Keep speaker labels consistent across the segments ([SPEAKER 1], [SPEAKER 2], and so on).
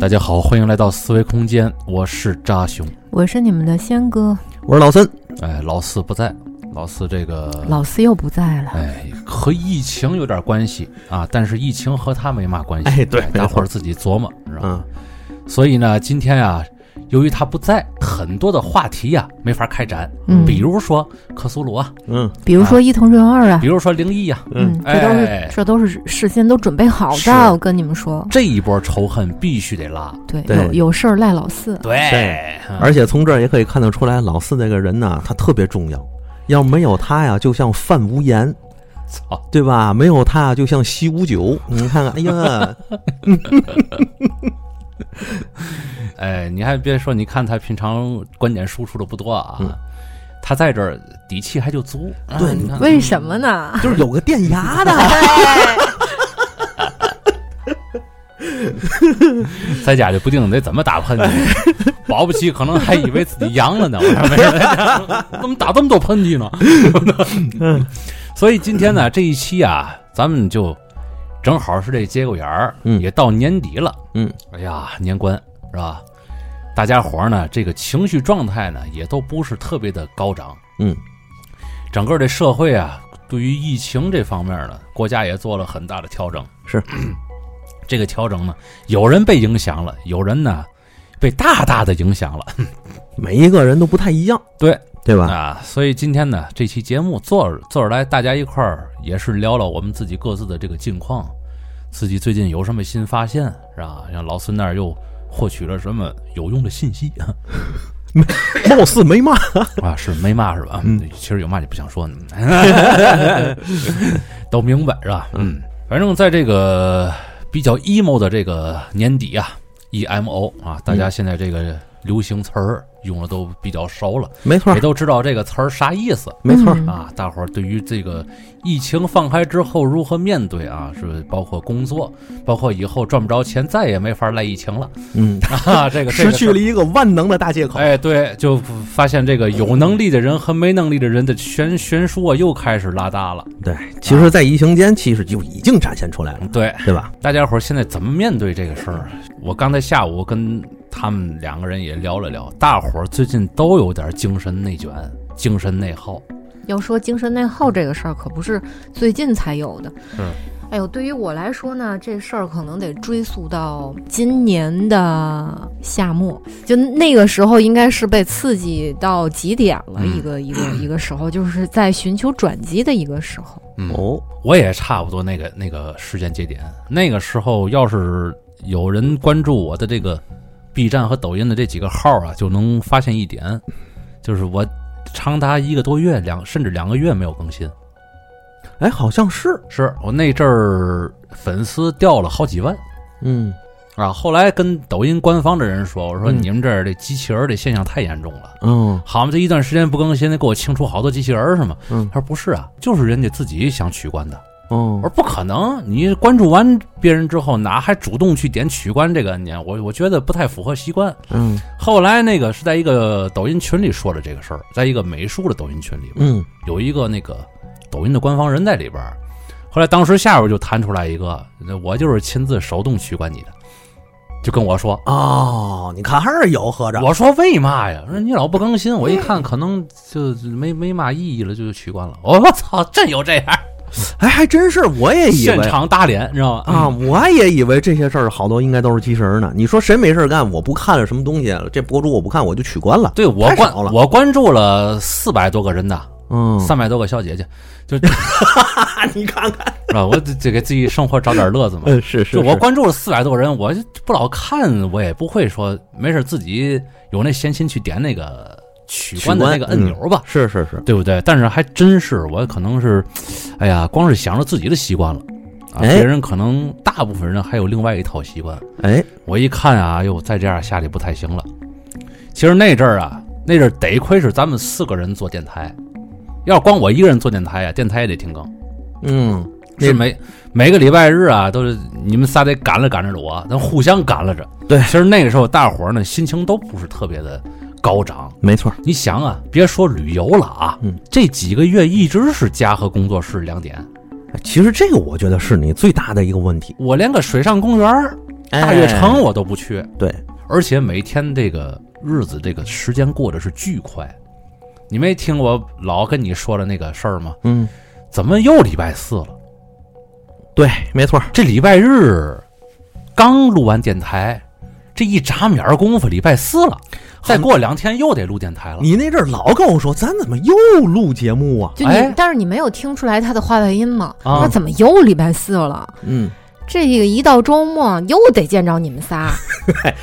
[SPEAKER 1] 大家好，欢迎来到思维空间，我是扎熊。
[SPEAKER 2] 我是你们的仙哥，
[SPEAKER 3] 我是老森，
[SPEAKER 1] 哎，老四不在，老四这个，
[SPEAKER 2] 老四又不在了。
[SPEAKER 1] 哎，和疫情有点关系啊，但是疫情和他没嘛关系。
[SPEAKER 3] 哎对没错
[SPEAKER 1] 大伙儿自己琢磨，知道吗？
[SPEAKER 3] 嗯，
[SPEAKER 1] 所以呢，今天啊，由于他不在，很多的话题呀、没法开展，
[SPEAKER 2] 嗯
[SPEAKER 1] 比如说克苏鲁啊，
[SPEAKER 3] 嗯，
[SPEAKER 2] 比如说《伊藤润二》啊
[SPEAKER 1] 比，如说灵异呀、
[SPEAKER 2] 嗯，这都
[SPEAKER 1] 哎
[SPEAKER 2] 是这都是事先都准备好
[SPEAKER 1] 是
[SPEAKER 2] 的。我跟你们说，
[SPEAKER 1] 这一波仇恨必须得拉。
[SPEAKER 2] 对，
[SPEAKER 3] 对
[SPEAKER 2] 有有事儿赖老四。
[SPEAKER 1] 对
[SPEAKER 3] 对
[SPEAKER 1] 嗯
[SPEAKER 3] 而且从这儿也可以看得出来，老四这个人呢，他特别重要。要没有他呀，就像范无言，
[SPEAKER 1] 操，
[SPEAKER 3] 对吧？没有他呀，就像西无九。你看看，哎 呀，
[SPEAKER 1] 哎，你还别说，你看他平常观点输出的不多啊，
[SPEAKER 3] 嗯
[SPEAKER 1] 他在这儿底气还就足。
[SPEAKER 3] 对
[SPEAKER 1] 啊你看
[SPEAKER 2] 为什么呢？
[SPEAKER 3] 就是有个
[SPEAKER 1] 嗯
[SPEAKER 3] 电牙的。
[SPEAKER 1] 在家就不定得怎么打喷嚏， 保不齐可能还以为自己阳了呢。我说没事， 怎么打这么多喷嚏呢？ 所以今天呢，这一期啊，咱们就正好是这节骨眼儿，
[SPEAKER 3] 嗯
[SPEAKER 1] 也到年底了，
[SPEAKER 3] 嗯，
[SPEAKER 1] 哎呀，年关是吧？大家伙儿呢，这个情绪状态呢，也都不是特别的高涨，
[SPEAKER 3] 嗯，
[SPEAKER 1] 整个这社会啊，对于疫情这方面呢，国家也做了很大的调整。
[SPEAKER 3] 是，
[SPEAKER 1] 这个调整呢，有人被影响了，有人呢被大大的影响了
[SPEAKER 3] 每一个人都不太一样，
[SPEAKER 1] 对
[SPEAKER 3] 对吧？
[SPEAKER 1] 啊。所以今天呢，这期节目做做出来，大家一块儿也是聊聊我们自己各自的这个近况，自己最近有什么新发现，是吧？让老孙那儿又获取了什么有用的信息
[SPEAKER 3] 貌似没嘛，
[SPEAKER 1] 啊？是没嘛是吧？
[SPEAKER 3] 嗯
[SPEAKER 1] 其实有嘛就不想说呢， 都明白是吧？嗯，反正在这个比较 emo 的这个年底啊，emo 啊，大家现在这个流行词儿用的都比较熟了，
[SPEAKER 3] 没错
[SPEAKER 1] 也，都知道这个词儿啥意思
[SPEAKER 3] 没错，
[SPEAKER 2] 嗯
[SPEAKER 1] 啊。大伙儿对于这个疫情放开之后如何面对啊，是包括工作，包括以后赚不着钱，再也没法赖疫情了
[SPEAKER 3] 嗯，
[SPEAKER 1] 啊。这个
[SPEAKER 3] 失
[SPEAKER 1] 这
[SPEAKER 3] 去。
[SPEAKER 1] 个事
[SPEAKER 3] 了
[SPEAKER 1] 儿
[SPEAKER 3] 一个万能的大借口。
[SPEAKER 1] 哎，对，就发现这个有能力的人和没能力的人的悬悬殊啊，又开始拉大了。
[SPEAKER 3] 对，其实，在疫情间，其实就已经展现出来了，
[SPEAKER 1] 对，
[SPEAKER 3] 对吧？
[SPEAKER 1] 大家伙儿现在怎么面对这个事儿？啊我刚才下午跟他们两个人也聊了聊，大伙儿最近都有点精神内卷、精神内耗。
[SPEAKER 2] 要说精神内耗这个事儿，可不是最近才有的。
[SPEAKER 1] 嗯，
[SPEAKER 2] 哎呦，对于我来说呢，这事儿可能得追溯到今年的夏末，就那个时候应该是被刺激到极点了，
[SPEAKER 1] 嗯
[SPEAKER 2] 一个一个一个时候，就是在寻求转机的一个时候。
[SPEAKER 1] 嗯
[SPEAKER 3] 哦，
[SPEAKER 1] 我也差不多那个那个时间节点，那个时候要是有人关注我的这个 B 站和抖音的这几个号啊，就能发现一点，就是我长达一个多月、两甚至两个月没有更新，
[SPEAKER 3] 哎，好像是，
[SPEAKER 1] 是我那阵儿粉丝掉了好几万。
[SPEAKER 3] 嗯，
[SPEAKER 1] 啊，后来跟抖音官方的人说，我说
[SPEAKER 3] 嗯
[SPEAKER 1] 你们这儿这机器人儿这现象太严重了，
[SPEAKER 3] 哦，
[SPEAKER 1] 好嘛，这一段时间不更新，得给我清除好多机器人儿是吗？
[SPEAKER 3] 嗯
[SPEAKER 1] 他说不是啊，就是人家自己想取关的。我说
[SPEAKER 3] 哦，
[SPEAKER 1] 不可能，你关注完别人之后，哪还主动去点取关这个按键？我我觉得不太符合习惯。
[SPEAKER 3] 嗯，
[SPEAKER 1] 后来那个是在一个抖音群里说的这个事儿，在一个美术的抖音群里边，
[SPEAKER 3] 嗯，
[SPEAKER 1] 有一个那个抖音的官方人在里边儿。后来当时下边就弹出来一个，我就是亲自手动取关你的，就跟我说，
[SPEAKER 3] 哦，你看还是有合着，
[SPEAKER 1] 我说为嘛呀？我说你老不更新，我一看可能就就没没嘛意义了，就取关了。我我操，真有这样，
[SPEAKER 3] 哎，还真是，我也以
[SPEAKER 1] 现
[SPEAKER 3] 为
[SPEAKER 1] 场打脸，你知道吗？
[SPEAKER 3] 啊，我也以为这些事儿好多应该都是机器人呢。你说谁没事儿干？我不看了什么东西，这博主我不看，我就取关了。
[SPEAKER 1] 对我
[SPEAKER 3] 太
[SPEAKER 1] 关
[SPEAKER 3] 少了
[SPEAKER 1] 我关注了四百多个人呐，
[SPEAKER 3] 嗯，
[SPEAKER 1] 三百多个小姐姐，就
[SPEAKER 3] 你看看，
[SPEAKER 1] 是吧？我得得给自己生活找点乐子嘛。
[SPEAKER 3] 嗯，是是，
[SPEAKER 1] 就呃我
[SPEAKER 3] 是
[SPEAKER 1] 关注了四百多个人，我就不老看，我也不会说没事自己有那闲心去点那个取关的那个
[SPEAKER 3] 取关
[SPEAKER 1] 按钮吧，
[SPEAKER 3] 是是是，
[SPEAKER 1] 对不对？但是还真是我可能是，哎呀，光是想着自己的习惯了，啊，
[SPEAKER 3] 哎
[SPEAKER 1] 别人可能大部分人还有另外一套习惯。
[SPEAKER 3] 哎，
[SPEAKER 1] 我一看啊，哟，再这样下去不太行了。其实那阵儿啊，那阵儿得亏是咱们四个人做电台，要光我一个人做电台呀、电台也得停更。
[SPEAKER 3] 嗯，
[SPEAKER 1] 是
[SPEAKER 3] 那
[SPEAKER 1] 每每个礼拜日啊，都是你们仨得赶了赶着我，咱互相赶了着。
[SPEAKER 3] 对
[SPEAKER 1] 其实那个时候大伙儿呢心情都不是特别的高涨。
[SPEAKER 3] 没错儿，
[SPEAKER 1] 你想啊，别说旅游了啊，
[SPEAKER 3] 嗯
[SPEAKER 1] 这几个月一直是家和工作室两点，
[SPEAKER 3] 其实这个我觉得是你最大的一个问题。
[SPEAKER 1] 我连个水上公园儿哎大悦城我都不去，
[SPEAKER 3] 对，
[SPEAKER 1] 而且每天这个日子这个时间过得是巨快。你没听我老跟你说的那个事儿吗？
[SPEAKER 3] 嗯，
[SPEAKER 1] 怎么又礼拜四了？
[SPEAKER 3] 对，没错，
[SPEAKER 1] 这礼拜日刚录完电台，这一眨眼儿功夫，礼拜四了，再过两天又得录电台了。
[SPEAKER 3] 你那阵儿老跟我说，咱怎么又录节目啊？
[SPEAKER 2] 就你，
[SPEAKER 1] 哎
[SPEAKER 2] 但是你没有听出来他的话外音吗？
[SPEAKER 1] 啊
[SPEAKER 2] 那怎么又礼拜四了？
[SPEAKER 3] 嗯，
[SPEAKER 2] 这个一到周末又得见着你们 仨，
[SPEAKER 3] 哎，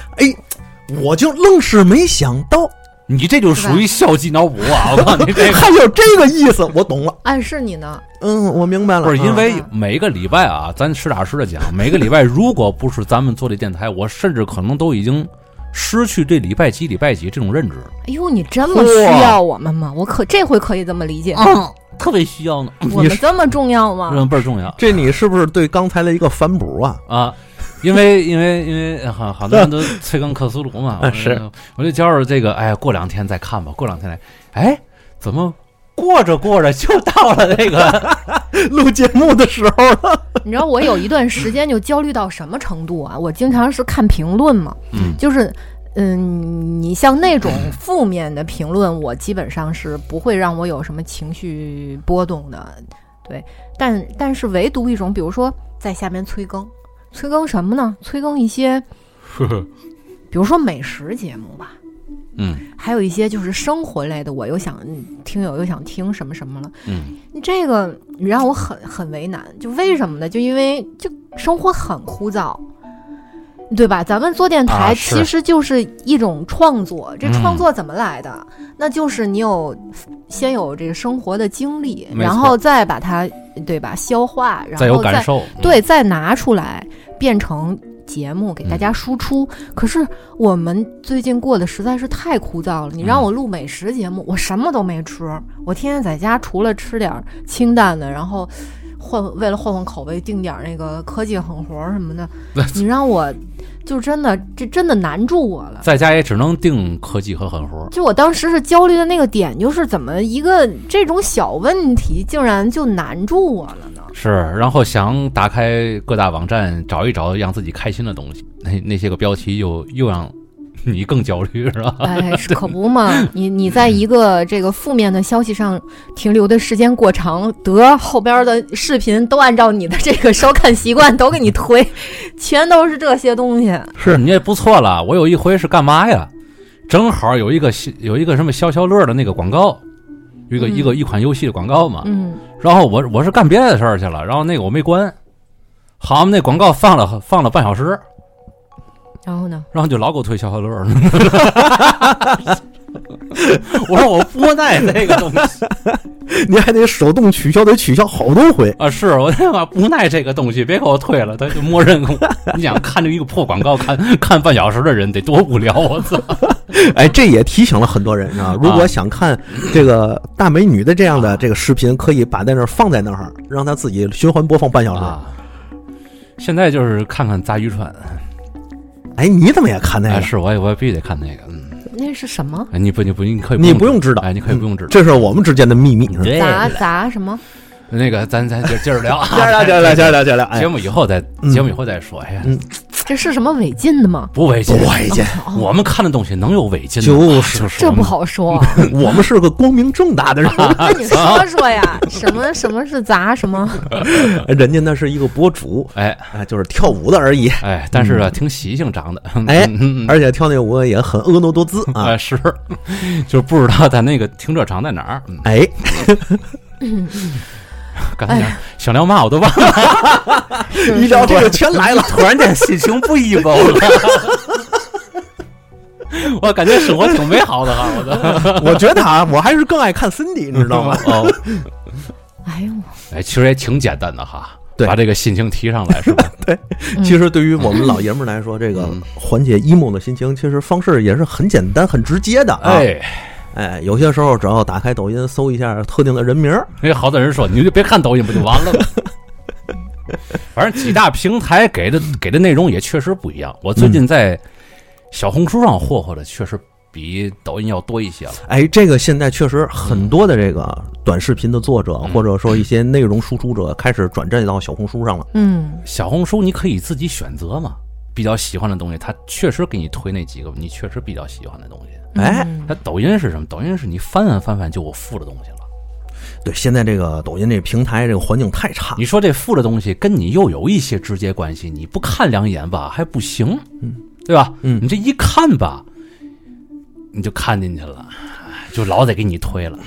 [SPEAKER 3] 我就愣是没想到，
[SPEAKER 1] 你这就属于校际脑补啊！我告诉你，这个
[SPEAKER 3] 还有这个意思，我懂了。
[SPEAKER 2] 暗示你呢。
[SPEAKER 3] 嗯，我明白了，
[SPEAKER 1] 不是因
[SPEAKER 3] 嗯
[SPEAKER 1] 为每个礼拜啊，咱实打实的讲，每个礼拜如果不是咱们做这电台，我甚至可能都已经失去对礼拜几、礼拜几这种认知了。
[SPEAKER 2] 哎呦，你这么需要我们吗？我可这回可以这么理解，
[SPEAKER 1] 嗯，特别需要呢，
[SPEAKER 2] 我
[SPEAKER 3] 你
[SPEAKER 2] 们
[SPEAKER 3] 是
[SPEAKER 2] 这么重要
[SPEAKER 1] 这
[SPEAKER 2] 吗？
[SPEAKER 1] 嗯种倍儿重要
[SPEAKER 3] 这你是不是对刚才的一个反哺啊？
[SPEAKER 1] 啊！因为因为因为好好多人都催更克苏鲁嘛，我
[SPEAKER 3] 啊是，
[SPEAKER 1] 我就觉着这个，哎呀，过两天再看吧，过两天来，哎，怎么过着过着就到了那个
[SPEAKER 3] 录节目的时候了，
[SPEAKER 2] 你知道我有一段时间就焦虑到什么程度啊？我经常是看评论嘛，
[SPEAKER 1] 嗯
[SPEAKER 2] 就是。嗯，你像那种负面的评论，我基本上是不会让我有什么情绪波动的，对。但但是唯独一种，比如说在下面催更，催更什么呢？催更一些，比如说美食节目吧，
[SPEAKER 1] 嗯
[SPEAKER 2] 还有一些就是生活类的，我又想嗯听友又想听什么什么了，
[SPEAKER 1] 嗯
[SPEAKER 2] 这个你让我很很为难，就为什么呢？就因为就生活很枯燥，对吧？咱们做电台
[SPEAKER 1] 啊是
[SPEAKER 2] 其实就是一种创作，这
[SPEAKER 1] 嗯
[SPEAKER 2] 创作怎么来的？那就是你有先有这个生活的经历，
[SPEAKER 1] 没错
[SPEAKER 2] 然后再把它对吧消化，然后
[SPEAKER 1] 再有感受，
[SPEAKER 2] 对，再拿出来变成节目给大家输出。可是我们最近过得实在是太枯燥了，你让
[SPEAKER 1] 嗯
[SPEAKER 2] 我录美食节目，我什么都没吃，我天天在家除了吃点儿清淡的，然后。换为了换换口味，订点儿那个科技狠活儿什么的，
[SPEAKER 1] 嗯
[SPEAKER 2] 你让我就真的这真的难住我了。
[SPEAKER 1] 在家也只能定科技和狠活。
[SPEAKER 2] 就我当时是焦虑的那个点，就是怎么一个这种小问题竟然就难住我了呢？
[SPEAKER 1] 是，然后想打开各大网站找一找让自己开心的东西， 那那些个标题又又让你更焦虑，是 吧？
[SPEAKER 2] 哎，是可不嘛！你你在一个这个负面的消息上停留的时间过长，得后边的视频都按照你的这个收看习惯都给你推，全都是这些东西。
[SPEAKER 1] 是你也不错了。我有一回是干嘛呀？正好有一个新有一个什么消消乐的那个广告，有一个、
[SPEAKER 2] 嗯
[SPEAKER 1] 一个一款游戏的广告嘛。
[SPEAKER 2] 嗯，
[SPEAKER 1] 然后我我是干别的事儿去了，然后那个我没关，好嘛，那广告放了放了半小时，
[SPEAKER 2] 然后呢？
[SPEAKER 1] 然后就老给我推消消乐儿。 我说我不耐这个东西。
[SPEAKER 3] 你还得手动取消，得取消好多回。
[SPEAKER 1] 啊，是我他妈不耐这个东西，别给我退了，他就默认给我。你想看这一个破广告，看看半小时的人得多无聊！我操，
[SPEAKER 3] 哎，这也提醒了很多人啊，如果想看这个大美女的这样的这个视频，可以把在那儿放在那儿，让它自己循环播放半小时。
[SPEAKER 1] 啊！现在就是看看砸渔船，
[SPEAKER 3] 哎，你怎么也看那
[SPEAKER 1] 哎，
[SPEAKER 3] 个？
[SPEAKER 1] 是我也我也必须得看那个，嗯，
[SPEAKER 2] 那是什么？
[SPEAKER 1] 哎你不你不你可以
[SPEAKER 3] 你
[SPEAKER 1] 不
[SPEAKER 3] 不
[SPEAKER 1] 用
[SPEAKER 3] 用知道嗯
[SPEAKER 1] 哎，你可以不用知道。
[SPEAKER 3] 这是我们之间的秘密。是吧
[SPEAKER 1] 对
[SPEAKER 2] 砸砸什么？
[SPEAKER 1] 那个咱咱接接着聊啊，
[SPEAKER 3] 接着聊，接着聊，接着聊，接着聊。哎
[SPEAKER 1] 节，目以后再
[SPEAKER 3] 嗯
[SPEAKER 1] 节目以后再说。哎呀，
[SPEAKER 3] 嗯
[SPEAKER 2] 这是什么违禁的吗？
[SPEAKER 1] 不违
[SPEAKER 3] 不
[SPEAKER 1] 禁，啊
[SPEAKER 3] 违禁，
[SPEAKER 2] 哦，
[SPEAKER 1] 我们看的东西能有违禁的吗？
[SPEAKER 3] 就是
[SPEAKER 1] 就是
[SPEAKER 2] 这不好说、啊。
[SPEAKER 3] 我们是个光明正大的人，
[SPEAKER 1] 啊
[SPEAKER 2] 那你说说呀，什么什么是砸什么？
[SPEAKER 3] 哎人家那是一个博主，
[SPEAKER 1] 哎
[SPEAKER 3] 啊，就是跳舞的而已，
[SPEAKER 1] 哎，但是啊，挺喜庆长的，
[SPEAKER 3] 嗯哎
[SPEAKER 1] 嗯嗯嗯
[SPEAKER 3] 而且跳那舞也很婀娜多姿啊
[SPEAKER 1] 啊，。是，就是不知道他那个停车场在哪儿。嗯，
[SPEAKER 3] 哎，
[SPEAKER 1] 刚才想想聊嘛，我都忘 了，
[SPEAKER 3] 一聊这个全来了，
[SPEAKER 1] 突然间心情不一般了。 我感觉生活挺美好的哈，我的。
[SPEAKER 3] 我觉得啊，我还是更爱看 Cindy，你知道吗？
[SPEAKER 1] 哦，
[SPEAKER 2] 哎呦，
[SPEAKER 1] 哎，其实也挺简单的哈，
[SPEAKER 3] 对
[SPEAKER 1] 把这个心情提上来是吧？
[SPEAKER 2] 嗯
[SPEAKER 3] 其实对于我们老爷们儿来说，这个
[SPEAKER 1] 嗯
[SPEAKER 3] 缓解 emo 的心情，其实方式也是很简单、很直接的啊。
[SPEAKER 1] 哎，
[SPEAKER 3] 哎，有些时候只要打开抖音搜一下特定的人名儿，
[SPEAKER 1] 那好多人说你就别看抖音不就完了吗？ 反正几大平台给的给的内容也确实不一样。我最近在小红书上霍霍的确实比抖音要多一些了。
[SPEAKER 3] 哎，这个现在确实很多的这个短视频的作者，
[SPEAKER 1] 嗯
[SPEAKER 3] 或者说一些内容输出者，开始转战到小红书上了。
[SPEAKER 2] 嗯，
[SPEAKER 1] 小红书你可以自己选择嘛，比较喜欢的东西，它确实给你推那几个你确实比较喜欢的东西。
[SPEAKER 3] 哎
[SPEAKER 2] 嗯
[SPEAKER 1] 它抖音是什么？抖音是你翻啊翻翻翻就我富的东西了。
[SPEAKER 3] 对，现在这个抖音这平台这个环境太差，
[SPEAKER 1] 你说这富的东西跟你又有一些直接关系，你不看两眼吧还不行，
[SPEAKER 3] 嗯，
[SPEAKER 1] 对吧？
[SPEAKER 3] 嗯
[SPEAKER 1] 你这一看吧，你就看进去了，哎就老得给你推了。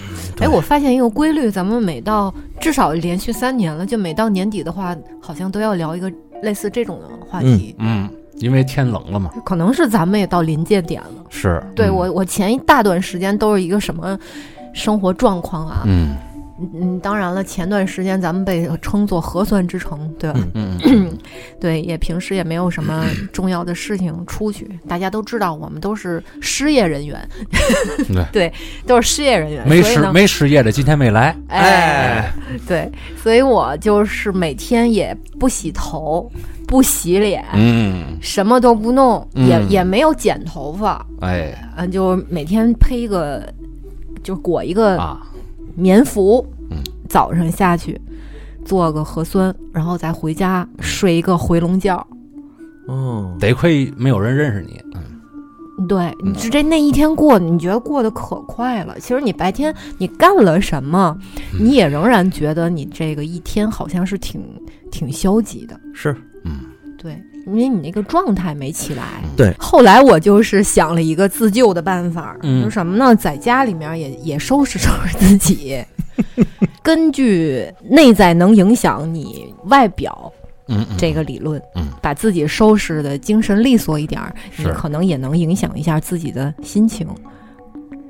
[SPEAKER 2] 哎，我发现一个规律，咱们每到至少连续三年了，就每到年底的话，好像都要聊一个类似这种的话题。
[SPEAKER 1] 嗯，因为天冷了嘛，
[SPEAKER 2] 可能是咱们也到临界点了。
[SPEAKER 1] 是
[SPEAKER 2] 对、
[SPEAKER 1] 嗯
[SPEAKER 2] 我，我前一大段时间都是一个什么生活状况啊？
[SPEAKER 1] 嗯
[SPEAKER 2] 嗯嗯，当然了，前段时间咱们被称作核酸之城，对吧？
[SPEAKER 3] 嗯
[SPEAKER 1] 嗯嗯
[SPEAKER 2] 对，也平时也没有什么重要的事情出去，大家都知道我们都是失业人员，
[SPEAKER 1] 对
[SPEAKER 2] 都是失业人员，
[SPEAKER 1] 没
[SPEAKER 2] 所以
[SPEAKER 1] 失
[SPEAKER 2] 呢，
[SPEAKER 1] 没失业的今天没来，
[SPEAKER 2] 哎，，对，所以我就是每天也不洗头，不洗脸，
[SPEAKER 1] 嗯，
[SPEAKER 2] 什么都不弄，也
[SPEAKER 1] 嗯
[SPEAKER 2] 也没有剪头发，
[SPEAKER 1] 哎
[SPEAKER 2] 嗯，就每天配一个，就裹一个
[SPEAKER 1] 啊，
[SPEAKER 2] 棉服，
[SPEAKER 1] 嗯
[SPEAKER 2] 早上下去做个核酸，然后再回家睡一个回笼觉。
[SPEAKER 3] 嗯，
[SPEAKER 1] 得亏没有人认识你，嗯
[SPEAKER 2] 对，你
[SPEAKER 1] 嗯
[SPEAKER 2] 就这那一天过，你觉得过得可快了。其实你白天你干了什么，
[SPEAKER 1] 嗯
[SPEAKER 2] 你也仍然觉得你这个一天好像是挺挺消极的。
[SPEAKER 3] 是
[SPEAKER 1] 嗯
[SPEAKER 2] 对，因为你那个状态没起来。
[SPEAKER 3] 对
[SPEAKER 2] 后来我就是想了一个自救的办法，
[SPEAKER 1] 嗯
[SPEAKER 2] 就是什么呢？在家里面也也收拾收 拾 自己，根据内在能影响你外表
[SPEAKER 1] 嗯嗯，
[SPEAKER 2] 这个理论，
[SPEAKER 1] 嗯
[SPEAKER 2] 把自己收拾的精神利索一点儿，你
[SPEAKER 1] 是
[SPEAKER 2] 可能也能影响一下自己的心情。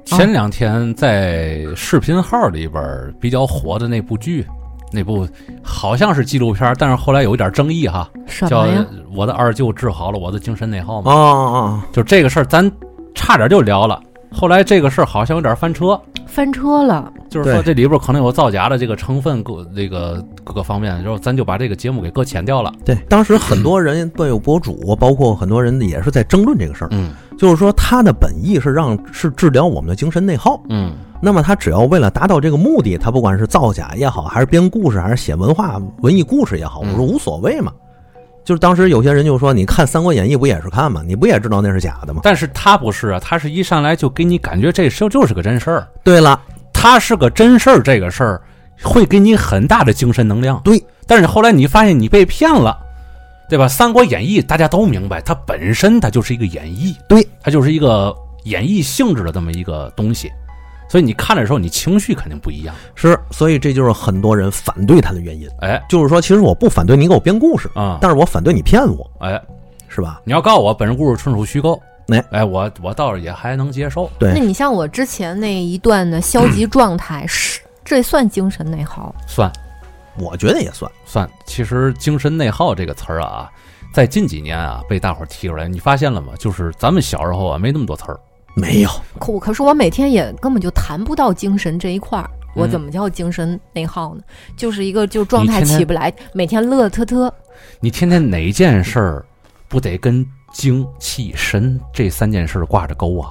[SPEAKER 1] 前两天在视频号里边儿比较火的那部剧，那部好像是纪录片儿，但是后来有一点争议哈，
[SPEAKER 2] 什
[SPEAKER 1] 叫
[SPEAKER 2] 么呀？
[SPEAKER 1] 《我的二舅治好了我的精神内耗》
[SPEAKER 3] 哦
[SPEAKER 1] 嘛，
[SPEAKER 3] 哦，
[SPEAKER 1] 就这个事儿，咱差点就聊了。后来这个事儿好像有点翻车，
[SPEAKER 2] 翻车了，
[SPEAKER 1] 就是说这
[SPEAKER 3] 对
[SPEAKER 1] 里边儿可能有造假的这个成分，各那个各个方面，然后咱就把这个节目给搁浅掉了。
[SPEAKER 3] 对，当时很多人都有博主，包括很多人也是在争论这个事儿，
[SPEAKER 1] 嗯
[SPEAKER 3] 就是说他的本意是让是治疗我们的精神内耗，
[SPEAKER 1] 嗯
[SPEAKER 3] 那么他只要为了达到这个目的，他不管是造假也好，还是编故事，还是写文化文艺故事也好，我
[SPEAKER 1] 嗯
[SPEAKER 3] 说无所谓嘛。就是当时有些人就说，你看《三国演义》不也是看吗？你不也知道那是假的吗？
[SPEAKER 1] 但是他不是啊，他是一上来就给你感觉这事儿就是个真事儿，
[SPEAKER 3] 对了，
[SPEAKER 1] 他是个真事儿，这个事儿会给你很大的精神能量。
[SPEAKER 3] 对，
[SPEAKER 1] 但是后来你发现你被骗了，对吧？《三国演义》大家都明白，它本身它就是一个演绎，
[SPEAKER 3] 对，
[SPEAKER 1] 它就是一个演绎性质的这么一个东西，所以你看的时候，你情绪肯定不一样。
[SPEAKER 3] 是，所以这就是很多人反对他的原因。
[SPEAKER 1] 哎，
[SPEAKER 3] 就是说，其实我不反对你给我编故事，
[SPEAKER 1] 啊、
[SPEAKER 3] 但是我反对你骗我，
[SPEAKER 1] 哎，
[SPEAKER 3] 是吧？
[SPEAKER 1] 你要告诉我本人故事纯属虚构
[SPEAKER 3] 哎，
[SPEAKER 1] 哎，我我倒是也还能接受。
[SPEAKER 2] 那
[SPEAKER 3] 对，
[SPEAKER 2] 你像我之前那一段的消
[SPEAKER 1] 嗯
[SPEAKER 2] 极状态，是这算精神内耗？
[SPEAKER 1] 算
[SPEAKER 3] 我觉得也算。
[SPEAKER 1] 算，其实“精神内耗”这个词儿啊，在近几年啊被大伙儿提出来，你发现了吗？就是咱们小时候啊没那么多词儿。
[SPEAKER 3] 没有，
[SPEAKER 2] 可我可是我每天也根本就谈不到精神这一块儿，我
[SPEAKER 1] 嗯
[SPEAKER 2] 怎么叫精神内耗呢？就是一个就状
[SPEAKER 1] 你
[SPEAKER 2] 态
[SPEAKER 1] 天天
[SPEAKER 2] 起不来，每天乐呵呵。
[SPEAKER 1] 你天天哪一件事儿不得跟精气神这三件事儿挂着钩啊？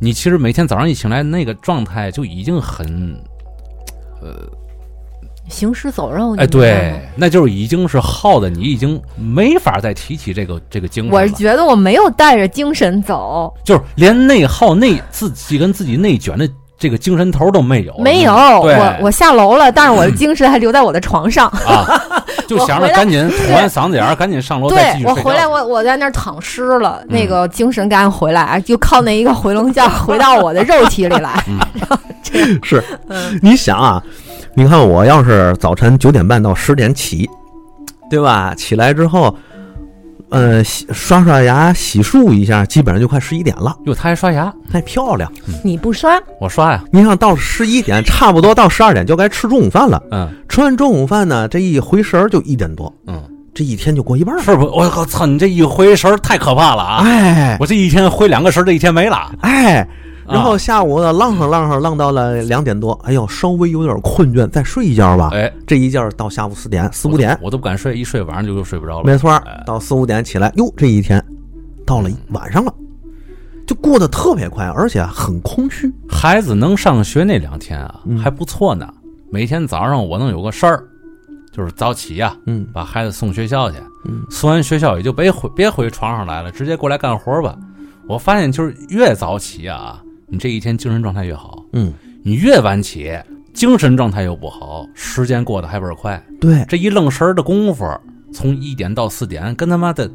[SPEAKER 1] 你其实每天早上一醒来，那个状态就已经很，
[SPEAKER 2] 行尸走肉，
[SPEAKER 1] 哎，
[SPEAKER 2] 你知道吗
[SPEAKER 1] 对，那就是已经是耗的，你已经没法再提起这个这个精
[SPEAKER 2] 我
[SPEAKER 1] 神
[SPEAKER 2] 是
[SPEAKER 1] 了，哦
[SPEAKER 2] 觉得我没有带着精神走，
[SPEAKER 1] 就是连内耗、内自己跟自己内卷的这个精神头都没有了，
[SPEAKER 2] 没有，
[SPEAKER 1] 对
[SPEAKER 2] 我我下楼了，但是 我的精神还留在我的床上。
[SPEAKER 1] 啊， 就想
[SPEAKER 2] 我
[SPEAKER 1] 着
[SPEAKER 2] 回来
[SPEAKER 1] 赶紧吐完嗓子眼儿，赶紧上楼再继
[SPEAKER 2] 对
[SPEAKER 1] 续
[SPEAKER 2] 我
[SPEAKER 1] 睡
[SPEAKER 2] 回来，
[SPEAKER 1] 觉。嗯
[SPEAKER 2] 我我在那儿躺尸了，那个精神赶紧回来，就靠那一个回笼觉回到我的肉体里 来。
[SPEAKER 3] 是
[SPEAKER 2] 嗯，
[SPEAKER 3] 你想啊，你看我要是早晨九点半到十点起，对吧？起来之后，呃，洗刷刷牙、洗漱一下，基本上就快十一点了，
[SPEAKER 1] 哟，他还刷牙，
[SPEAKER 3] 太漂亮。
[SPEAKER 2] 你不刷，
[SPEAKER 1] 我刷呀，
[SPEAKER 3] 你想到十一点，差不多到十二点就该吃中午饭了。
[SPEAKER 1] 嗯
[SPEAKER 3] 吃完中午饭呢，这一回神儿就一点多，
[SPEAKER 1] 嗯，
[SPEAKER 3] 这一天就过一半了。
[SPEAKER 1] 是不？我靠操，你这一回神儿太可怕了啊！
[SPEAKER 3] 哎
[SPEAKER 1] 我这一天挥两个神，这一天没了。
[SPEAKER 3] 哎，然后
[SPEAKER 1] 啊
[SPEAKER 3] 下午呢，浪上浪上浪到了两点多，哎呦，稍微有点困倦，再睡一觉吧。
[SPEAKER 1] 哎，
[SPEAKER 3] 这一觉到下午四点四五点，
[SPEAKER 1] 我都不敢睡，一睡晚上就又睡不着了。
[SPEAKER 3] 没错儿
[SPEAKER 1] 哎，嗯
[SPEAKER 3] 到四五点起来，哟，这一天到了晚上了，就过得特别快，而且很空虚。
[SPEAKER 1] 孩子能上学那两天啊
[SPEAKER 3] 嗯，
[SPEAKER 1] 还不错呢。每天早上我能有个事儿，就是早起呀、
[SPEAKER 3] 嗯
[SPEAKER 1] 把孩子送学校去。
[SPEAKER 3] 嗯
[SPEAKER 1] 送完学校也就别回别回床上来了，直接过来干活吧。我发现就是越早起啊，你这一天精神状态越好；
[SPEAKER 3] 嗯，
[SPEAKER 1] 你越晚起，精神状态又不好，时间过得还倍儿快。
[SPEAKER 3] 对，
[SPEAKER 1] 这一愣神儿的功夫，从一点到四点，跟他妈的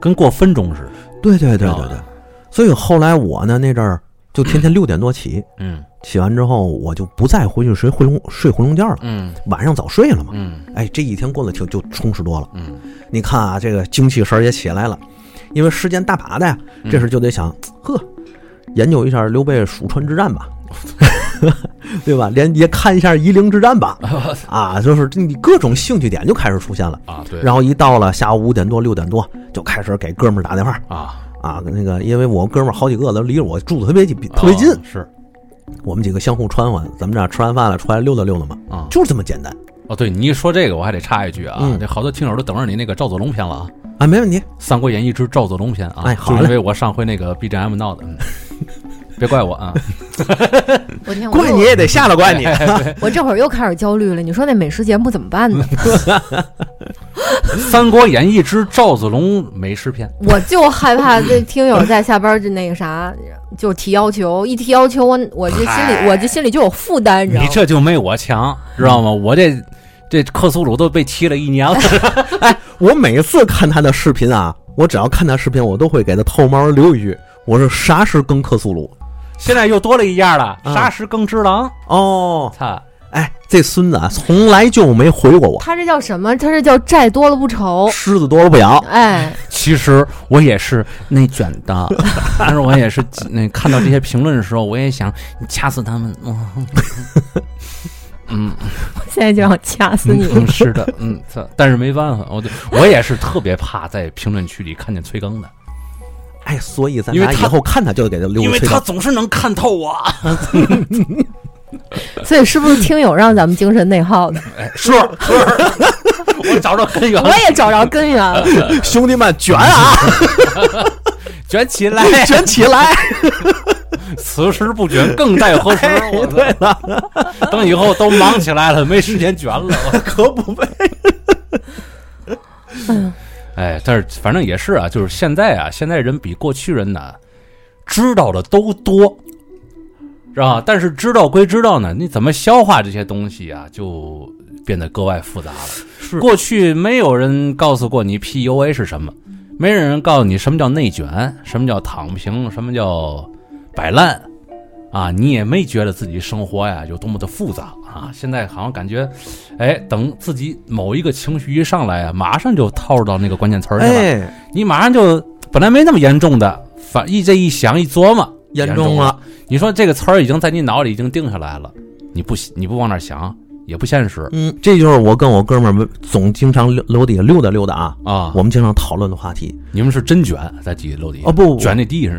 [SPEAKER 1] 跟过分钟似的。
[SPEAKER 3] 对对
[SPEAKER 1] 知
[SPEAKER 3] 对
[SPEAKER 1] 道
[SPEAKER 3] 对对
[SPEAKER 1] 吧。
[SPEAKER 3] 所以后来我呢那阵儿就天天六点多起，
[SPEAKER 1] 嗯
[SPEAKER 3] 起完之后我就不再回去睡回笼睡回笼觉了，
[SPEAKER 1] 嗯
[SPEAKER 3] 晚上早睡了嘛。
[SPEAKER 1] 嗯
[SPEAKER 3] 哎，这一天过得挺就充实多了。
[SPEAKER 1] 嗯，
[SPEAKER 3] 你看啊，这个精气神儿也起来了，因为时间大把的呀，
[SPEAKER 1] 嗯
[SPEAKER 3] 这时就得想，呵，研究一下刘备蜀川之 战吧，对吧？连也看一下夷陵之 战吧，啊，就是你各种兴趣点就开始出现了。
[SPEAKER 1] 啊对，
[SPEAKER 3] 然后一到了下午五点多六点多，就开始给哥们儿打电话
[SPEAKER 1] 啊
[SPEAKER 3] 啊，那个因为我哥们儿好几个都离着我住的特别近，特别近，
[SPEAKER 1] 哦是
[SPEAKER 3] 我们几个相互穿唤，咱们这吃完饭了出来溜达溜达嘛，
[SPEAKER 1] 啊
[SPEAKER 3] 就是这么简单
[SPEAKER 1] 哦对，你一说这个我还得插一句啊，
[SPEAKER 3] 嗯
[SPEAKER 1] 这好多听友都等着你那个赵子龙篇了啊。
[SPEAKER 3] 啊，没问题，
[SPEAKER 1] 《三国演义之赵子龙篇》啊，
[SPEAKER 3] 哎好
[SPEAKER 1] 就
[SPEAKER 3] 嘞
[SPEAKER 1] 是因为我上回那个 BGM 闹的，嗯别怪我啊，
[SPEAKER 2] 我天，我
[SPEAKER 3] 怪
[SPEAKER 2] 又
[SPEAKER 3] 你也得下了 怪你，
[SPEAKER 2] 我这会儿又开始焦虑了。你说那美食节目怎么办呢？
[SPEAKER 1] 《三国演义之赵子龙美食篇
[SPEAKER 2] 我就害怕这听友在下班就那个啥，就提要求，一提要求我我这心里我这心里就有负担，》，你知道
[SPEAKER 1] 你
[SPEAKER 2] 吗？
[SPEAKER 1] 这就没我强，知道吗？我这这克苏鲁都被踢了一年 了，
[SPEAKER 3] 我每次看他的视频啊，我只要看他视频，我都会给他透猫留一句：“我是啥时更克苏鲁
[SPEAKER 1] 现在又多了一样了，
[SPEAKER 3] 嗯
[SPEAKER 1] 沙石更之狼，？”
[SPEAKER 3] 哦，
[SPEAKER 1] 操！
[SPEAKER 3] 哎，这孙子啊，从来就没回过我，
[SPEAKER 2] 他这叫什么？他这叫债多了不愁。
[SPEAKER 3] 狮子多了不咬。
[SPEAKER 2] 哎，
[SPEAKER 1] 其实我也是内卷的， 但是我也是那看到这些评论的时候，我也想掐死他们。嗯嗯，
[SPEAKER 2] 现在就想掐死你！
[SPEAKER 1] 嗯，是的，嗯，操但是没办法，我就我也是特别怕在评论区里看见催更的，
[SPEAKER 3] 哎，所以咱
[SPEAKER 1] 因为
[SPEAKER 3] 俩以
[SPEAKER 1] 他
[SPEAKER 3] 后看他就给他留
[SPEAKER 1] 因
[SPEAKER 3] 个
[SPEAKER 1] 为
[SPEAKER 3] 催
[SPEAKER 1] 他
[SPEAKER 3] 稿。
[SPEAKER 1] 总是能看透我。
[SPEAKER 2] 所以是不是听友让咱们精神内耗的？
[SPEAKER 1] 哎，是是， 我找着根源
[SPEAKER 2] 我也找着根源了。
[SPEAKER 3] 兄弟们，卷啊，
[SPEAKER 1] 卷起 来，
[SPEAKER 3] 卷起 来！
[SPEAKER 1] 此时不卷更待何时？我 对了，等以后都忙起来了，没时间卷了。
[SPEAKER 3] 可不呗。
[SPEAKER 1] 哎，但是反正也是啊，就是现在啊，现在人比过去人呢，知道的都多，是吧？但是知道归知道呢，你怎么消化这些东西啊，就变得格外复杂了。
[SPEAKER 3] 是
[SPEAKER 1] 过去没有人告诉过你 PUA 是什么，没有人告诉你什么叫内卷，什么叫躺平，什么叫摆烂。啊，你也没觉得自己生活呀有多么的复杂啊！现在好像感觉，哎，等自己某一个情绪一上来啊，马上就套入到那个关键词儿去了。
[SPEAKER 3] 哎，
[SPEAKER 1] 你马上就本来没那么严重的，反一这一想一琢磨，
[SPEAKER 3] 严
[SPEAKER 1] 重
[SPEAKER 3] 重了。
[SPEAKER 1] 你说这个词儿已经在你脑里已经定下来了，你不你不往那儿想也不现实
[SPEAKER 3] 嗯，这就是我跟我哥们儿们总经常溜楼底下溜达溜达啊，
[SPEAKER 1] 啊。
[SPEAKER 3] 我们经常讨论的话题，
[SPEAKER 1] 你们是真卷，在地楼底下
[SPEAKER 3] 哦不不不
[SPEAKER 1] 卷那地上，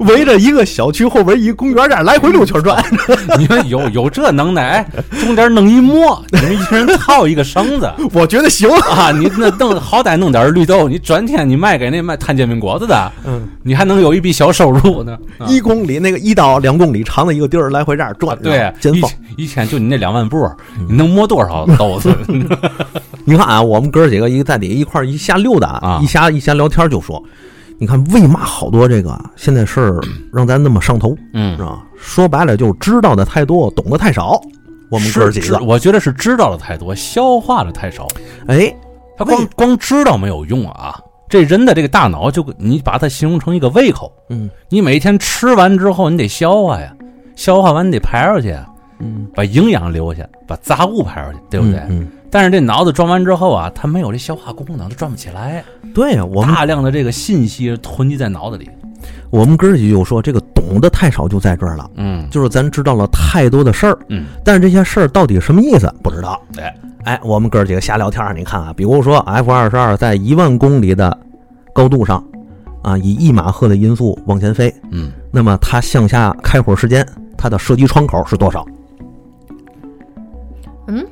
[SPEAKER 3] 围着一个小区后边一公园这来回溜圈转。
[SPEAKER 1] 你们有有这能耐，哎中间弄一磨，你们一人套一个绳 子
[SPEAKER 3] 我觉得行。
[SPEAKER 1] 啊！你那弄好歹弄点绿豆，你转天你卖给那卖摊煎饼果子的，
[SPEAKER 3] 嗯，
[SPEAKER 1] 你还能有一笔小收入呢。啊
[SPEAKER 3] 一公里那个一到两公里长的一个地儿来回这样转，
[SPEAKER 1] 对，啊
[SPEAKER 3] 尖峰。
[SPEAKER 1] 一一天就你那两万步，
[SPEAKER 3] 嗯
[SPEAKER 1] 你能摸多少豆子？
[SPEAKER 3] 你看啊，我们哥几个一在底下一块儿一瞎溜达
[SPEAKER 1] 啊
[SPEAKER 3] 一瞎一瞎聊天就说，你看为嘛好多这个现在事儿让咱那么上头，
[SPEAKER 1] 嗯
[SPEAKER 3] 是，吧？说白了就是知道的太多，懂得太少。我们哥
[SPEAKER 1] 是
[SPEAKER 3] 几
[SPEAKER 1] 知
[SPEAKER 3] 个，
[SPEAKER 1] 我觉得是知道的太多，消化的太少。
[SPEAKER 3] 哎，
[SPEAKER 1] 他光
[SPEAKER 3] 胃
[SPEAKER 1] 光知道没有用啊，这人的这个大脑就你把它形容成一个胃口，
[SPEAKER 3] 嗯
[SPEAKER 1] 你每天吃完之后你得消化呀，消化完你得排出去呀，
[SPEAKER 3] 嗯，
[SPEAKER 1] 把营养留下，把杂物排出去，对不对？
[SPEAKER 3] 嗯，
[SPEAKER 1] 但是这脑子装完之后啊，它没有这消化功能，它转不起来，
[SPEAKER 3] 嗯对呀，我们
[SPEAKER 1] 大量的这个信息囤积在脑子里。
[SPEAKER 3] 我们哥几个就说这个懂得太少就在这儿了，
[SPEAKER 1] 嗯
[SPEAKER 3] 就是咱知道了太多的事儿，
[SPEAKER 1] 嗯，
[SPEAKER 3] 但是这些事儿到底什么意思不知道。
[SPEAKER 1] 对，
[SPEAKER 3] 哎，我们哥几个瞎聊天儿，你看啊，比如说 F 二十二在一万公里的高度上，啊，以一马赫的音速往前飞，
[SPEAKER 1] 嗯，
[SPEAKER 3] 那么它向下开火时间，它的射击窗口是多少？
[SPEAKER 2] 嗯，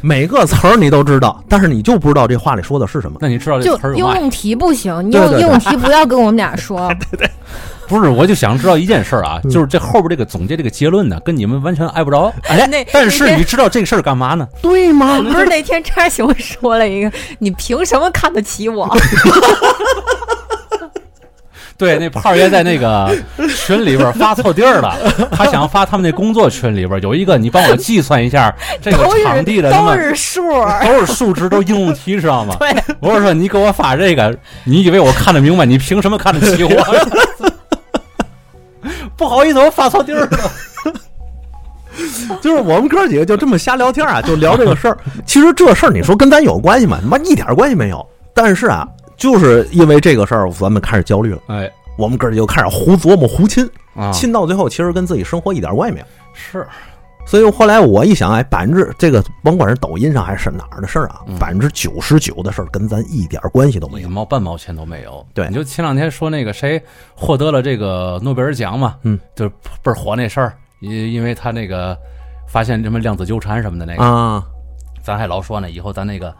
[SPEAKER 3] 每个词儿你都知道，但是你就不知道这话 里说的是什么。
[SPEAKER 1] 那你知道
[SPEAKER 2] 就
[SPEAKER 1] 这词儿有
[SPEAKER 2] 应
[SPEAKER 1] 嘛？
[SPEAKER 2] 用题不行，你
[SPEAKER 3] 对
[SPEAKER 2] 用
[SPEAKER 3] 对
[SPEAKER 2] 应
[SPEAKER 3] 对
[SPEAKER 2] 用题不要跟我们俩说。
[SPEAKER 1] 不是，我就想知道一件事儿啊，
[SPEAKER 3] 嗯
[SPEAKER 1] 就是这后边这个总结这个结论呢，跟你们完全挨不着。哎
[SPEAKER 2] 那
[SPEAKER 1] 但
[SPEAKER 2] 那
[SPEAKER 1] 是
[SPEAKER 2] 天
[SPEAKER 1] 你知道这个事儿干嘛 呢？
[SPEAKER 3] 对吗？
[SPEAKER 2] 不是那天叉熊说了一个，你凭什么看得起我？
[SPEAKER 1] 对，那炮儿爷在那 个群里边儿发错地儿了，他想发他们那工作群里边儿有一个，你帮我计算一 下这个
[SPEAKER 2] 都是
[SPEAKER 1] 场哎地的他
[SPEAKER 2] 都
[SPEAKER 1] 们
[SPEAKER 2] 是数 儿，
[SPEAKER 1] 都是数值，都应用题，知道吗？
[SPEAKER 2] 对，
[SPEAKER 1] 我是说你给我发这个，你以为我看得明白？你凭什么看得起 我？ 不好意思，我发错地儿了。
[SPEAKER 3] 就是我们哥几个就这么瞎聊天啊，就聊这个事儿。 其实这事儿你说跟咱有关系吗？他妈一点关系没有。但是啊，就是因为这个事儿，咱们开始焦虑了。
[SPEAKER 1] 哎，
[SPEAKER 3] 我们哥儿几个就开始胡琢磨、胡亲，
[SPEAKER 1] 啊，
[SPEAKER 3] 亲到最后，其实跟自己生活一点关系没有。
[SPEAKER 1] 是
[SPEAKER 3] 所以后来我一想，哎，百分之这个甭管是抖音上还是哪儿的事儿啊，百分之九十九的事儿跟咱一点关系都没
[SPEAKER 1] 一
[SPEAKER 3] 有。
[SPEAKER 1] 毛半毛钱都没有。
[SPEAKER 3] 对
[SPEAKER 1] 你就前两天说那个谁获得了这个诺贝尔奖嘛，
[SPEAKER 3] 嗯，
[SPEAKER 1] 就是倍儿火那事儿，因因为他那个发现什么量子纠缠什么的那个，
[SPEAKER 3] 啊，
[SPEAKER 1] 咱还老说呢，以后咱那个。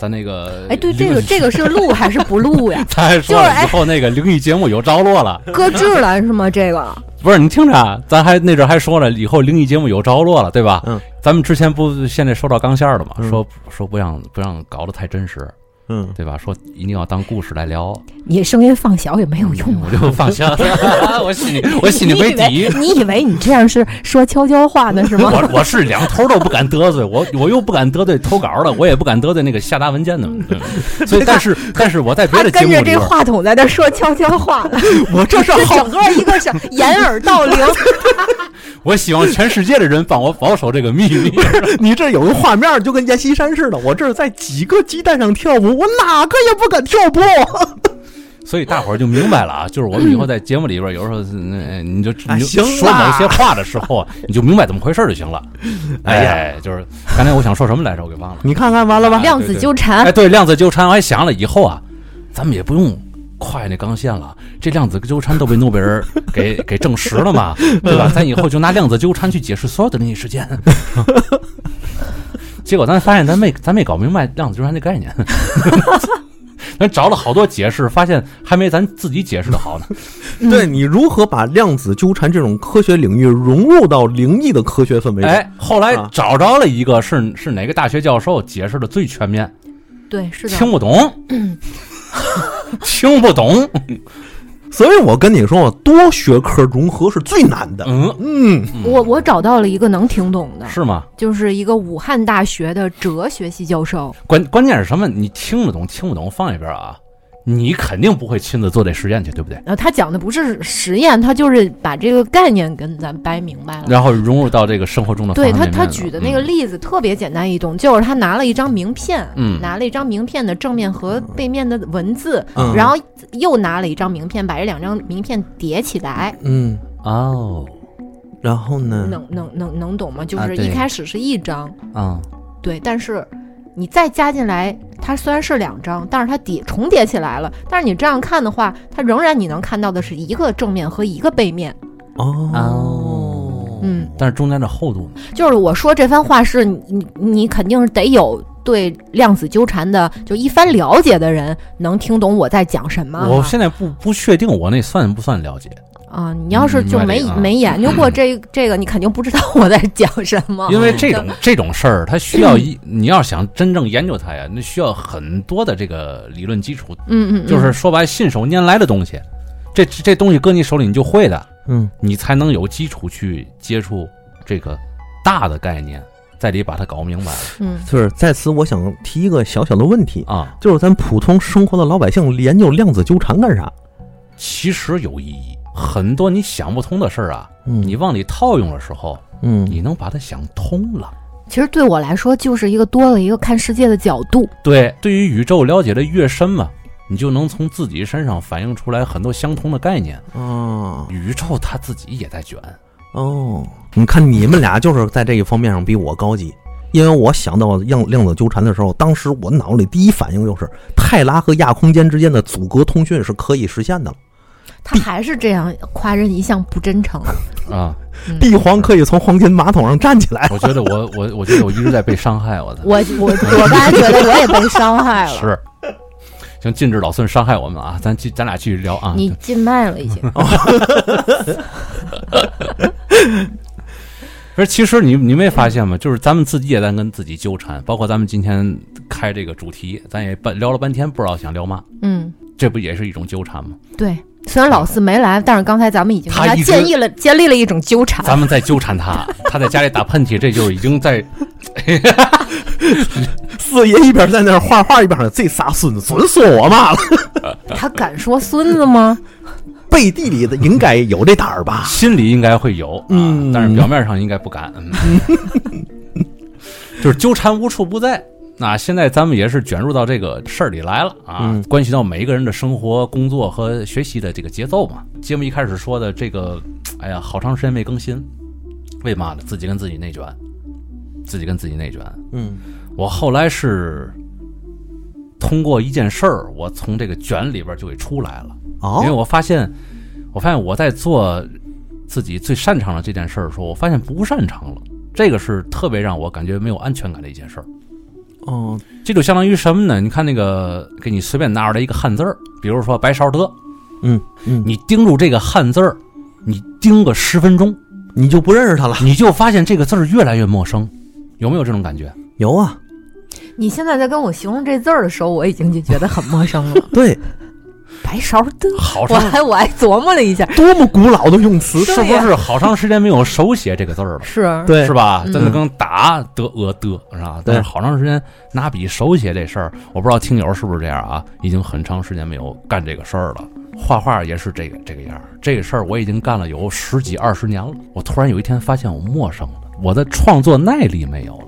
[SPEAKER 1] 咱那个
[SPEAKER 2] 哎，对，
[SPEAKER 1] 灵？
[SPEAKER 2] 这个这个是录还是不录 呀
[SPEAKER 1] 咱还说
[SPEAKER 2] 就是
[SPEAKER 1] 了
[SPEAKER 2] 哎
[SPEAKER 1] 以后那个灵异节目有着落 了，
[SPEAKER 2] 搁置了是吗？这个
[SPEAKER 1] 不是你听着啊，咱还那阵儿还说了，以后灵异节目有着落了，对吧？
[SPEAKER 3] 嗯，
[SPEAKER 1] 咱们之前不现在收到钢线儿了嘛，
[SPEAKER 3] 嗯
[SPEAKER 1] 说说不让不让搞得太真实，
[SPEAKER 3] 嗯，
[SPEAKER 1] 对吧？说一定要当故事来聊，
[SPEAKER 2] 你声音放小也没有用
[SPEAKER 1] 我
[SPEAKER 2] 啊。
[SPEAKER 1] 就放心了，我心里嗯我心里没
[SPEAKER 2] 你以
[SPEAKER 1] 底
[SPEAKER 2] 为。你以为你这样是说悄悄话呢是吗？
[SPEAKER 1] 我我是两头都不敢得罪，我我又不敢得罪投稿的，我也不敢得罪那个下达文件的，对所以但是但是我在别
[SPEAKER 2] 他
[SPEAKER 1] 的节
[SPEAKER 2] 跟
[SPEAKER 1] 目
[SPEAKER 2] 着
[SPEAKER 1] 里
[SPEAKER 2] 这
[SPEAKER 1] 边，
[SPEAKER 2] 话筒在那说悄悄 话了，
[SPEAKER 3] 我这是
[SPEAKER 2] 这
[SPEAKER 3] 好
[SPEAKER 2] 整个一个是掩耳盗铃。
[SPEAKER 1] 我希望全世界的人帮我保守这个秘密。
[SPEAKER 3] 你这有个画面就跟阎锡山似的，我这是在几个鸡蛋上跳舞，我哪个也不敢跳舞。
[SPEAKER 1] 所以大伙儿就明白了啊，就是我们以后在节目里边，有时候嗯你就
[SPEAKER 3] 哎
[SPEAKER 1] 你就
[SPEAKER 3] 行
[SPEAKER 1] 说
[SPEAKER 3] 啦
[SPEAKER 1] 某些话的时候，啊你就明白怎么回事儿就行了。
[SPEAKER 3] 哎呀
[SPEAKER 1] 哎，就是刚才我想说什么来着，我给忘了。
[SPEAKER 3] 你看看，完了吧？
[SPEAKER 2] 量子纠缠
[SPEAKER 1] 哎，，对，量子纠缠，我还想了，以后啊，咱们也不用跨越那钢线了，这量子纠缠都被诺贝尔给给证实了嘛，对吧？咱以后就拿量子纠缠去解释所有的灵异事件。 结果咱发现咱没咱没搞明白量子纠缠这概念，咱找了好多解释，发现还没咱自己解释的好呢。
[SPEAKER 3] 对你如何把量子纠缠这种科学领域融入到灵异的科学氛围中？
[SPEAKER 1] 哎，后来找着了一个是是哪个大学教授解释的最全面，
[SPEAKER 2] 对，是
[SPEAKER 1] 听
[SPEAKER 2] 的，
[SPEAKER 1] 不懂，听不懂，
[SPEAKER 3] 所以我跟你说，多学科融合是最难的。
[SPEAKER 1] 嗯，
[SPEAKER 3] 嗯，
[SPEAKER 2] 我我找到了一个能听懂的，
[SPEAKER 1] 是吗？
[SPEAKER 2] 就是一个武汉大学的哲学系教授，
[SPEAKER 1] 关关键是什么？你听得懂听不懂放一边啊，你肯定不会亲自做这实验去，对不对？
[SPEAKER 2] 然后他讲的不是实验，他就是把这个概念跟咱掰明白了。
[SPEAKER 1] 然后融入到这个生活中的方
[SPEAKER 2] 对
[SPEAKER 1] 方
[SPEAKER 2] 他，
[SPEAKER 1] 面面嗯
[SPEAKER 2] 他举的那个例子特别简单易懂，就是他拿了一张名片，
[SPEAKER 1] 嗯
[SPEAKER 2] 拿了一张名片的正面和背面的文字，
[SPEAKER 3] 嗯
[SPEAKER 2] 然后又拿了一张名片，把这两张名片叠起来，
[SPEAKER 3] 嗯，
[SPEAKER 1] 嗯哦
[SPEAKER 3] 然后呢？
[SPEAKER 2] 能能能能懂吗？就
[SPEAKER 1] 嗯啊
[SPEAKER 2] 是
[SPEAKER 1] 对
[SPEAKER 2] 一开始是一张，
[SPEAKER 1] 啊、
[SPEAKER 2] 对，但是你再加进来，它虽然是两张，但是它叠重叠起来了。但是你这样看的话，它仍然你能看到的是一个正面和一个背面。
[SPEAKER 3] 哦
[SPEAKER 1] 哦，
[SPEAKER 2] 嗯，
[SPEAKER 1] 但是中间的厚度呢，
[SPEAKER 2] 就是我说这番话是你你你肯定是得有对量子纠缠的就一番了解的人能听懂我在讲什么啊。
[SPEAKER 1] 我现在不不确定我那算不算了解，
[SPEAKER 2] 啊，你要是就
[SPEAKER 1] 明白
[SPEAKER 2] 没
[SPEAKER 1] 这个啊
[SPEAKER 2] 没研究过这这个，你肯定不知道我在讲什么。
[SPEAKER 1] 因为这种这种事儿，它需要一你要想真正研究它呀，那需要很多的这个理论基础，
[SPEAKER 2] 嗯嗯，嗯
[SPEAKER 1] 就是说白信手拈来的东西，这这东西搁你手里你就会的，
[SPEAKER 3] 嗯，
[SPEAKER 1] 你才能有基础去接触这个大的概念，在里把它搞明白了
[SPEAKER 2] 嗯，
[SPEAKER 3] 就是在此，我想提一个小小的问题，
[SPEAKER 1] 啊，
[SPEAKER 3] 就是咱普通生活的老百姓研究量子纠缠干啥？
[SPEAKER 1] 其实有意义。很多你想不通的事儿啊，
[SPEAKER 3] 嗯
[SPEAKER 1] 你往里套用的时候，
[SPEAKER 3] 嗯，
[SPEAKER 1] 你能把它想通了。
[SPEAKER 2] 其实对我来说就是一个多了一个看世界的角度。
[SPEAKER 1] 对，对于宇宙了解的越深嘛，你就能从自己身上反映出来很多相同的概念。
[SPEAKER 3] 哦
[SPEAKER 1] 宇宙它自己也在卷，
[SPEAKER 3] 哦，你看你们俩就是在这一方面上比我高级，因为我想到量量子纠缠的时候，当时我脑里第一反应就是泰拉和亚空间之间的阻隔通讯是可以实现的，
[SPEAKER 2] 他还是这样夸人一向不真诚。
[SPEAKER 1] 啊！
[SPEAKER 3] 帝皇可以从黄金马桶上站起来。
[SPEAKER 1] 我觉得我 我 我觉得我一直在被伤害，我的啊
[SPEAKER 2] 我我我刚才觉得我也被伤害了。
[SPEAKER 1] 是，行，禁止老孙伤害我们啊，咱继咱俩继续聊啊。
[SPEAKER 2] 你禁卖了已经。
[SPEAKER 1] 可是其实你你没发现吗？就是咱们自己也在跟自己纠缠，包括咱们今天开这个主题，咱也半聊了半天，不知道想聊嘛，
[SPEAKER 2] 嗯，
[SPEAKER 1] 这不也是一种纠缠吗？
[SPEAKER 2] 对。虽然老四没来，但是刚才咱们已经
[SPEAKER 1] 他
[SPEAKER 2] 跟他
[SPEAKER 1] 一直
[SPEAKER 2] 建议了建立了一种纠缠。
[SPEAKER 1] 咱们在纠缠他，他在家里打喷嚏，这就已经在
[SPEAKER 3] 四爷一边在那儿画画，一边喊这仨孙子准说我嘛了，
[SPEAKER 2] 他敢说孙子吗？
[SPEAKER 3] 背地里的应该有这胆儿吧？
[SPEAKER 1] 啊心里应该会有，啊、
[SPEAKER 3] 嗯
[SPEAKER 1] 但是表面上应该不敢，嗯、 就是纠缠无处不在。那现在咱们也是卷入到这个事儿里来了啊，
[SPEAKER 3] 嗯
[SPEAKER 1] 关系到每一个人的生活、工作和学习的这个节奏嘛。节目一开始说的这个，哎呀，好长时间没更新，为嘛呢？自己跟自己内卷，自己跟自己内卷。
[SPEAKER 3] 嗯
[SPEAKER 1] 我后来是通过一件事儿，我从这个卷里边就给出来了。因为
[SPEAKER 3] 哦，
[SPEAKER 1] 我发现，我发现我在做自己最擅长的这件事儿的时候，我发现不擅长了，这个是特别让我感觉没有安全感的一件事儿。
[SPEAKER 3] 哦，
[SPEAKER 1] 这就相当于什么呢？你看那个给你随便拿出来一个汉字儿，比如说“白勺的
[SPEAKER 3] 嗯”，嗯，
[SPEAKER 1] 你盯住这个汉字儿，你盯个十分钟，
[SPEAKER 3] 你就不认识他了？
[SPEAKER 1] 你就发现这个字儿越来越陌生，有没有这种感觉？
[SPEAKER 3] 有啊，
[SPEAKER 2] 你现在在跟我形容这字儿的时候，我已经就觉得很陌生了。
[SPEAKER 3] 对，
[SPEAKER 2] 白勺 的，
[SPEAKER 1] 好
[SPEAKER 2] 我
[SPEAKER 1] 长，
[SPEAKER 2] 还我还琢磨了一下，
[SPEAKER 3] 多么古老的用词，
[SPEAKER 1] 是不是好长时间没有手写这个字儿了？
[SPEAKER 2] 是
[SPEAKER 3] 对
[SPEAKER 1] 是？吧？
[SPEAKER 2] 嗯
[SPEAKER 1] 在那跟打得呃的是吧？但是
[SPEAKER 3] 对
[SPEAKER 1] 好长时间拿笔手写这事儿，我不知道听友是不是这样啊？已经很长时间没有干这个事儿了。画画也是这个这个样儿，这个事儿我已经干了有十几二十年了。我突然有一天发现我陌生了，我的创作耐力没有了。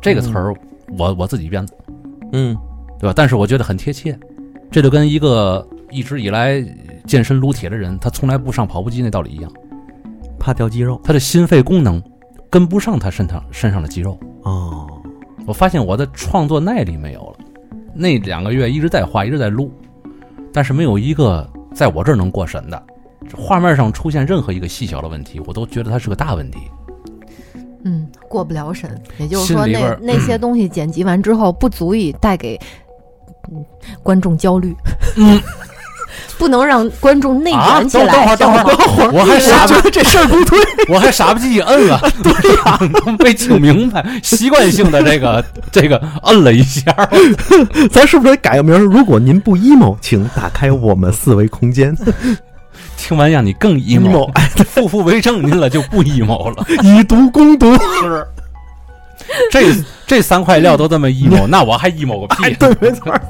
[SPEAKER 1] 这个词儿我我自己编的，
[SPEAKER 3] 嗯
[SPEAKER 1] 对吧？但是我觉得很贴切，这就跟一个一直以来健身撸铁的人，他从来不上跑步机那道理一样，
[SPEAKER 3] 怕掉肌肉
[SPEAKER 1] 他的心肺功能跟不上他身上身上的肌肉。
[SPEAKER 3] 哦，
[SPEAKER 1] 我发现我的创作耐力没有了。那两个月一直在画，一直在录，但是没有一个在我这儿能过审的。画面上出现任何一个细小的问题，我都觉得它是个大问题。
[SPEAKER 2] 嗯，过不了审，也就是说
[SPEAKER 1] 心里边
[SPEAKER 2] 那
[SPEAKER 1] 儿嗯
[SPEAKER 2] 那些东西剪辑完之后，不足以带给嗯观众焦虑，不能让观众内
[SPEAKER 1] 嗯啊
[SPEAKER 2] 卷起
[SPEAKER 1] 等
[SPEAKER 2] 来，
[SPEAKER 1] 等会儿
[SPEAKER 2] 知 道吗
[SPEAKER 3] 会儿
[SPEAKER 1] 我还傻
[SPEAKER 3] 觉 得这事儿不对，
[SPEAKER 1] 我还傻不唧唧摁了， 对呀、没听明白，习惯性的这个这个摁了一下。
[SPEAKER 3] 咱是不是得改个名儿？如果您不 emo，请打开我们四维空间
[SPEAKER 1] 听完让你更 emo，
[SPEAKER 3] emo，哎
[SPEAKER 1] 负负为正您了就不 emo 了。
[SPEAKER 3] 以毒攻毒，
[SPEAKER 1] 是，这这三块料都这么 emo，那我还 emo 个
[SPEAKER 3] 哎，
[SPEAKER 1] 屁！
[SPEAKER 3] 对，没错儿。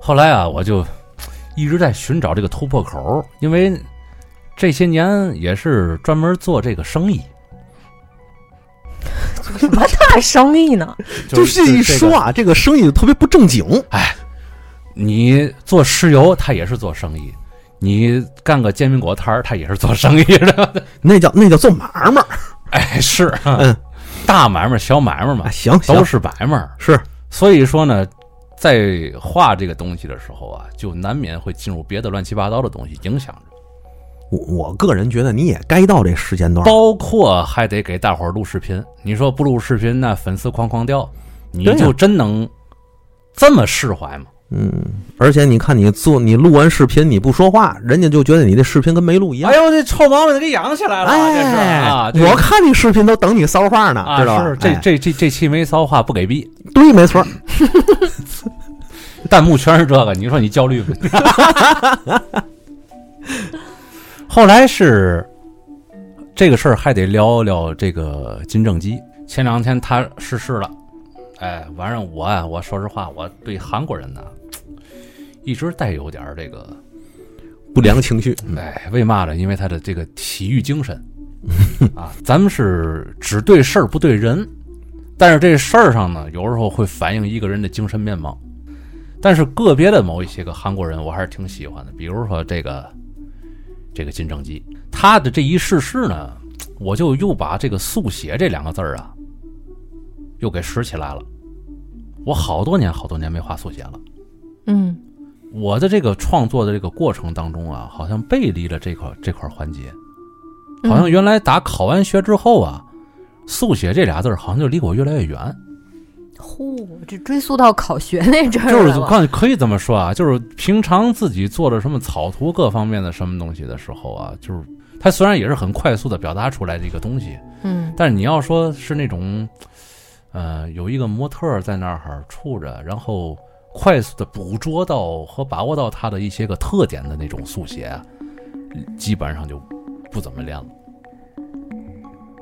[SPEAKER 1] 后来啊，我就一直在寻找这个突破口儿，因为这些年也是专门做这个生意，
[SPEAKER 2] 什么大生 意呢？
[SPEAKER 3] 就
[SPEAKER 1] 就是
[SPEAKER 3] 这一
[SPEAKER 1] 这个
[SPEAKER 3] 说啊，这个生意就特别不正经。
[SPEAKER 1] 你做石油，他也是做生意；你干个煎饼果摊儿，他也是做生意的。
[SPEAKER 3] 那叫那叫做买卖儿
[SPEAKER 1] 哎， 是，
[SPEAKER 3] 嗯，
[SPEAKER 1] 大买卖、小买卖嘛
[SPEAKER 3] 啊，，行
[SPEAKER 1] 都
[SPEAKER 3] 行
[SPEAKER 1] 是买卖儿。
[SPEAKER 3] 是，
[SPEAKER 1] 所以说呢，在画这个东西的时候啊，就难免会进入别的乱七八糟的东西影响着，
[SPEAKER 3] 我我个人觉得你也该到这时间段儿，
[SPEAKER 1] 包括还得给大伙儿录视频。你说不录视频，那粉丝哐哐掉，你
[SPEAKER 3] 对呀
[SPEAKER 1] 就真能这么释怀吗？
[SPEAKER 3] 而且你看你做你录完视频你不说话，人家就觉得你这视频跟没录一样
[SPEAKER 1] 哎。呦，这臭毛病给养起来了，这是啊，这
[SPEAKER 3] 哎我看你视频都等你骚话呢，知道
[SPEAKER 1] 啊，
[SPEAKER 3] 吧
[SPEAKER 1] 是？这
[SPEAKER 3] 哎
[SPEAKER 1] 这这这期没骚话不给逼，
[SPEAKER 3] 对，没错儿。
[SPEAKER 1] 弹幕全是这个，你说你焦虑吗？ 后来是这个事儿，还得聊聊这个金正基。前两天他逝世了，哎，完了我啊，我说实话，我对韩国人呢，一直带有点儿这个，
[SPEAKER 3] 不良情绪，
[SPEAKER 1] 哎，为嘛呢？因为他的这个体育精神啊，咱们是只对事儿不对人，但是这事儿上呢，有时候会反映一个人的精神面貌。但是个别的某一些个韩国人，我还是挺喜欢的，比如说这个这个金正基，他的这一逝世呢，我就又把这个速写这两个字儿啊，又给拾起来了。我好多年好多年没画速写了。
[SPEAKER 2] 嗯，
[SPEAKER 1] 我的这个创作的这个过程当中啊，好像背离了这块这块环节，
[SPEAKER 2] 嗯
[SPEAKER 1] 好像原来打考完学之后啊，速写这俩字儿好像就离我越来越远。
[SPEAKER 2] 呼，这追溯到考学那阵儿
[SPEAKER 1] 就
[SPEAKER 2] 哎来
[SPEAKER 1] 是
[SPEAKER 2] 了
[SPEAKER 1] 我看可以这么说啊，就是平常自己做的什么草图各方面的什么东西的时候啊，就是它虽然也是很快速的表达出来这个东西，
[SPEAKER 2] 嗯
[SPEAKER 1] 但是你要说是那种，呃，有一个模特儿在那儿处着，然后快速的捕捉到和把握到它的一些个特点的那种速写啊，基本上就不怎么练了。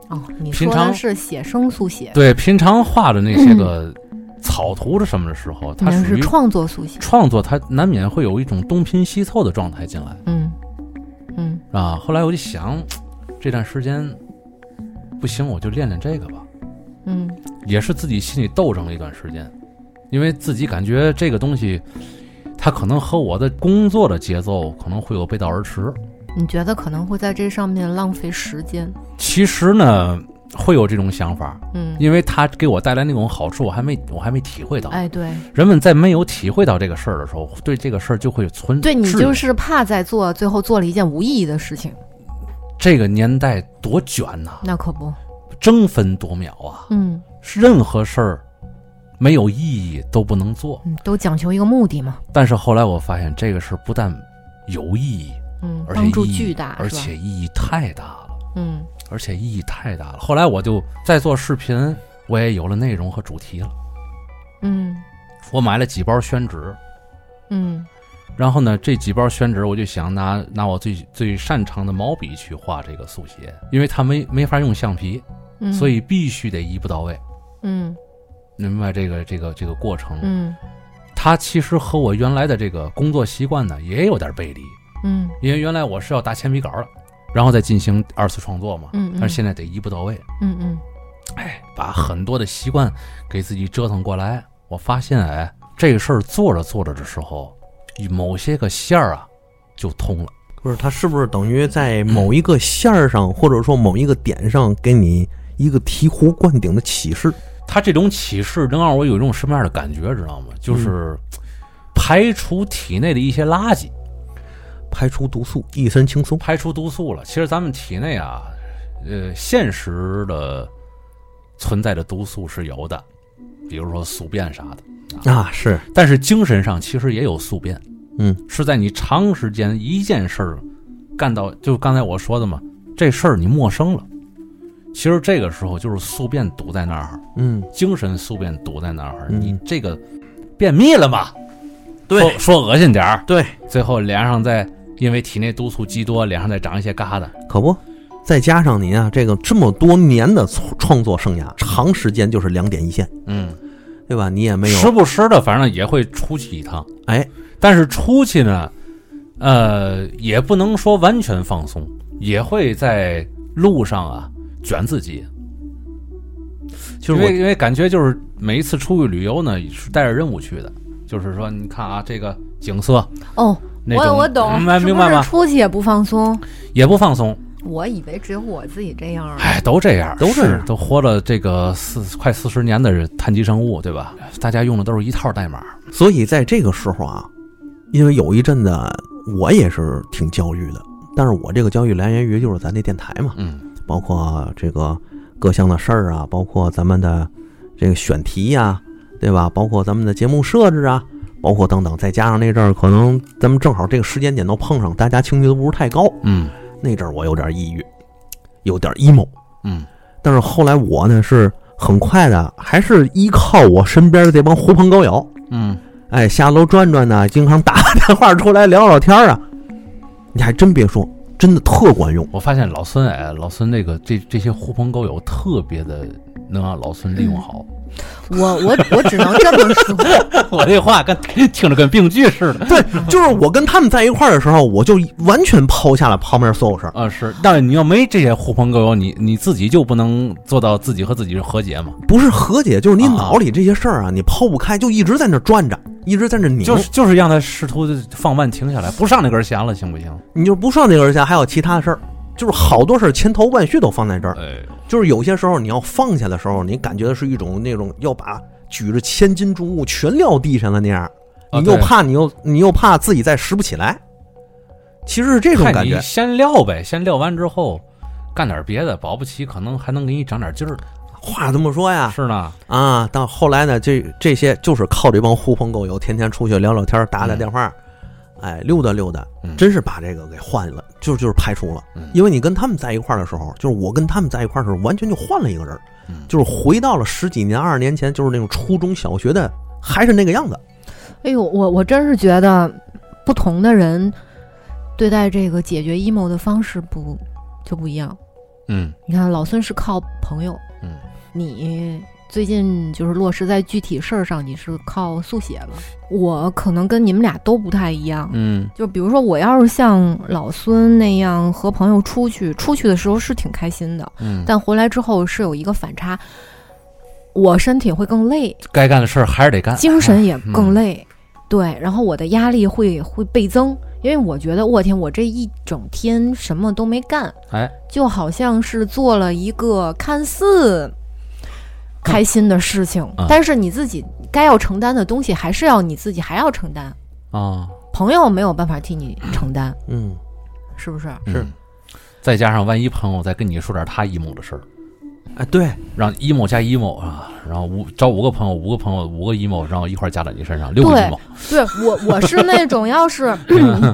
[SPEAKER 2] 哦，你
[SPEAKER 1] 平
[SPEAKER 2] 说
[SPEAKER 1] 常
[SPEAKER 2] 的是写生速写，
[SPEAKER 1] 对，平常画的那些个嗯草图的什么的时候，它
[SPEAKER 2] 那
[SPEAKER 1] 属
[SPEAKER 2] 是
[SPEAKER 1] 于
[SPEAKER 2] 创作速写。
[SPEAKER 1] 创作，它难免会有一种东拼西凑的状态进来。
[SPEAKER 2] 嗯嗯，
[SPEAKER 1] 啊，后来我就想，这段时间不行，我就练练这个吧，
[SPEAKER 2] 嗯，
[SPEAKER 1] 也是自己心里斗争了一段时间，因为自己感觉这个东西，它可能和我的工作的节奏可能会有背道而驰。
[SPEAKER 2] 你觉得可能会在这上面浪费时间？
[SPEAKER 1] 其实呢，会有这种想法，
[SPEAKER 2] 嗯，
[SPEAKER 1] 因为它给我带来那种好处，我还没我还没体会到。
[SPEAKER 2] 哎，对
[SPEAKER 1] 人们在没有体会到这个事儿的时候，对这个事儿就会存
[SPEAKER 2] 对，你
[SPEAKER 1] 质疑
[SPEAKER 2] 就是怕在做最后做了一件无意义的事情，
[SPEAKER 1] 这个年代多卷呐、
[SPEAKER 2] 那可不。
[SPEAKER 1] 争分夺秒啊。
[SPEAKER 2] 嗯
[SPEAKER 1] 任何事儿没有意义都不能做。
[SPEAKER 2] 嗯，都讲求一个目的嘛。
[SPEAKER 1] 但是后来我发现，这个事儿不但有意义，
[SPEAKER 2] 嗯，
[SPEAKER 1] 而且
[SPEAKER 2] 帮助
[SPEAKER 1] 意义
[SPEAKER 2] 巨大，
[SPEAKER 1] 而
[SPEAKER 2] 是吧
[SPEAKER 1] 且意义太大了，
[SPEAKER 2] 嗯
[SPEAKER 1] 而且意义太大了。后来我就在做视频，我也有了内容和主题了。
[SPEAKER 2] 嗯
[SPEAKER 1] 我买了几包宣纸，
[SPEAKER 2] 嗯
[SPEAKER 1] 然后呢，这几包宣纸我就想拿拿我最最擅长的毛笔去画这个速写，因为它没没法用橡皮，
[SPEAKER 2] 嗯，
[SPEAKER 1] 所以必须得一步到位。
[SPEAKER 2] 嗯
[SPEAKER 1] 明白这个这个这个过程，
[SPEAKER 2] 嗯
[SPEAKER 1] 它其实和我原来的这个工作习惯呢也有点背离，
[SPEAKER 2] 嗯
[SPEAKER 1] 因为原来我是要打铅笔稿的，然后再进行二次创作嘛。
[SPEAKER 2] 嗯嗯
[SPEAKER 1] 但是现在得一步到位，
[SPEAKER 2] 嗯嗯
[SPEAKER 1] 哎，把很多的习惯给自己折腾过来。我发现，哎，这个事儿做着做着的时候，某些个线儿啊就通了。
[SPEAKER 3] 不是，它是不是等于在某一个线儿上，或者说某一个点上，给你一个醍醐灌顶的启示？
[SPEAKER 1] 它这种启示能让我有一种什么样的感觉，知道吗？就是排除体内的一些垃圾，
[SPEAKER 3] 排除毒素，一身轻松。
[SPEAKER 1] 排除毒素了。其实咱们体内啊，呃，现实的存在的毒素是有的，比如说宿便啥的。
[SPEAKER 3] 啊，是，
[SPEAKER 1] 但是精神上其实也有宿便，
[SPEAKER 3] 嗯，
[SPEAKER 1] 是在你长时间一件事儿干到，就刚才我说的嘛，这事儿你陌生了。其实这个时候就是宿便堵在那儿，
[SPEAKER 3] 嗯，
[SPEAKER 1] 精神宿便堵在那儿，
[SPEAKER 3] 嗯
[SPEAKER 1] 你这个便秘了嘛？说，说恶心点儿，
[SPEAKER 3] 对，
[SPEAKER 1] 最后脸上再因为体内毒素积多，脸上再长一些疙瘩，
[SPEAKER 3] 可不。再加上您啊，这个这么多年的创创作生涯，长时间就是两点一线，
[SPEAKER 1] 嗯，
[SPEAKER 3] 对吧？你也没
[SPEAKER 1] 时
[SPEAKER 3] 有，
[SPEAKER 1] 不时的，反正也会出去一趟。
[SPEAKER 3] 哎，
[SPEAKER 1] 但是出去呢，呃，也不能说完全放松，也会在路上啊卷自己，
[SPEAKER 3] 就
[SPEAKER 1] 因
[SPEAKER 3] 是
[SPEAKER 1] 为
[SPEAKER 3] 我，
[SPEAKER 1] 因为感觉就是每一次出去旅游呢，是带着任务去的，就是说，你看啊，这个景色，
[SPEAKER 2] 哦，
[SPEAKER 1] 那
[SPEAKER 2] 我
[SPEAKER 1] 种嗯
[SPEAKER 2] 我懂，
[SPEAKER 1] 明白
[SPEAKER 2] 是
[SPEAKER 1] 明
[SPEAKER 2] 不
[SPEAKER 1] 白
[SPEAKER 2] 是
[SPEAKER 1] 吗？
[SPEAKER 2] 出去嗯也不放松？
[SPEAKER 1] 也不放松，
[SPEAKER 2] 我以为只有我自己这样 儿。
[SPEAKER 1] 哎，都这样，
[SPEAKER 3] 都这样
[SPEAKER 1] 是都活了这个四快四十年的人碳基生物，对吧？大家用的都是一套代码，
[SPEAKER 3] 所以在这个时候啊，因为有一阵子我也是挺焦虑的，但是我这个焦虑来源于就是咱这电台嘛，
[SPEAKER 1] 嗯
[SPEAKER 3] 包括这个各项的事儿啊，包括咱们的这个选题呀、对吧？包括咱们的节目设置啊，包括等等，再加上那阵儿可能咱们正好这个时间点都碰上，大家情绪都不是太高，
[SPEAKER 1] 嗯
[SPEAKER 3] 那阵儿我有点抑郁，有点 emo。
[SPEAKER 1] 嗯，
[SPEAKER 3] 但是后来我呢是很快的，还是依靠我身边的这帮狐朋狗友，
[SPEAKER 1] 嗯，
[SPEAKER 3] 哎，下楼转转呢，经常打个电话出来聊聊天儿啊。你还真别说，真的特管 用。
[SPEAKER 1] 我发现老孙哎，老孙这个这这些狐朋狗友特别的能让老孙利用 好。
[SPEAKER 2] 我我我只能这么说，
[SPEAKER 1] 我这话跟听着跟病句似的
[SPEAKER 3] 对，就是我跟他们在一块儿的时候，我就完全抛下了旁边所有事儿。
[SPEAKER 1] 啊，是。但是你要没这些狐朋狗友，你你自己就不能做到自己和自己和解嘛？
[SPEAKER 3] 不是和解，就是你
[SPEAKER 1] 啊
[SPEAKER 3] 脑里这些事儿啊，你抛不开，就一直在那转着，一直在那拧。
[SPEAKER 1] 就是就是让他试图放慢停下来，不上那根弦了，行不行？
[SPEAKER 3] 你就不上那根弦，还有其他的事儿，就是好多事儿千头万绪都放在这儿。
[SPEAKER 1] 哎，
[SPEAKER 3] 就是有些时候你要放下的时候，你感觉的是一种那种要把举着千斤重物全撂地上的那样，
[SPEAKER 1] 啊
[SPEAKER 3] 你又
[SPEAKER 1] 对
[SPEAKER 3] 怕你又你又怕自己再拾不起来，其实是这种
[SPEAKER 1] 看
[SPEAKER 3] 感
[SPEAKER 1] 你
[SPEAKER 3] 觉。
[SPEAKER 1] 先撂呗，先撂完之后，干点别的，保不齐可能还能给你长点劲儿。
[SPEAKER 3] 话这么说呀，
[SPEAKER 1] 是呢，
[SPEAKER 3] 啊，到后来呢，这这些就是靠这帮狐朋狗友，天天出去聊聊天儿、打打电话，哎，溜达溜达
[SPEAKER 1] 嗯，
[SPEAKER 3] 真是把这个给换了，就就是排除了
[SPEAKER 1] 嗯。
[SPEAKER 3] 因为你跟他们在一块儿的时候，就是我跟他们在一块儿的时候，完全就换了一个人儿
[SPEAKER 1] 嗯，
[SPEAKER 3] 就是回到了十几年、二十年前，就是那种初中小学的，还是那个样子。
[SPEAKER 2] 哎呦，我我真是觉得不同的人对待这个解决 emo 的方式不就不一样。
[SPEAKER 1] 嗯
[SPEAKER 2] 你看，老孙是靠朋友，
[SPEAKER 1] 嗯，
[SPEAKER 2] 你最近就是落实在具体事儿上，你是靠速写了。我可能跟你们俩都不太一样，
[SPEAKER 1] 嗯
[SPEAKER 2] 就比如说，我要是像老孙那样和朋友出去，出去的时候是挺开心的，
[SPEAKER 1] 嗯，
[SPEAKER 2] 但回来之后是有一个反差，我身体会更累，
[SPEAKER 1] 该干的事儿还是得干，
[SPEAKER 2] 精神也更
[SPEAKER 1] 嗯
[SPEAKER 2] 累，对，然后我的压力会会倍增，因为我觉得我天，我这一整天什么都没干，
[SPEAKER 1] 哎，
[SPEAKER 2] 就好像是做了一个看似开心的事情，
[SPEAKER 1] 嗯
[SPEAKER 2] 但是你自己该要承担的东西还是要你自己还要承担，
[SPEAKER 1] 啊，
[SPEAKER 2] 朋友没有办法替你承担，
[SPEAKER 3] 嗯，
[SPEAKER 2] 是不是？
[SPEAKER 3] 是
[SPEAKER 1] 嗯。再加上万一朋友再跟你说点他 emo 的事儿，
[SPEAKER 3] 哎，对，
[SPEAKER 1] 让 emo 加 emo 啊，然后五找五个朋友，五个朋友五个 emo，然后一块儿加在你身上，六个
[SPEAKER 2] 对
[SPEAKER 1] emo。
[SPEAKER 2] 对我，我是那种 要是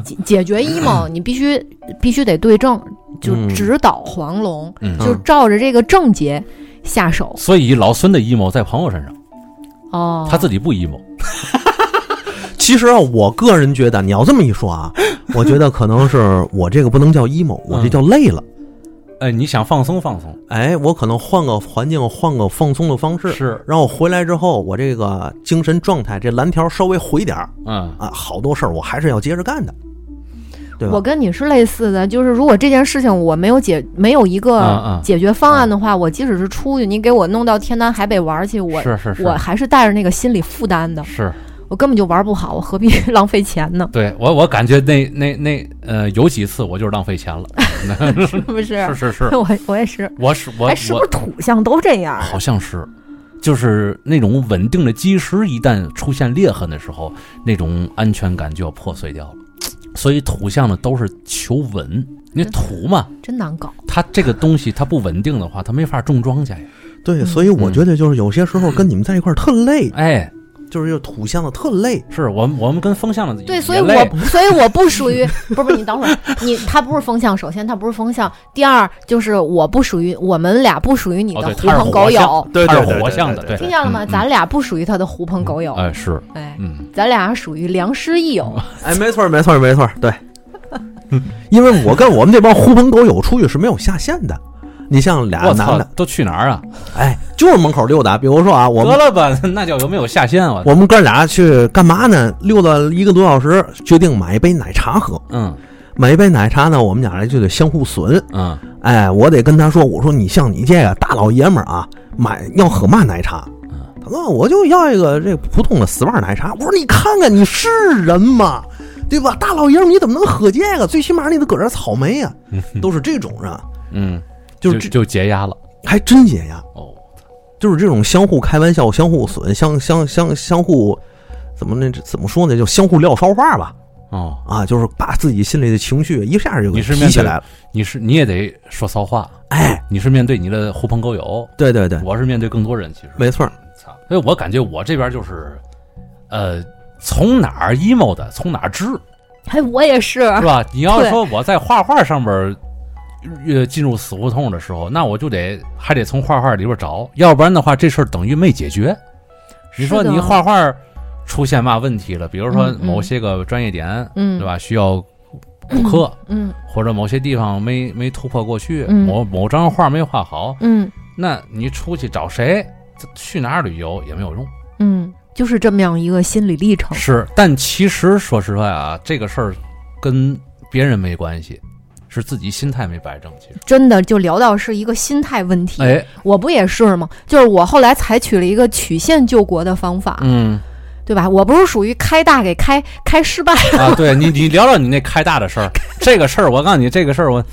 [SPEAKER 2] 解解决 emo，你必须必须得对症，就
[SPEAKER 3] 嗯
[SPEAKER 2] 指导黄龙，
[SPEAKER 1] 嗯，
[SPEAKER 2] 就照着这个症结下手。
[SPEAKER 1] 所以老孙的 emo 在朋友身上，
[SPEAKER 2] 哦，
[SPEAKER 1] 他自己不 emo。
[SPEAKER 3] 其实啊，我个人觉得，你要这么一说啊，我觉得可能是我这个不能叫 emo，我
[SPEAKER 1] 嗯
[SPEAKER 3] 这叫累了。
[SPEAKER 1] 哎，你想放松放松，
[SPEAKER 3] 哎，我可能换个环境，换个放松的方式，
[SPEAKER 1] 是，
[SPEAKER 3] 然后回来之后，我这个精神状态，这蓝条稍微回点儿
[SPEAKER 1] 嗯
[SPEAKER 3] 啊，好多事儿我还是要接着干的，对吧
[SPEAKER 2] 我？跟你是类似的，就是如果这件事情我没有解没有一
[SPEAKER 1] 嗯
[SPEAKER 2] 个
[SPEAKER 1] 嗯
[SPEAKER 2] 解决方案的话，我即使是出去，你给我弄到天南海北玩儿去，我
[SPEAKER 1] 是是是
[SPEAKER 2] 我还是带着那个心理负担的，
[SPEAKER 1] 是，
[SPEAKER 2] 我根本就玩不好，我何必浪费钱呢？
[SPEAKER 1] 对我我感觉那那那呃，有几次我就是浪费钱了，
[SPEAKER 2] 是不是？，
[SPEAKER 1] 是是是
[SPEAKER 2] 我我也是，
[SPEAKER 1] 我是我
[SPEAKER 2] 哎，是不是
[SPEAKER 1] 我
[SPEAKER 2] 土象都这样啊？
[SPEAKER 1] 好像是，就是那种稳定的基石一旦出现裂痕的时候，那种安全感就要破碎掉了。所以土象呢都是求稳，因为土嘛，
[SPEAKER 2] 真难搞。
[SPEAKER 1] 它这个东西它不稳定的话，它没法种庄稼呀。
[SPEAKER 3] 对，所以我觉得就是有些时候跟你们在一块儿特累，
[SPEAKER 1] 哎，
[SPEAKER 3] 就是又土象的特累。
[SPEAKER 1] 是我们我们跟风象的
[SPEAKER 2] 对，
[SPEAKER 1] 也
[SPEAKER 2] 所以
[SPEAKER 1] 累
[SPEAKER 2] 我所以我不属于， 不是不是，你等会儿，你他不是风象，首先他不是风象，第二就是我不属于，我们俩不属于你
[SPEAKER 1] 哦
[SPEAKER 2] 的
[SPEAKER 1] 对
[SPEAKER 2] 狐
[SPEAKER 1] 它是
[SPEAKER 2] 朋狗
[SPEAKER 1] 火象
[SPEAKER 2] 友，
[SPEAKER 3] 对
[SPEAKER 1] 它是火象的，对，
[SPEAKER 2] 听见了吗？
[SPEAKER 1] 嗯嗯
[SPEAKER 2] 咱俩不属于他的狐朋狗友，
[SPEAKER 1] 哎嗯是，
[SPEAKER 2] 哎，
[SPEAKER 1] 嗯
[SPEAKER 2] 咱俩属于良师益友，
[SPEAKER 3] 哎，没错儿，没错儿，没错儿，对。 因为我跟我们这帮狐朋狗友出去是没有下限的，你像俩
[SPEAKER 1] 我
[SPEAKER 3] 男
[SPEAKER 1] 操
[SPEAKER 3] 的，，
[SPEAKER 1] 都去哪儿啊？
[SPEAKER 3] 哎，就是门口溜达。比如说啊，我
[SPEAKER 1] 得
[SPEAKER 3] 们
[SPEAKER 1] 了吧， 那叫有没有下限啊？我
[SPEAKER 3] 我们哥俩去干嘛呢？溜达一个多小时，决定买一杯奶茶喝。
[SPEAKER 1] 嗯
[SPEAKER 3] 买一杯奶茶呢，我们俩人就得相互损。
[SPEAKER 1] 嗯
[SPEAKER 3] 哎，我得跟他说，我说你像你这个大老爷们儿啊，买要喝嘛奶茶？
[SPEAKER 1] 嗯，
[SPEAKER 3] 他说我就要一个这普通的丝袜奶茶。我说你看看你是人吗？对吧？大老爷们儿你怎么能喝这个？最起码你得搁这儿草莓呀、 都是这种人，
[SPEAKER 1] 嗯，
[SPEAKER 3] 就
[SPEAKER 1] 就是
[SPEAKER 3] 这
[SPEAKER 1] 就解压了
[SPEAKER 3] 还真解压，
[SPEAKER 1] 哦。
[SPEAKER 3] 就是这种相互开玩笑、相互损、相相相相互怎么那怎么说呢？就相互撂骚话吧。
[SPEAKER 1] 哦，
[SPEAKER 3] 啊，就是把自己心里的情绪一下就给
[SPEAKER 1] 你是
[SPEAKER 3] 提
[SPEAKER 1] 面
[SPEAKER 3] 起
[SPEAKER 1] 对
[SPEAKER 3] 来了。
[SPEAKER 1] 你是你也得说骚话，
[SPEAKER 3] 哎，
[SPEAKER 1] 你是面对你的狐朋狗友，
[SPEAKER 3] 对对对，
[SPEAKER 1] 我是面对更多人，其实，
[SPEAKER 3] 没错儿，
[SPEAKER 1] 操，所以我感觉我这边就是，呃，从哪儿 emo 的从哪儿治，
[SPEAKER 2] 哎，我也是，
[SPEAKER 1] 是吧？啊你要
[SPEAKER 2] 对
[SPEAKER 1] 说我在画画上边。呃，进入死胡同的时候，那我就得还得从画画里边找，要不然的话，这事儿等于没解决。你说
[SPEAKER 2] 是的
[SPEAKER 1] 你画画出现嘛问题了？比如说
[SPEAKER 2] 嗯嗯
[SPEAKER 1] 某些个专业点，
[SPEAKER 2] 嗯，
[SPEAKER 1] 对？吧？需要补课，
[SPEAKER 2] 嗯
[SPEAKER 1] 或者某些地方没没突破过去，
[SPEAKER 2] 嗯
[SPEAKER 1] 某某张画没画好，
[SPEAKER 2] 嗯
[SPEAKER 1] 那你出去找谁？这去哪儿旅游也没有用。
[SPEAKER 2] 嗯，就是这么样一个心理历程。
[SPEAKER 1] 是，但其实说实话啊，这个事儿跟别人没关系，是自己心态没摆正。其实，
[SPEAKER 2] 真的就聊到是一个心态问题，
[SPEAKER 1] 哎，
[SPEAKER 2] 我不也是吗？就是我后来采取了一个曲线救国的方法，
[SPEAKER 1] 嗯
[SPEAKER 2] 对吧？我不是属于开大给开开失败，
[SPEAKER 1] 啊，对你，你聊聊你那开大的事儿，这个事儿，我告诉你，这个事儿我，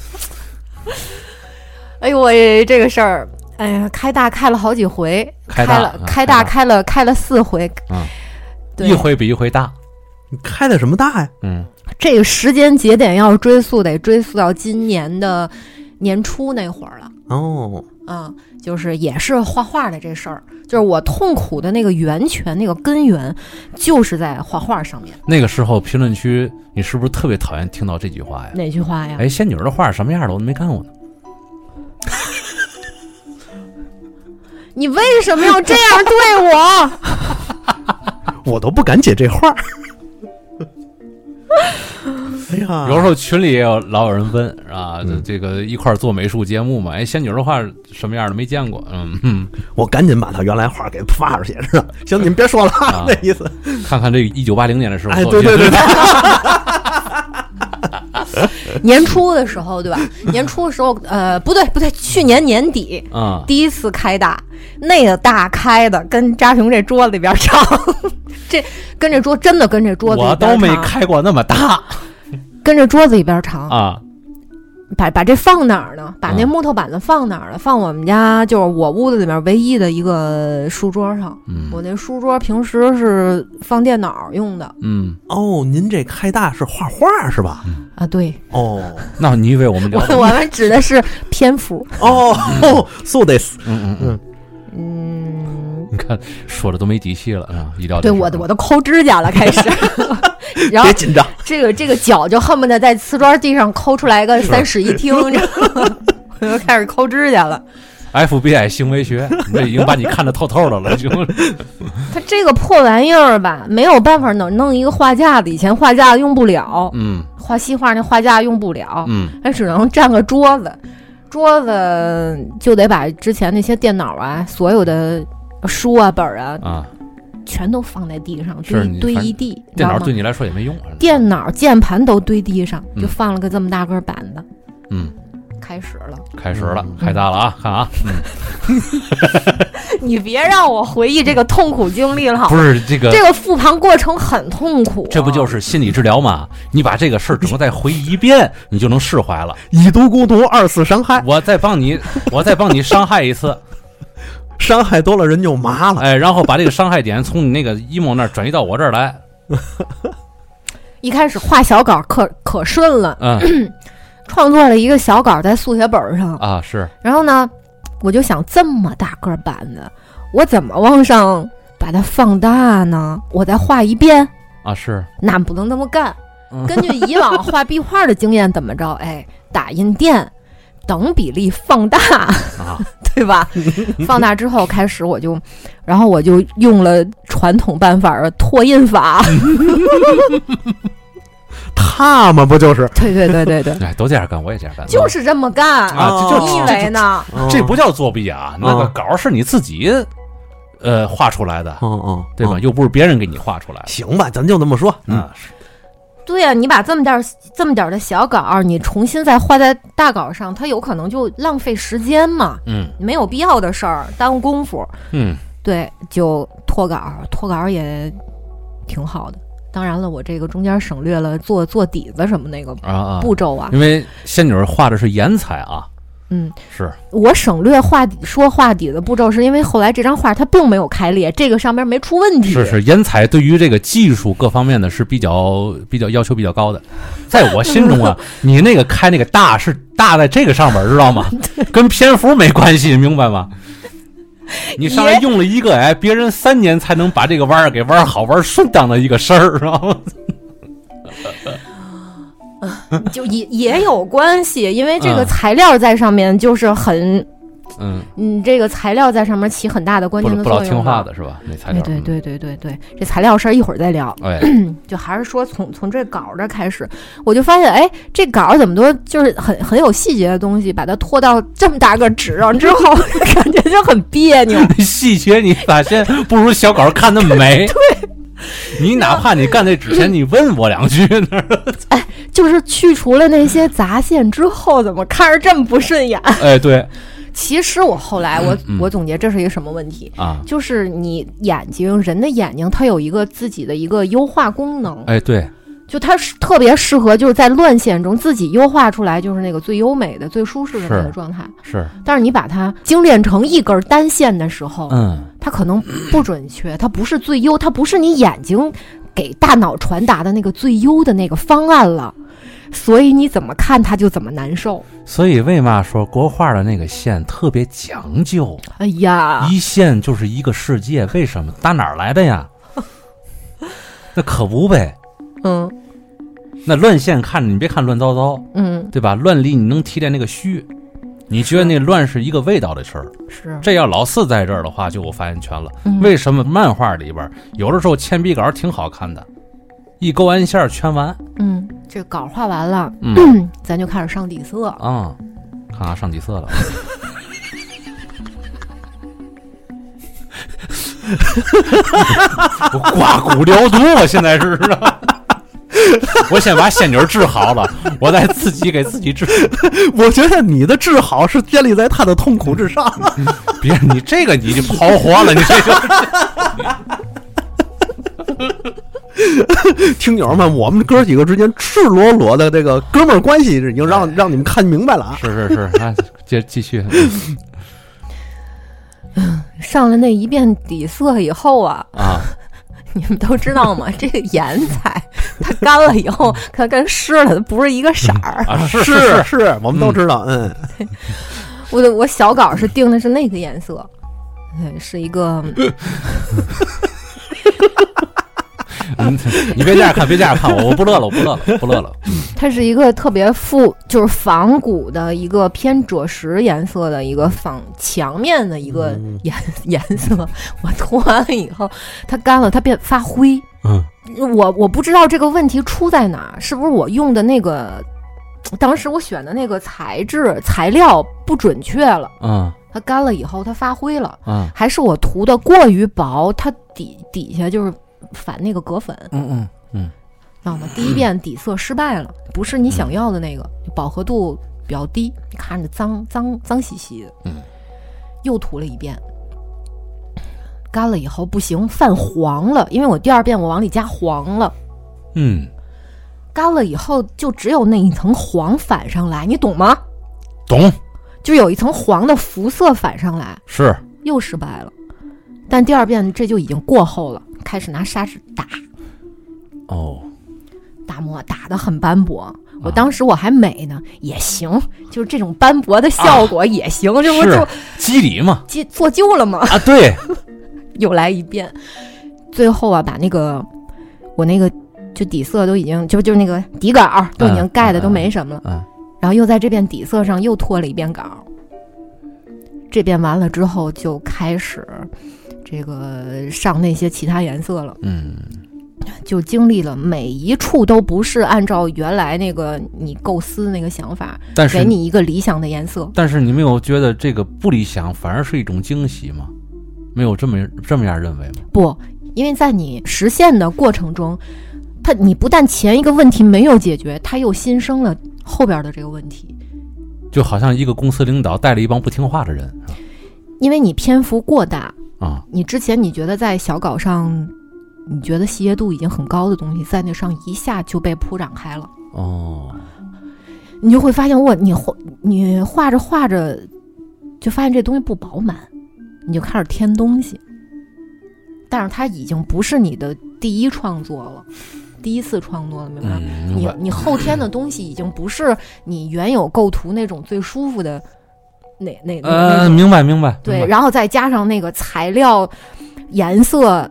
[SPEAKER 2] 哎呦喂，这个事儿，哎呀，开大开了好几回，
[SPEAKER 1] 开
[SPEAKER 2] 开
[SPEAKER 1] 大
[SPEAKER 2] 了
[SPEAKER 1] 嗯
[SPEAKER 2] 开
[SPEAKER 1] 开大
[SPEAKER 2] 大开了开了四回，
[SPEAKER 1] 嗯
[SPEAKER 2] 对
[SPEAKER 1] 一回比一回大。
[SPEAKER 3] 你开的什么大呀？
[SPEAKER 1] 嗯
[SPEAKER 2] 这个时间节点要是追溯，得追溯到今年的年初那会儿了。
[SPEAKER 3] 哦，
[SPEAKER 2] 啊，就是也是画画的这事儿，就是我痛苦的那个源泉，那个根源，就是在画画上面。
[SPEAKER 1] 那个时候评论区，你是不是特别讨厌听到这句话呀？
[SPEAKER 2] 哪句话呀？
[SPEAKER 1] 哎，仙女儿的画什么样的我都没看过呢。
[SPEAKER 2] 你为什么要这样对我？
[SPEAKER 3] 我都不敢解这话。哎呀，
[SPEAKER 1] 有时候群里也有老有人问啊，
[SPEAKER 3] 嗯
[SPEAKER 1] 这这个一块儿做美术节目嘛，哎，仙女儿的画什么样的没见过，嗯，哼
[SPEAKER 3] 我赶紧把他原来话给发出去，是吧？行，你们别说了，
[SPEAKER 1] 啊
[SPEAKER 3] 那意思。
[SPEAKER 1] 看看这一九八零年的时候，
[SPEAKER 3] 哎，对对对，对，
[SPEAKER 2] 年初的时候，对吧？年初的时候，呃，不对不对，去年年底
[SPEAKER 1] 啊，
[SPEAKER 2] 第一次开大，那个大开的跟扎熊这桌子里边长， 这跟这桌真的跟这桌子里
[SPEAKER 1] 我
[SPEAKER 2] 边长
[SPEAKER 1] 都没开过那么大
[SPEAKER 2] 跟这桌子里边长。
[SPEAKER 1] 啊，
[SPEAKER 2] 把把这放哪儿呢？把那
[SPEAKER 1] 嗯
[SPEAKER 2] 木头板子放哪儿了？放我们家就是我屋子里面唯一的一个书桌上。
[SPEAKER 1] 嗯
[SPEAKER 2] 我那书桌平时是放电脑用的
[SPEAKER 1] 嗯，
[SPEAKER 3] 哦，您这开大是画画是吧？
[SPEAKER 2] 啊，对，
[SPEAKER 3] 哦
[SPEAKER 1] 那你以为我们
[SPEAKER 2] 我
[SPEAKER 1] 聊的？
[SPEAKER 2] 我们指的是篇幅。
[SPEAKER 3] 哦，so this，
[SPEAKER 1] 嗯嗯嗯，
[SPEAKER 2] 嗯，
[SPEAKER 1] 你看说的都没底气了啊，一聊这
[SPEAKER 2] 对，
[SPEAKER 1] 事儿
[SPEAKER 2] 我我都抠指甲了，开始。然后
[SPEAKER 3] 别紧张，
[SPEAKER 2] 这个这个脚就恨不得在瓷砖地上抠出来个三室一厅，你知道吗我就 开始抠指甲了。
[SPEAKER 1] FBI 行为学，你这已经把你看得透透的了， 就
[SPEAKER 2] 它这个破玩意儿吧，没有办法能弄一个画架子，以前画架子用不了，
[SPEAKER 1] 嗯
[SPEAKER 2] 画西画那画架用不了，
[SPEAKER 1] 嗯
[SPEAKER 2] 它只能占个桌子，桌子就得把之前那些电脑啊、所有的书啊、本儿啊，
[SPEAKER 1] 啊，
[SPEAKER 2] 全都放在地上
[SPEAKER 1] 是
[SPEAKER 2] 堆
[SPEAKER 1] 你
[SPEAKER 2] 堆
[SPEAKER 1] 反
[SPEAKER 2] 一地，你知
[SPEAKER 1] 电
[SPEAKER 2] 道
[SPEAKER 1] 脑
[SPEAKER 2] 吗
[SPEAKER 1] 对？你来说也没用，
[SPEAKER 2] 电脑、键盘都堆地上，
[SPEAKER 1] 嗯
[SPEAKER 2] 就放了个这么大个板子，
[SPEAKER 1] 嗯，
[SPEAKER 2] 开始了。
[SPEAKER 1] 开始
[SPEAKER 3] 嗯
[SPEAKER 1] 了，开大了啊，看啊，
[SPEAKER 2] 你别让我回忆这个痛苦经历了，好
[SPEAKER 1] 不
[SPEAKER 2] 吗？
[SPEAKER 1] 是这个。
[SPEAKER 2] 这个复盘过程很痛苦，？
[SPEAKER 1] 这不就是是心理治疗吗？你把这个事儿整个再回忆一遍，你就能释怀了。
[SPEAKER 3] 以毒攻毒，二次伤害，
[SPEAKER 1] 我再帮你，我再帮你伤害一次，
[SPEAKER 3] 伤害多了人就麻了。
[SPEAKER 1] 哎，然后把这个伤害点从你那个 emo 那儿转移到我这儿来，
[SPEAKER 2] 一开始画小稿可可顺了，
[SPEAKER 1] 嗯
[SPEAKER 2] 创作了一个小稿在速写本儿上，
[SPEAKER 1] 啊是，
[SPEAKER 2] 然后呢，我就想这么大个儿板子，我怎么往上把它放大呢？我再画一遍，
[SPEAKER 1] 啊是，
[SPEAKER 2] 那不能这么干
[SPEAKER 1] 嗯。
[SPEAKER 2] 根据以往画壁画的经验，怎么着？ 哎，打印店等比例放大
[SPEAKER 1] 啊，
[SPEAKER 2] 对吧？放大之后开始我就，然后我就用了传统办法儿拓印法。
[SPEAKER 3] 他嘛不就是
[SPEAKER 2] 对对对对对，
[SPEAKER 1] 哎，都这样干，我也这样干，
[SPEAKER 2] 就是这么干。
[SPEAKER 1] 啊，这就
[SPEAKER 2] 你以为呢？
[SPEAKER 1] 这不叫作弊啊，那个
[SPEAKER 3] 嗯
[SPEAKER 1] 稿是你自己呃画出来的，
[SPEAKER 3] 哦哦，
[SPEAKER 1] 对吧？
[SPEAKER 3] 哦？
[SPEAKER 1] 又不是别人给你画出来的。
[SPEAKER 3] 行吧，咱就那么说。嗯，
[SPEAKER 1] 啊，是
[SPEAKER 2] 对呀、啊你把这么点儿这么点儿的小稿儿，你重新再画在大稿上，它有可能就浪费时间嘛，
[SPEAKER 1] 嗯
[SPEAKER 2] 没有必要的事儿，耽误功夫。
[SPEAKER 1] 嗯，
[SPEAKER 2] 对，就脱稿儿，脱稿儿也挺好的。当然了，我这个中间省略了做做底子什么那个
[SPEAKER 1] 啊啊，
[SPEAKER 2] 步骤啊，
[SPEAKER 1] 因为仙女儿画的是颜彩啊，
[SPEAKER 2] 嗯，
[SPEAKER 1] 是
[SPEAKER 2] 我省略画底说画底的步骤，是因为后来这张画它并没有开裂，这个上面没出问题。
[SPEAKER 1] 是是，颜彩对于这个技术各方面呢是比较比较要求比较高的，在我心 中啊，你那个开那个大是大在这个上面，知道 吗？跟篇幅没关系，明白吗？你上来
[SPEAKER 2] 也
[SPEAKER 1] 用了一个哎，别人三年才能把这个弯儿给弯好玩顺当的一个事儿，知道吗？
[SPEAKER 2] 就也也有关系，因为这个
[SPEAKER 1] 嗯
[SPEAKER 2] 材料在上面就是很，
[SPEAKER 1] 嗯，
[SPEAKER 2] 嗯，这个材料在上面起很大的关
[SPEAKER 1] 不
[SPEAKER 2] 键的
[SPEAKER 1] 不
[SPEAKER 2] 作用
[SPEAKER 1] 老听
[SPEAKER 2] 嘛
[SPEAKER 1] 话的是吧？那材
[SPEAKER 2] 哎，
[SPEAKER 1] 料，嗯
[SPEAKER 2] 对对对对对，这材料事儿一会儿再聊，
[SPEAKER 1] 嗯，哎，
[SPEAKER 2] 就还是说从从这稿儿这儿开始，我就发现，哎，这稿儿怎么多就是很很有细节的东西，把它拖到这么大个纸上之 后，感觉就很别扭。
[SPEAKER 1] 细节你发现不如小稿看的 美。对，你哪怕你干这之前你问我两句 呢，
[SPEAKER 2] 就是去除了那些杂线之后，怎么看着这么不顺眼？
[SPEAKER 1] 哎，对
[SPEAKER 2] 其实我后来我
[SPEAKER 1] 嗯
[SPEAKER 2] 我总结这是一个什么问题，
[SPEAKER 1] 啊，
[SPEAKER 2] 就是你眼睛人的眼睛，它有一个自己的一个优化功能，
[SPEAKER 1] 哎对，
[SPEAKER 2] 就它是特别适合就是在乱线中自己优化出来，就是那个最优美的、最舒适的那
[SPEAKER 1] 是
[SPEAKER 2] 个状态。
[SPEAKER 1] 是，
[SPEAKER 2] 但是你把它精炼成一根单线的时候，
[SPEAKER 1] 嗯
[SPEAKER 2] 它可能不准确，它不是最优，它不是你眼睛给大脑传达的那个最优的那个方案了。所以你怎么看他就怎么难受。
[SPEAKER 1] 所以为嘛说国画的那个线特别讲究，
[SPEAKER 2] 哎呀，
[SPEAKER 1] 一线就是一个世界，为什么？打哪儿来的呀？ 那可不呗。
[SPEAKER 2] 嗯
[SPEAKER 1] 那乱线看着你别看乱糟糟，
[SPEAKER 2] 嗯，
[SPEAKER 1] 对吧？乱里你能提炼那个虚，你觉得那乱是一个味道的事儿。
[SPEAKER 2] 是，
[SPEAKER 1] 这要老四在这儿的话，就有发言权了。
[SPEAKER 2] 嗯
[SPEAKER 1] 为什么漫画里边有的时候铅笔稿挺好看的，一勾完线儿全完，
[SPEAKER 2] 嗯，这稿画完了，
[SPEAKER 1] 嗯
[SPEAKER 2] 咱就开始上底色。
[SPEAKER 1] 啊，看啊上几色了。 我刮骨疗毒，我现在是啊，我先把仙女儿治好了，我再自己给自己治。
[SPEAKER 3] 我觉得你的治好是建立在他的痛苦之上。
[SPEAKER 1] 别，你这个你就刨活了，你这个！
[SPEAKER 3] 听友们，我们哥几个之间赤裸裸的这个哥们儿关系已经让让你们看明白了啊
[SPEAKER 1] 是是是，啊，接继续，
[SPEAKER 2] 上了那一遍底色以后啊，
[SPEAKER 1] 啊，
[SPEAKER 2] 你们都知道吗？这个盐菜它干了以后，它跟湿了它不是一个色儿。
[SPEAKER 1] 啊是是
[SPEAKER 3] 是是，我们都知道，嗯，
[SPEAKER 2] 我的我小稿是定的是那个颜色，对，是一个
[SPEAKER 1] 嗯你别这样看，别这样看，我我不乐了，我不乐了，不乐了。
[SPEAKER 2] 它是一个特别复，就是仿古的一个偏赭石颜色的一个仿墙面的一个
[SPEAKER 3] 嗯
[SPEAKER 2] 颜、 颜色。我涂完了以后，它干了，它变发灰。
[SPEAKER 1] 嗯，
[SPEAKER 2] 我我不知道这个问题出在哪，是不是我用的那个，当时我选的那个材质材料不准确了？
[SPEAKER 1] 嗯
[SPEAKER 2] 它干了以后它发灰了，
[SPEAKER 1] 嗯
[SPEAKER 2] 还是我涂的过于薄，它底底下就是反那个隔粉。
[SPEAKER 1] 嗯嗯
[SPEAKER 2] 知道吗？第一遍底色失败了，不是你想要的那个，饱和度比较低，看着脏脏脏兮兮的。
[SPEAKER 1] 嗯，
[SPEAKER 2] 又涂了一遍，干了以后不行，泛黄了，因为我第二遍我往里加黄了。
[SPEAKER 1] 嗯，
[SPEAKER 2] 干了以后就只有那一层黄反上来，你懂吗？
[SPEAKER 1] 懂
[SPEAKER 2] 就有一层黄的浮色反上来，
[SPEAKER 1] 是
[SPEAKER 2] 又失败了。但第二遍这就已经过后了，开始拿砂纸打，
[SPEAKER 1] 哦，
[SPEAKER 2] 打磨打得很斑驳。我
[SPEAKER 1] 啊
[SPEAKER 2] 当时我还美呢，也行，就是这种斑驳的效果也行，这不
[SPEAKER 1] 啊是
[SPEAKER 2] 就
[SPEAKER 1] 基底嘛？
[SPEAKER 2] 就做旧了吗？
[SPEAKER 1] 啊，对，
[SPEAKER 2] 又来一遍，最后啊，把那个我那个就底色都已经就就那个底稿儿都已经
[SPEAKER 1] 嗯
[SPEAKER 2] 盖的
[SPEAKER 1] 嗯
[SPEAKER 2] 都没什么了，
[SPEAKER 1] 嗯
[SPEAKER 2] 然后又在这遍底色上又拖了一遍稿儿。这遍完了之后，就开始这个上那些其他颜色了。
[SPEAKER 1] 嗯
[SPEAKER 2] 就经历了每一处都不是按照原来那个你构思那个想法，，
[SPEAKER 1] 但是
[SPEAKER 2] 给你一个理想的颜色。
[SPEAKER 1] 但是你没有觉得这个不理想反而是一种惊喜吗？没有这么这么样认为吗？
[SPEAKER 2] 不，因为在你实现的过程中，它你不但前一个问题没有解决，它又新生了后边的这个问题，
[SPEAKER 1] 就好像一个公司领导带了一帮不听话的人是吧
[SPEAKER 2] 因为你篇幅过大，
[SPEAKER 1] 啊，
[SPEAKER 2] 你之前你觉得在小稿上。你觉得细节度已经很高的东西，在那上一下就被铺展开了，
[SPEAKER 1] 哦，
[SPEAKER 2] 你就会发现，哇，你画你画着画着，就发现这东西不饱满，你就开始添东西，但是它已经不是你的第一创作了，第一次创作了，明白吗？
[SPEAKER 1] 嗯，
[SPEAKER 2] 你
[SPEAKER 1] 明白
[SPEAKER 2] 你后天的东西已经不是你原有构图那种最舒服的那那那那
[SPEAKER 1] 呃，
[SPEAKER 2] 种
[SPEAKER 1] 明白明白，
[SPEAKER 2] 对，
[SPEAKER 1] 明白
[SPEAKER 2] 然后再加上那个材料、颜色，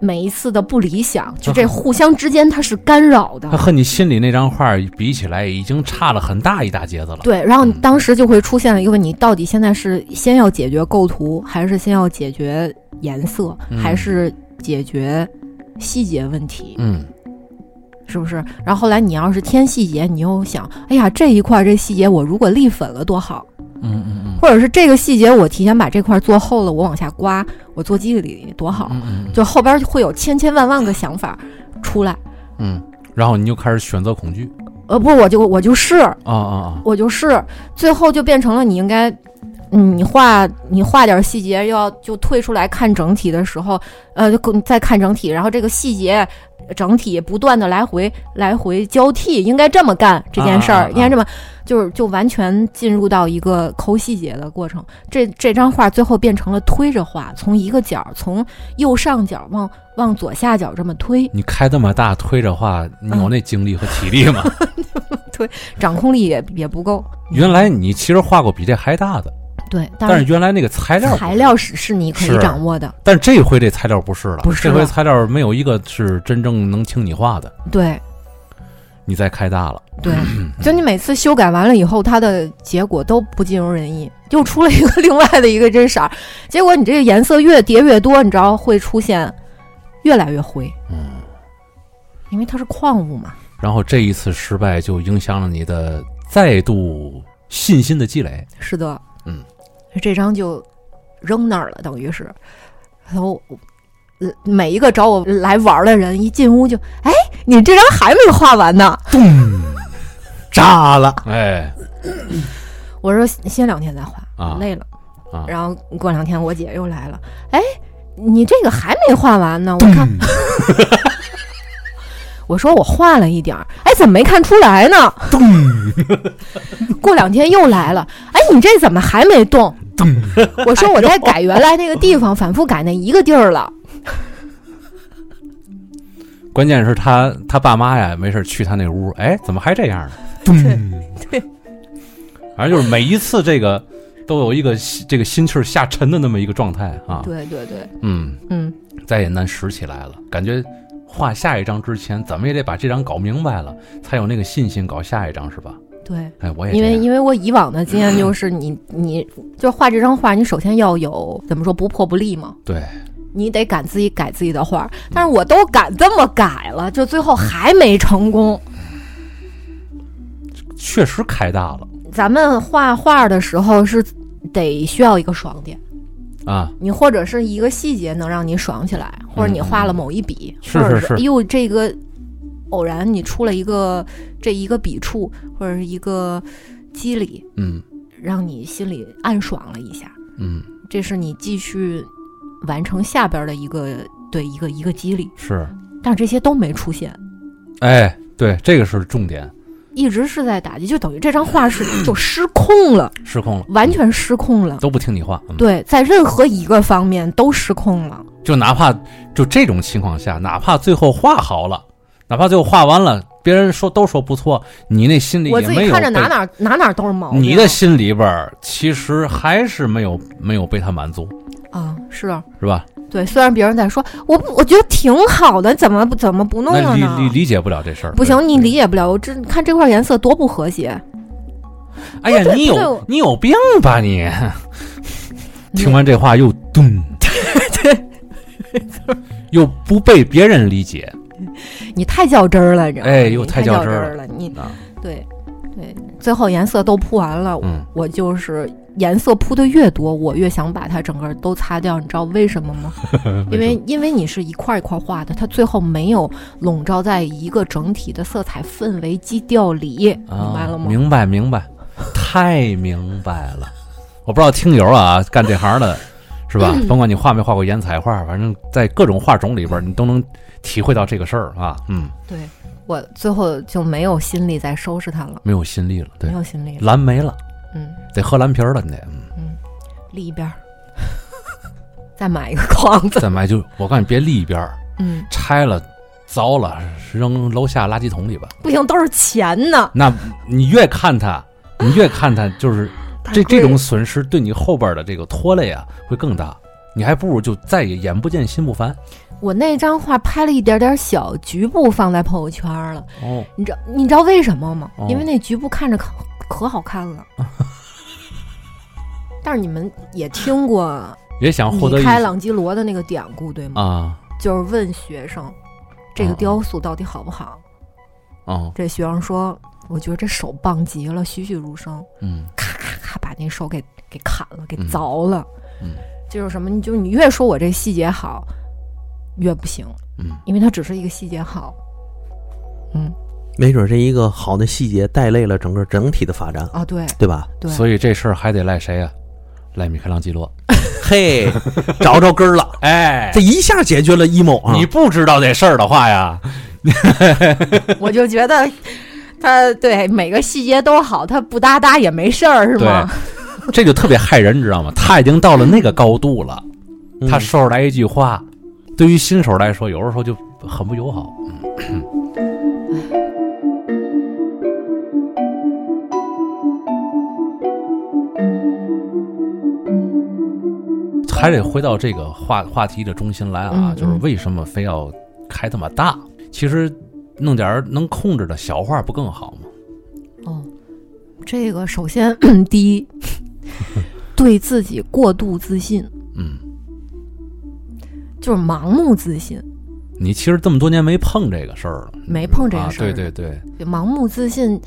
[SPEAKER 2] 每一次的不理想，就
[SPEAKER 1] 嗯
[SPEAKER 2] 这互相之间它是干扰的
[SPEAKER 1] 他。和你心里那张画比起来，已经差了很大一大截子了。嗯
[SPEAKER 2] 对，然后你当时就会出现一个问题：到底现在是先要解决构图，还是先要解决颜色，
[SPEAKER 1] 嗯
[SPEAKER 2] 还是解决细节问题？
[SPEAKER 1] 嗯，
[SPEAKER 2] 是不是？然后后来你要是添细节，你又想，哎呀，这一块儿这细节我如果立粉了多好，
[SPEAKER 1] 嗯嗯嗯
[SPEAKER 2] 或者是这个细节我提前把这块儿做厚了，我往下刮，我做肌理多好，
[SPEAKER 1] 嗯嗯
[SPEAKER 2] 就后边会有千千万万个想法出来。
[SPEAKER 1] 嗯嗯，然后你就开始选择恐惧
[SPEAKER 2] 呃，不，我就我就是
[SPEAKER 1] 啊啊啊，
[SPEAKER 2] 我就是，最后就变成了你应该，嗯，你画你画点细节，又要就退出来看整体的时候，呃，就更再看整体，然后这个细节整体不断的来回来回交替，应该这么干这件事
[SPEAKER 1] 啊啊
[SPEAKER 2] 儿，
[SPEAKER 1] 啊啊
[SPEAKER 2] 应该这么，就是就完全进入到一个抠细节的过程。这这张画最后变成了推着画，从一个角从右上角往往左下角这么推，嗯
[SPEAKER 1] 你开这么大推着画，你有那精力和体力吗？
[SPEAKER 2] 推，掌控力也也不够。
[SPEAKER 1] 原来你其实画过比这还大的，
[SPEAKER 2] 对，
[SPEAKER 1] 但是
[SPEAKER 2] 是
[SPEAKER 1] 原来那个材料，
[SPEAKER 2] 材料是是你可以
[SPEAKER 1] 是
[SPEAKER 2] 掌握的，
[SPEAKER 1] 但这回这材料不是了，
[SPEAKER 2] 不是
[SPEAKER 1] 这回
[SPEAKER 2] 了
[SPEAKER 1] 材料没有一个是真正能请你画的，
[SPEAKER 2] 对
[SPEAKER 1] 你再开大了，
[SPEAKER 2] 对，就你每次修改完了以后，它的结果都不尽如人意，又出了一个另外的一个真色儿，结果你这个颜色越叠越多，你知道会出现越来越灰，
[SPEAKER 1] 嗯，
[SPEAKER 2] 因为它是矿物嘛。
[SPEAKER 1] 然后这一次失败就影响了你的再度信心的积累，
[SPEAKER 2] 是的，
[SPEAKER 1] 嗯，
[SPEAKER 2] 这张就扔那儿了，等于是，然后。呃每一个找我来玩儿的人一进屋就，哎，你这张还没画完呢。
[SPEAKER 3] 炸了，
[SPEAKER 1] 哎，
[SPEAKER 2] 我说歇两天再画，
[SPEAKER 1] 啊
[SPEAKER 2] 累了。
[SPEAKER 1] 啊
[SPEAKER 2] 然后过两天我姐又来了，哎，你这个还没画完呢，我
[SPEAKER 1] 嗯
[SPEAKER 2] 看。 我说我画了一点儿，哎，怎么没看出来呢？动。过两天又来了，哎，你这怎么还没动？动。我说我
[SPEAKER 1] 哎
[SPEAKER 2] 在改原来那个地方，反复改那一个地儿了。
[SPEAKER 1] 关键是他他爸妈呀，没事儿去他那屋，哎，怎么还这样呢？
[SPEAKER 2] 对，
[SPEAKER 1] 反正就是每一次这个都有一个心这个心气儿下沉的那么一个状态啊，
[SPEAKER 2] 对对对，
[SPEAKER 1] 嗯，
[SPEAKER 2] 嗯，
[SPEAKER 1] 再也难拾起来了，感觉。画下一张之前，怎么也得把这张搞明白了，才有那个信心搞下一张，是吧？
[SPEAKER 2] 对，
[SPEAKER 1] 哎，我也
[SPEAKER 2] 因
[SPEAKER 1] 这
[SPEAKER 2] 为
[SPEAKER 1] 样
[SPEAKER 2] 因为我以往的经验就是 你，你就画这张画，你首先要有怎么说不破不立嘛，
[SPEAKER 1] 对，
[SPEAKER 2] 你得敢自己改自己的画儿，但是我都敢这么改了，就最后还没成功。
[SPEAKER 1] 确实开大了
[SPEAKER 2] 咱们画画的时候是得需要一个爽点，
[SPEAKER 1] 啊，
[SPEAKER 2] 你或者是一个细节能让你爽起来，或者你画了某一笔，
[SPEAKER 1] 是
[SPEAKER 2] 或
[SPEAKER 1] 嗯
[SPEAKER 2] 者
[SPEAKER 1] 是
[SPEAKER 2] 是
[SPEAKER 1] 是
[SPEAKER 2] 哎呦这个偶然你出了一个这一个笔触或者是一个机理，
[SPEAKER 1] 嗯
[SPEAKER 2] 让你心里暗爽了一下，
[SPEAKER 1] 嗯，
[SPEAKER 2] 这是你继续完成下边的一个对一个一个激励，
[SPEAKER 1] 是，
[SPEAKER 2] 但是这些都没出现。
[SPEAKER 1] 哎，对，这个是重点，
[SPEAKER 2] 一直是在打击，就等于这张画是 就失控了，
[SPEAKER 1] 失控了，
[SPEAKER 2] 完全失控了。
[SPEAKER 1] 都不听你话，嗯、
[SPEAKER 2] 对，在任何一个方面都失控了。
[SPEAKER 1] 就哪怕就这种情况下，哪怕最后画好了，哪怕最后画完了，别人说都说不错，你那心里
[SPEAKER 2] 我
[SPEAKER 1] 也
[SPEAKER 2] 自
[SPEAKER 1] 没
[SPEAKER 2] 己
[SPEAKER 1] 有
[SPEAKER 2] 看着
[SPEAKER 1] 被
[SPEAKER 2] 哪哪哪哪都是毛病。
[SPEAKER 1] 你的心里边儿其实还是没有没有被他满足，
[SPEAKER 2] 啊，是啊
[SPEAKER 1] 是吧？
[SPEAKER 2] 对，虽然别人在说，我不我觉得挺好的，怎么不怎么不弄
[SPEAKER 1] 那
[SPEAKER 2] 了
[SPEAKER 1] 理理
[SPEAKER 2] 呢？
[SPEAKER 1] 理解不了这事儿，
[SPEAKER 2] 不行，你
[SPEAKER 1] 理。
[SPEAKER 2] 理解不了。我这看这块颜色多不和谐。
[SPEAKER 1] 哎呀，
[SPEAKER 2] 对
[SPEAKER 1] 你
[SPEAKER 2] 对
[SPEAKER 1] 有
[SPEAKER 2] 我
[SPEAKER 1] 你有病吧你？听完这话又咚， 又不被别人理解，
[SPEAKER 2] 你太较真儿了，你知道吗
[SPEAKER 1] 哎
[SPEAKER 2] 你
[SPEAKER 1] 又太
[SPEAKER 2] 太
[SPEAKER 1] 较
[SPEAKER 2] 较
[SPEAKER 1] 真儿
[SPEAKER 2] 儿了。你
[SPEAKER 1] 啊
[SPEAKER 2] 对对，最后颜色都铺完了，
[SPEAKER 1] 嗯，
[SPEAKER 2] 我就是颜色铺的越多，我越想把它整个都擦掉。你知道为什么 吗？因为因为你是一块一块画的，它最后没有笼罩在一个整体的色彩氛围基调里，明白了
[SPEAKER 1] 啊
[SPEAKER 2] 吗？
[SPEAKER 1] 明白明白，太明白了。我不知道听友啊，干这行的，是 吧？甭管你画没画过颜彩画，反正在各种画种里边，你都能体会到这个事儿啊。嗯，
[SPEAKER 2] 对我最后就没有心力再收拾它了，
[SPEAKER 1] 没有心力了，对
[SPEAKER 2] 没，有心力了。
[SPEAKER 1] 蓝没了，
[SPEAKER 2] 嗯，
[SPEAKER 1] 得喝蓝皮儿了，你得。嗯
[SPEAKER 2] 立一边儿， 再买一个框子。
[SPEAKER 1] 再买就，我告诉你，别立一边儿，
[SPEAKER 2] 嗯，
[SPEAKER 1] 拆了糟了，扔楼下垃圾桶里吧。
[SPEAKER 2] 不行，都是钱呢。
[SPEAKER 1] 那你越看它，你越看它，就是这这种损失对你后边的这个拖累啊会更大。你还不如就再也眼不见心不烦。
[SPEAKER 2] 我那张画拍了一点点小局部放在朋友圈了。
[SPEAKER 1] 哦，
[SPEAKER 2] 你知道你知道为什么吗
[SPEAKER 1] 哦？
[SPEAKER 2] 因为那局部看着可可好看 了。但是你们也听过
[SPEAKER 1] 也想啊获得
[SPEAKER 2] 米
[SPEAKER 1] 一
[SPEAKER 2] 开朗基罗的那个典故对吗？
[SPEAKER 1] 啊
[SPEAKER 2] 就是问学生这个雕塑到底好不好？
[SPEAKER 1] 哦
[SPEAKER 2] 这学生说：“我觉得这手棒极了，栩栩如生。”
[SPEAKER 1] 嗯
[SPEAKER 2] 咔咔咔把那手给给砍了，给
[SPEAKER 1] 嗯
[SPEAKER 2] 凿了。
[SPEAKER 1] 嗯
[SPEAKER 2] 就是什么？你就你越说我这细节好，越不行，
[SPEAKER 1] 嗯
[SPEAKER 2] 因为它只是一个细节好。嗯
[SPEAKER 3] 没准这一个好的细节带累了整个整体的发展，
[SPEAKER 2] 啊，对
[SPEAKER 3] 对吧？
[SPEAKER 2] 对，
[SPEAKER 1] 所以这事儿还得赖谁呀、赖米开朗基罗。
[SPEAKER 3] 嘿，找着根儿了，
[SPEAKER 1] 哎
[SPEAKER 3] 这，一下解决了 emo 啊！
[SPEAKER 1] 你不知道这事儿的话呀，
[SPEAKER 2] 我就觉得他对每个细节都好，他不搭搭也没事儿，是
[SPEAKER 1] 对
[SPEAKER 2] 吗？，
[SPEAKER 1] 这就特别害人，你知道吗？他已经到了那个高度了，
[SPEAKER 3] 嗯
[SPEAKER 1] 他说出来一句话，对于新手来说，有时候就很不友好。还得回到这个话话题的中心来啊，
[SPEAKER 2] 嗯
[SPEAKER 1] 就是为什么非要开这么大？其实弄点儿能控制的小话不更好吗？
[SPEAKER 2] 哦，这个首先第一，对自己过度自信，
[SPEAKER 1] 嗯，
[SPEAKER 2] 就是盲目自信，
[SPEAKER 1] 你其实这么多年没碰这个事儿了，
[SPEAKER 2] 没碰这
[SPEAKER 1] 啊
[SPEAKER 2] 个事儿、
[SPEAKER 1] 对对对，
[SPEAKER 2] 对，盲目自信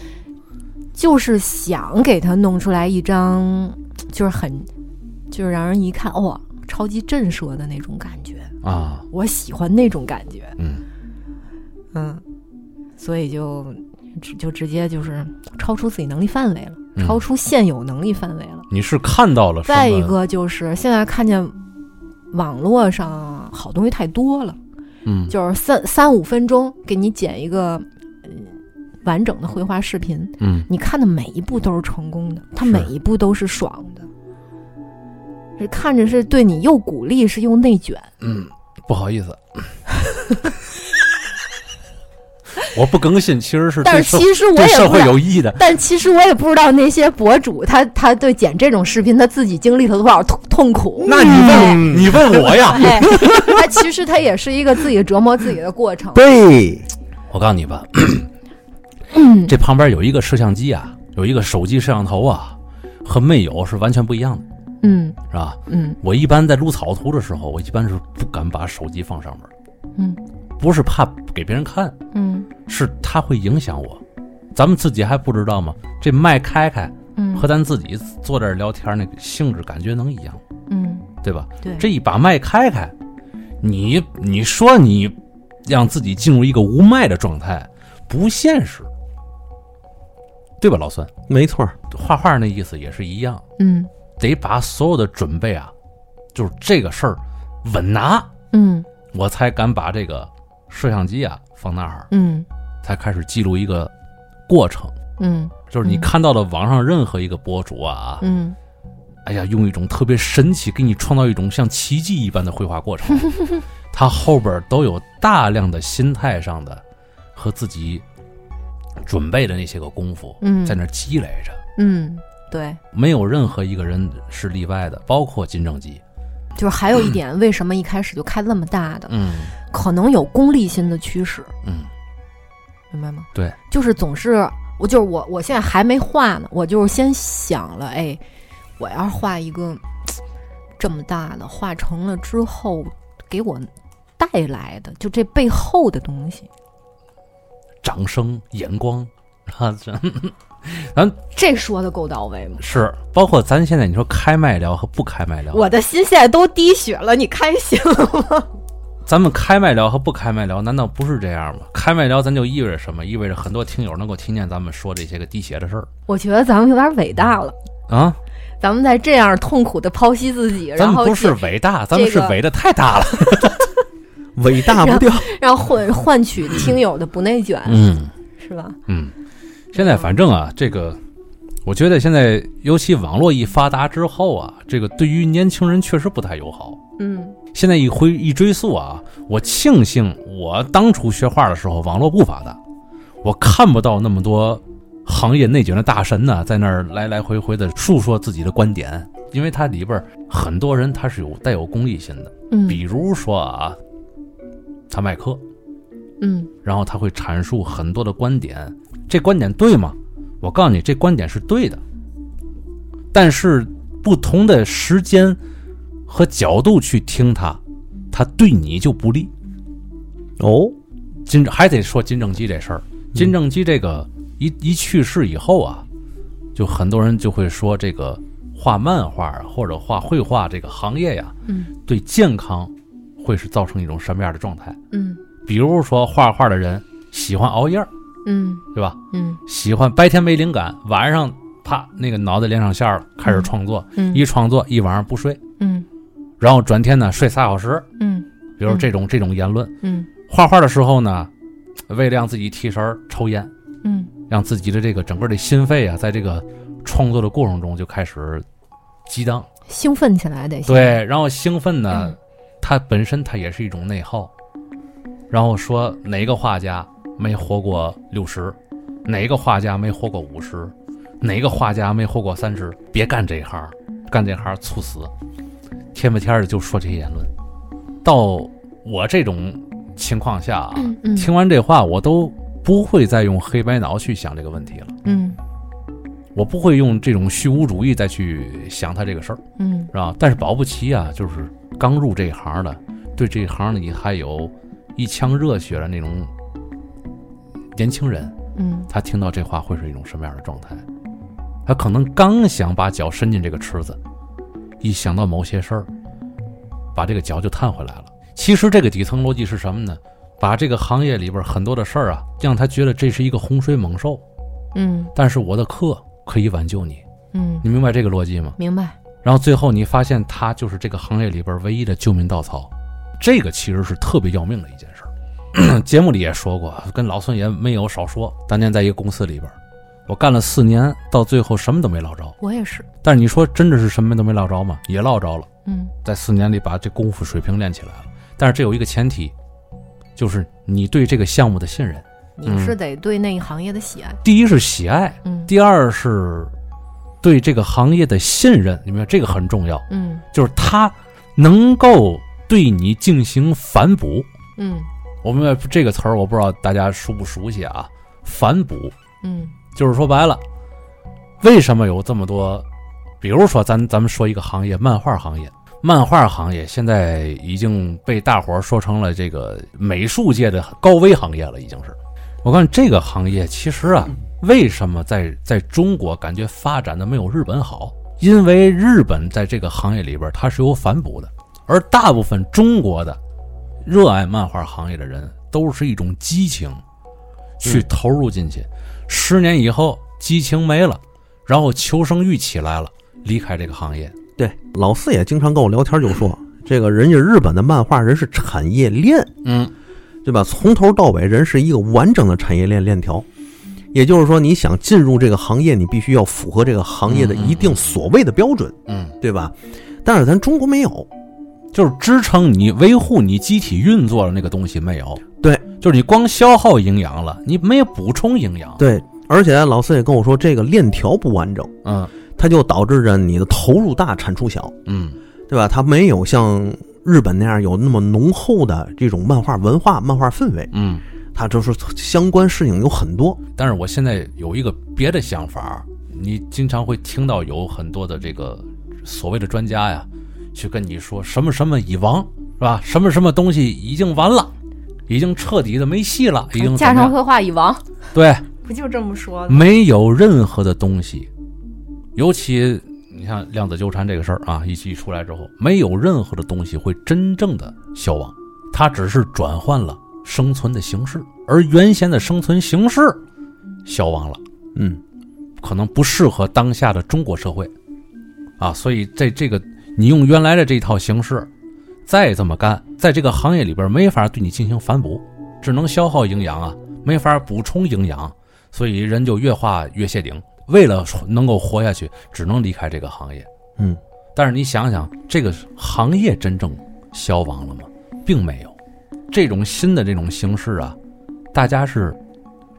[SPEAKER 2] 就是想给他弄出来一张，就是很，就是让人一看哇、超级震慑的那种感觉。
[SPEAKER 1] 啊，
[SPEAKER 2] 我喜欢那种感觉，
[SPEAKER 1] 嗯
[SPEAKER 2] 嗯，所以就直就直接就是超出自己能力范围了，
[SPEAKER 1] 嗯
[SPEAKER 2] 超出现有能力范围了。
[SPEAKER 1] 你是看到了什么？
[SPEAKER 2] 再一个就是现在看见网络上好东西太多了，
[SPEAKER 1] 嗯，
[SPEAKER 2] 就是三三五分钟给你剪一个嗯完整的绘画视频，
[SPEAKER 1] 嗯
[SPEAKER 2] 你看的每一步都是成功的，它
[SPEAKER 1] 是
[SPEAKER 2] 每一步都是爽的，这看着是对你又鼓励是又内卷。
[SPEAKER 1] 嗯，不好意思。 我不更新，其实是
[SPEAKER 2] 但
[SPEAKER 1] 对
[SPEAKER 2] 是
[SPEAKER 1] 社
[SPEAKER 2] 其实我
[SPEAKER 1] 对
[SPEAKER 2] 也
[SPEAKER 1] 社
[SPEAKER 2] 不
[SPEAKER 1] 会
[SPEAKER 2] 知道，
[SPEAKER 1] 有益的。
[SPEAKER 2] 但其实我也不知道那些博主他他对剪这种视频他自己经历了多少痛痛苦。
[SPEAKER 1] 那你
[SPEAKER 3] 嗯
[SPEAKER 1] 问你问我呀？
[SPEAKER 2] 哎，他其实他也是一个自己折磨自己的过程。
[SPEAKER 3] 对，
[SPEAKER 1] 我告诉你 吧，
[SPEAKER 2] 嗯
[SPEAKER 1] 这旁边有一个摄像机啊，有一个手机摄像头啊，和没有是完全不一样的，
[SPEAKER 2] 嗯
[SPEAKER 1] 是吧？
[SPEAKER 2] 嗯
[SPEAKER 1] 我一般在撸草图的时候，我一般是不敢把手机放上面儿，
[SPEAKER 2] 嗯
[SPEAKER 1] 不是怕给别人看，
[SPEAKER 2] 嗯
[SPEAKER 1] 是它会影响我。咱们自己还不知道吗？这麦开开
[SPEAKER 2] 嗯
[SPEAKER 1] 和咱自己坐这儿聊天儿那个性质感觉能一样吗，
[SPEAKER 2] 嗯，
[SPEAKER 1] 对吧？
[SPEAKER 2] 对，
[SPEAKER 1] 这一把麦开开，你你说你让自己进入一个无麦的状态，不现实，对吧？老孙，
[SPEAKER 3] 没错儿，
[SPEAKER 1] 画画那意思也是一样，
[SPEAKER 2] 嗯
[SPEAKER 1] 得把所有的准备啊，就是这个事儿稳拿，
[SPEAKER 2] 嗯
[SPEAKER 1] 我才敢把这个摄像机啊放那儿，
[SPEAKER 2] 嗯
[SPEAKER 1] 才开始记录一个过程。
[SPEAKER 2] 嗯
[SPEAKER 1] 就是你
[SPEAKER 2] 嗯
[SPEAKER 1] 看到的网上任何一个博主啊，
[SPEAKER 2] 嗯，
[SPEAKER 1] 哎呀，用一种特别神奇，给你创造一种像奇迹一般的绘画过程。它后边都有大量的心态上的和自己准备的那些个功夫，
[SPEAKER 2] 嗯
[SPEAKER 1] 在那儿积累着，
[SPEAKER 2] 嗯对，
[SPEAKER 1] 没有任何一个人是例外的，包括金正基。
[SPEAKER 2] 就是还有一点，为什么一开始就开那么大的，
[SPEAKER 1] 嗯
[SPEAKER 2] 可能有功利心的驱使。
[SPEAKER 1] 嗯，
[SPEAKER 2] 明白吗？
[SPEAKER 1] 对，
[SPEAKER 2] 就是总是我就是我，我现在还没画呢，我就是先想了，哎，我要画一个嘖这么大的，画成了之后给我带来的，就这背后的东西，
[SPEAKER 1] 掌声、眼光啊，这咱
[SPEAKER 2] 这说的够到位吗？
[SPEAKER 1] 是包括咱现在你说开麦聊和不开麦聊，
[SPEAKER 2] 我的心现在都滴血了，你开心吗？
[SPEAKER 1] 咱们开麦聊和不开麦聊，难道不是这样吗？开麦聊，咱就意味着什么？意味着很多听友能够听见咱们说这些个滴血的事儿
[SPEAKER 2] 我觉得咱们有点伟大了，
[SPEAKER 1] 啊。
[SPEAKER 2] 咱们在这样痛苦的剖析自己，
[SPEAKER 1] 咱
[SPEAKER 2] 然
[SPEAKER 1] 们
[SPEAKER 2] 后
[SPEAKER 1] 不是
[SPEAKER 2] 解
[SPEAKER 1] 伟大，咱们是
[SPEAKER 2] 这个
[SPEAKER 1] 伟的太大了。
[SPEAKER 3] 伟大不掉。
[SPEAKER 2] 让换换取听友的不内卷，
[SPEAKER 1] 嗯
[SPEAKER 2] 是吧？
[SPEAKER 1] 嗯，现在反正啊，这个我觉得现在，尤其网络一发达之后啊，这个对于年轻人确实不太友好。
[SPEAKER 2] 嗯
[SPEAKER 1] 现在一回一追溯啊，我庆幸我当初学画的时候网络不发达，我看不到那么多行业内卷的大神呢，在那儿来来回回的述说自己的观点，因为它里边儿很多人他是有带有功利心的，比
[SPEAKER 2] 嗯
[SPEAKER 1] 如说啊，他卖课，
[SPEAKER 2] 嗯
[SPEAKER 1] 然后他会阐述很多的观点，这观点对吗？我告诉你，这观点是对的，但是不同的时间和角度去听它，它对你就不利。
[SPEAKER 3] 哦，
[SPEAKER 1] 金还得说金正基这事儿，金正基这个一一去世以后啊，就很多人就会说这个画漫画啊或者画绘画这个行业呀，
[SPEAKER 2] 嗯
[SPEAKER 1] 对健康会是造成一种什么样的状态？
[SPEAKER 2] 嗯
[SPEAKER 1] 比如说画画的人喜欢熬夜儿，
[SPEAKER 2] 嗯
[SPEAKER 1] 对吧？
[SPEAKER 2] 嗯
[SPEAKER 1] 喜欢白天没灵感，晚上啪那个脑袋连上线儿了，开始创作，
[SPEAKER 2] 嗯
[SPEAKER 1] 一创作一晚上不睡，
[SPEAKER 2] 嗯
[SPEAKER 1] 然后转天呢睡仨小时，
[SPEAKER 2] 嗯
[SPEAKER 1] 比如这种、这种言论。
[SPEAKER 2] 嗯
[SPEAKER 1] 画画的时候呢，为了让自己提神儿，抽烟，
[SPEAKER 2] 嗯
[SPEAKER 1] 让自己的这个整个的心肺啊，在这个创作的过程中就开始激荡，
[SPEAKER 2] 兴奋起来得先
[SPEAKER 1] 对，然后兴奋呢，
[SPEAKER 2] 嗯
[SPEAKER 1] 它本身它也是一种内耗。然后说哪个画家没活过六十，哪个画家没活过五十，哪个画家没活过三十？别干这一行，干这行猝死。天不天儿的就说这些言论。到我这种情况下啊，
[SPEAKER 2] 嗯嗯
[SPEAKER 1] 听完这话，我都不会再用黑白脑去想这个问题了，
[SPEAKER 2] 嗯
[SPEAKER 1] 我不会用这种虚无主义再去想他这个事儿，
[SPEAKER 2] 嗯
[SPEAKER 1] 是吧？但是保不齐啊，就是刚入这一行的，对这一行里还有一腔热血的那种年轻人，
[SPEAKER 2] 嗯
[SPEAKER 1] 他听到这话会是一种什么样的状态？他可能刚想把脚伸进这个池子，一想到某些事儿，把这个脚就探回来了。其实这个底层逻辑是什么呢？把这个行业里边很多的事儿啊，让他觉得这是一个洪水猛兽，
[SPEAKER 2] 嗯
[SPEAKER 1] 但是我的课可以挽救你，
[SPEAKER 2] 嗯，
[SPEAKER 1] 你明白这个逻辑吗？
[SPEAKER 2] 明白。
[SPEAKER 1] 然后最后你发现他就是这个行业里边唯一的救命稻草，这个其实是特别要命的一件事儿。 节目里也说过，跟老孙也没有少说。当年在一个公司里边，我干了四年，到最后什么都没捞着。
[SPEAKER 2] 我也是。
[SPEAKER 1] 但是你说真的是什么都没捞着吗？也捞着了，
[SPEAKER 2] 嗯
[SPEAKER 1] 在四年里把这功夫水平练起来了。但是这有一个前提，就是你对这个项目的信任。
[SPEAKER 2] 你
[SPEAKER 1] 嗯
[SPEAKER 2] 是得对那一行业的喜爱。
[SPEAKER 1] 第一是喜爱，
[SPEAKER 2] 嗯
[SPEAKER 1] 第二是对这个行业的信任，你明白这个很重要。
[SPEAKER 2] 嗯
[SPEAKER 1] 就是他能够对你进行反哺。
[SPEAKER 2] 嗯
[SPEAKER 1] 我们这个词儿我不知道大家熟不熟悉啊？反哺
[SPEAKER 2] 嗯
[SPEAKER 1] 就是说白了，为什么有这么多？比如说咱咱们说一个行业，漫画行业，漫画行业现在已经被大伙儿说成了这个美术界的高危行业了，已经是。我看这个行业其实啊，为什么在在中国感觉发展的没有日本好？因为日本在这个行业里边它是有反哺的，而大部分中国的热爱漫画行业的人都是一种激情去投入进去，十年以后激情没了，然后求生欲起来了，离开这个行业。
[SPEAKER 3] 对，老四也经常跟我聊天，就说这个人家日本的漫画人是产业链，
[SPEAKER 1] 嗯
[SPEAKER 3] 对吧？从头到尾，人是一个完整的产业链链条。也就是说，你想进入这个行业，你必须要符合这个行业的一定所谓的标准，
[SPEAKER 1] 嗯，
[SPEAKER 3] 对吧？但是咱中国没有，
[SPEAKER 1] 就是支撑你、维护你机体运作的那个东西没有。
[SPEAKER 3] 对，
[SPEAKER 1] 就是你光消耗营养了，你没有补充营养。，
[SPEAKER 3] 对。而且老四也跟我说，这个链条不完整，
[SPEAKER 1] 嗯
[SPEAKER 3] 它就导致着你的投入大，产出小，
[SPEAKER 1] 嗯
[SPEAKER 3] 对吧？它没有像日本那样有那么浓厚的这种漫画文化、漫画氛围，
[SPEAKER 1] 嗯。
[SPEAKER 3] 它就是相关事情有很多。
[SPEAKER 1] 但是我现在有一个别的想法，你经常会听到有很多的这个所谓的专家呀，去跟你说什么什么已亡，是吧？什么什么东西已经完了，已经彻底的没戏了，已经
[SPEAKER 2] 嗯，
[SPEAKER 1] 怎么
[SPEAKER 2] 架上
[SPEAKER 1] 样？
[SPEAKER 2] 绘画已亡，
[SPEAKER 1] 对，
[SPEAKER 2] 不就这么说的？
[SPEAKER 1] 没有任何的东西，尤其你像量子纠缠这个事儿啊，一一出来之后，没有任何的东西会真正的消亡，它只是转换了生存的形式，而原先的生存形式消亡了。
[SPEAKER 3] 嗯，
[SPEAKER 1] 可能不适合当下的中国社会，啊，所以在这个你用原来的这套形式，再这么干，在这个行业里边没法对你进行反哺，只能消耗营养啊，没法补充营养，所以人就越画越谢顶。为了能够活下去，只能离开这个行业。
[SPEAKER 3] 嗯，
[SPEAKER 1] 但是你想想，这个行业真正消亡了吗？并没有。这种新的这种形式啊，大家是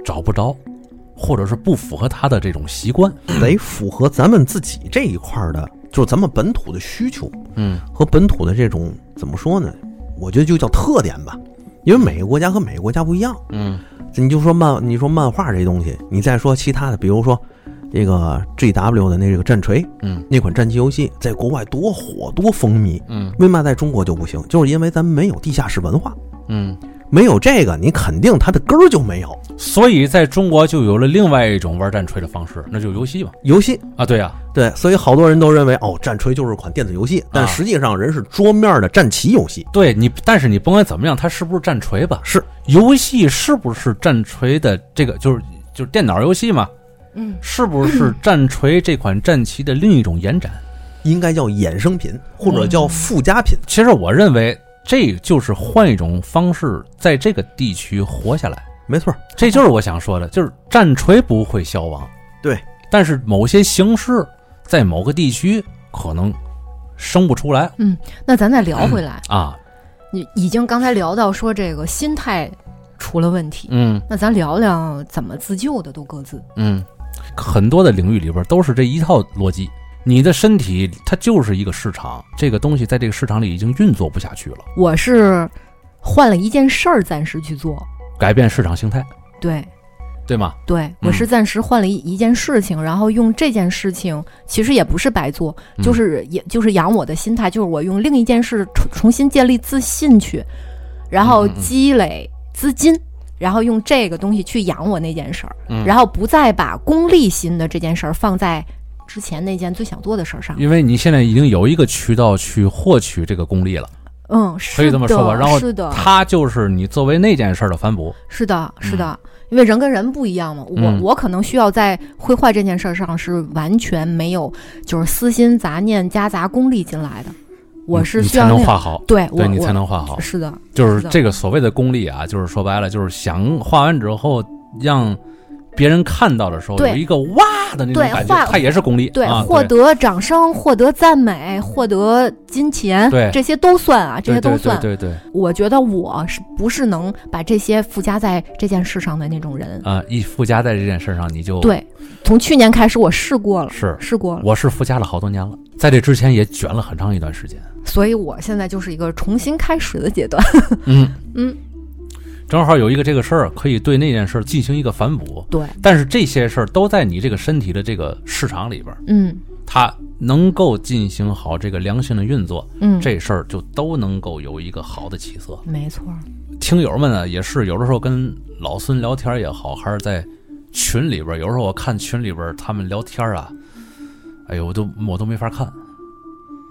[SPEAKER 1] 找不着，或者是不符合他的这种习惯。
[SPEAKER 3] 得符合咱们自己这一块儿的，就是咱们本土的需求
[SPEAKER 1] 嗯
[SPEAKER 3] 和本土的这种怎么说呢？我觉得就叫特点吧，因为每个国家和每个国家不一样。
[SPEAKER 1] 嗯
[SPEAKER 3] 你就说漫，你说漫画这东西，你再说其他的，比如说这个 G W 的那个战锤
[SPEAKER 1] 嗯
[SPEAKER 3] 那款战棋游戏，在国外多火多风靡，
[SPEAKER 1] 嗯
[SPEAKER 3] 为嘛在中国就不行？就是因为咱没有地下室文化，
[SPEAKER 1] 嗯，
[SPEAKER 3] 没有这个，你肯定它的根儿就没有。
[SPEAKER 1] 所以在中国就有了另外一种玩战锤的方式，那就是游戏嘛。
[SPEAKER 3] 游戏
[SPEAKER 1] 啊，对呀、
[SPEAKER 3] 对，所以好多人都认为哦，战锤就是款电子游戏，但
[SPEAKER 1] 啊
[SPEAKER 3] 实际上人是桌面的战棋游戏。
[SPEAKER 1] 对你，但是你甭管怎么样，它是不是战锤吧？
[SPEAKER 3] 是
[SPEAKER 1] 游戏是不是战锤的这个就是就是电脑游戏嘛？
[SPEAKER 2] 嗯
[SPEAKER 1] 是不是战锤这款战旗的另一种延展？
[SPEAKER 3] 应该叫衍生品，或者叫附加品。
[SPEAKER 1] 其实我认为这就是换一种方式在这个地区活下来，
[SPEAKER 3] 没错，
[SPEAKER 1] 这就是我想说的，就是战锤不会消亡，
[SPEAKER 3] 对，
[SPEAKER 1] 但是某些形式在某个地区可能生不出来
[SPEAKER 2] 嗯，那咱再聊回来，
[SPEAKER 1] 啊。
[SPEAKER 2] 你已经刚才聊到说这个心态出了问题，
[SPEAKER 1] 嗯
[SPEAKER 2] 那咱聊聊怎么自救的，都各自。
[SPEAKER 1] 嗯，很多的领域里边都是这一套逻辑，你的身体它就是一个市场，这个东西在这个市场里已经运作不下去了，
[SPEAKER 2] 我是换了一件事儿暂时去做，
[SPEAKER 1] 改变市场形态，
[SPEAKER 2] 对
[SPEAKER 1] 对吗？
[SPEAKER 2] 对，我
[SPEAKER 1] 嗯
[SPEAKER 2] 是暂时换了一一件事情，然后用这件事情其实也不是白做，
[SPEAKER 1] 嗯
[SPEAKER 2] 就是也就是养我的心态，就是我用另一件事重重新建立自信去，然后
[SPEAKER 1] 嗯嗯嗯
[SPEAKER 2] 积累资金。然后用这个东西去养我那件事儿，
[SPEAKER 1] 嗯
[SPEAKER 2] 然后不再把功利心的这件事儿放在之前那件最想做的事儿上。
[SPEAKER 1] 因为你现在已经有一个渠道去获取这个功利了，
[SPEAKER 2] 嗯，是的，
[SPEAKER 1] 可以这么说吧然后
[SPEAKER 2] 是的，
[SPEAKER 1] 它就是你作为那件事儿的反哺。
[SPEAKER 2] 是的，是的，因为人跟人不一样嘛，我、
[SPEAKER 1] 嗯
[SPEAKER 2] 我可能需要在绘画这件事儿上是完全没有就是私心杂念夹杂功利进来的，我
[SPEAKER 1] 你
[SPEAKER 2] 是
[SPEAKER 1] 你
[SPEAKER 2] 需
[SPEAKER 1] 才
[SPEAKER 2] 要
[SPEAKER 1] 能
[SPEAKER 2] 那种
[SPEAKER 1] 画好，
[SPEAKER 2] 对我
[SPEAKER 1] 对你
[SPEAKER 2] 我
[SPEAKER 1] 才能画好。
[SPEAKER 2] 是的，
[SPEAKER 1] 就是
[SPEAKER 2] 是的
[SPEAKER 1] 这个所谓的功利啊，就是说白了，就是想画完之后让别人看到的时候
[SPEAKER 2] 对
[SPEAKER 1] 有一个哇的那种
[SPEAKER 2] 对
[SPEAKER 1] 感觉
[SPEAKER 2] 画，
[SPEAKER 1] 它也是功利，
[SPEAKER 2] 对，
[SPEAKER 1] 啊、
[SPEAKER 2] 获得掌声，获得赞美，获得金钱，
[SPEAKER 1] 对
[SPEAKER 2] 这些都算啊，这
[SPEAKER 1] 对
[SPEAKER 2] 些都
[SPEAKER 1] 对
[SPEAKER 2] 算。
[SPEAKER 1] 对对对对
[SPEAKER 2] 我觉得我是不是能把这些附加在这件事上的那种人？
[SPEAKER 1] 啊，一附加在这件事上，你就
[SPEAKER 2] 对，从去年开始我试过了，
[SPEAKER 1] 是，
[SPEAKER 2] 试过了，
[SPEAKER 1] 我是附加了好多年了，在这之前也卷了很长一段时 间，
[SPEAKER 2] 所以我现在就是一个重新开始的阶段。
[SPEAKER 1] 嗯
[SPEAKER 2] 嗯，
[SPEAKER 1] 正好有一个这个事儿可以对那件事儿进行一个反哺，
[SPEAKER 2] 对，
[SPEAKER 1] 但是这些事儿都在你这个身体的这个市场里边儿，
[SPEAKER 2] 嗯
[SPEAKER 1] 它能够进行好这个良性的运作，
[SPEAKER 2] 嗯，
[SPEAKER 1] 这事儿就都能够有一个好的起色。
[SPEAKER 2] 没错儿，
[SPEAKER 1] 听友们呢，也是有的时候跟老孙聊天也好，还是在群里边儿，有时候我看群里边儿他们聊天啊，哎呦，我都我都没法看，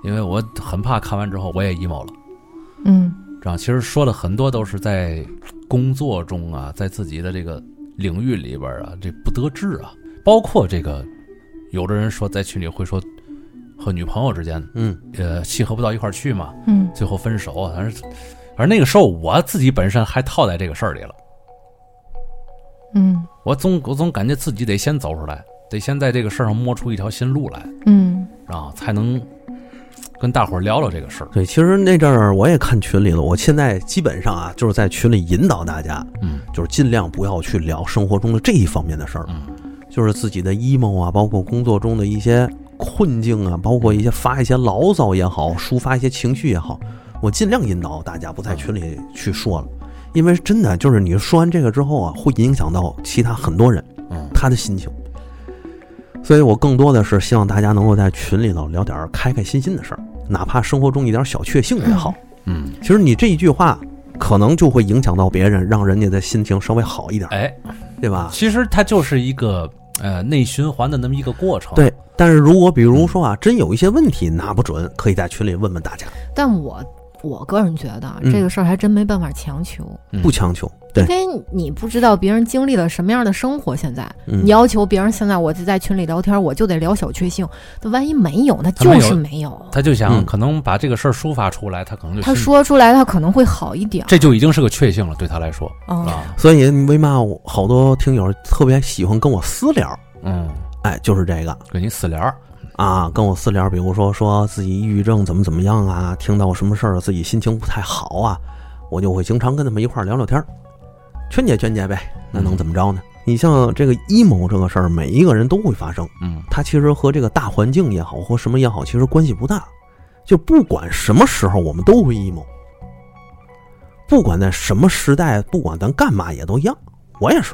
[SPEAKER 1] 因为我很怕看完之后我也 emo 了。
[SPEAKER 2] 嗯
[SPEAKER 1] 这样其实说的很多都是在工作中啊，在自己的这个领域里边儿啊，这不得志啊，包括这个有的人说在群里会说和女朋友之间
[SPEAKER 3] 嗯，
[SPEAKER 1] 呃契合不到一块儿去嘛，
[SPEAKER 2] 嗯
[SPEAKER 1] 最后分手啊，反正而那个时候我自己本身还套在这个事儿里了，
[SPEAKER 2] 嗯
[SPEAKER 1] 我总我总感觉自己得先走出来，得先在这个事儿上摸出一条新路来，
[SPEAKER 2] 嗯
[SPEAKER 1] 然后才能跟大伙儿聊聊这个事儿。
[SPEAKER 3] 对，其实那阵儿我也看群里了，我现在基本上啊，就是在群里引导大家，
[SPEAKER 1] 嗯
[SPEAKER 3] 就是尽量不要去聊生活中的这一方面的事儿，
[SPEAKER 1] 嗯
[SPEAKER 3] 就是自己的 emo 啊，包括工作中的一些困境啊，包括一些发一些牢骚也好，抒发一些情绪也好，我尽量引导大家不在群里去说了，因为真的就是你说完这个之后啊，会影响到其他很多人。
[SPEAKER 1] 嗯
[SPEAKER 3] 他的心情。所以我更多的是希望大家能够在群里头聊点儿开开心心的事儿，哪怕生活中一点小确幸也好。
[SPEAKER 1] 嗯，
[SPEAKER 3] 其实你这一句话，可能就会影响到别人，让人家的心情稍微好一点，
[SPEAKER 1] 哎，
[SPEAKER 3] 对吧？
[SPEAKER 1] 其实它就是一个呃内循环的那么一个过程。
[SPEAKER 3] 对。但是如果比如说啊，真有一些问题拿不准，可以在群里问问大家，
[SPEAKER 2] 但我我个人觉得啊
[SPEAKER 3] 嗯
[SPEAKER 2] 这个事儿还真没办法强求，
[SPEAKER 1] 嗯，
[SPEAKER 3] 不强求。对
[SPEAKER 2] 因，为你不知道别人经历了什么样的生活。现在
[SPEAKER 3] 嗯
[SPEAKER 2] 你，要求别人现在我就在群里聊天，我就得聊小确幸，那万一没有，那
[SPEAKER 1] 他没
[SPEAKER 2] 就
[SPEAKER 1] 有
[SPEAKER 2] 是没有。
[SPEAKER 1] 他就想
[SPEAKER 3] 嗯
[SPEAKER 1] 可能把这个事儿抒发出来，他可能就
[SPEAKER 2] 他
[SPEAKER 1] 心
[SPEAKER 2] 说出来，他可能会好一点。
[SPEAKER 1] 这就已经是个确幸了，对他来说
[SPEAKER 2] 嗯，
[SPEAKER 3] 哦
[SPEAKER 1] 啊，
[SPEAKER 3] 所以为嘛我好多听友特别喜欢跟我私聊，
[SPEAKER 1] 嗯，
[SPEAKER 3] 哎，就是这个。
[SPEAKER 1] 给你私聊儿，啊
[SPEAKER 3] 啊，跟我私聊，比如说说自己抑郁症怎么怎么样啊，听到什么事儿自己心情不太好啊，我就会经常跟他们一块儿聊聊天儿，劝解劝解呗，那能怎么着呢？你像这个 emo 这个事儿，每一个人都会发生，
[SPEAKER 1] 嗯
[SPEAKER 3] 它其实和这个大环境也好，和什么也好，其实关系不大。就不管什么时候，我们都会 emo，不管在什么时代，不管咱干嘛也都一样。我也是，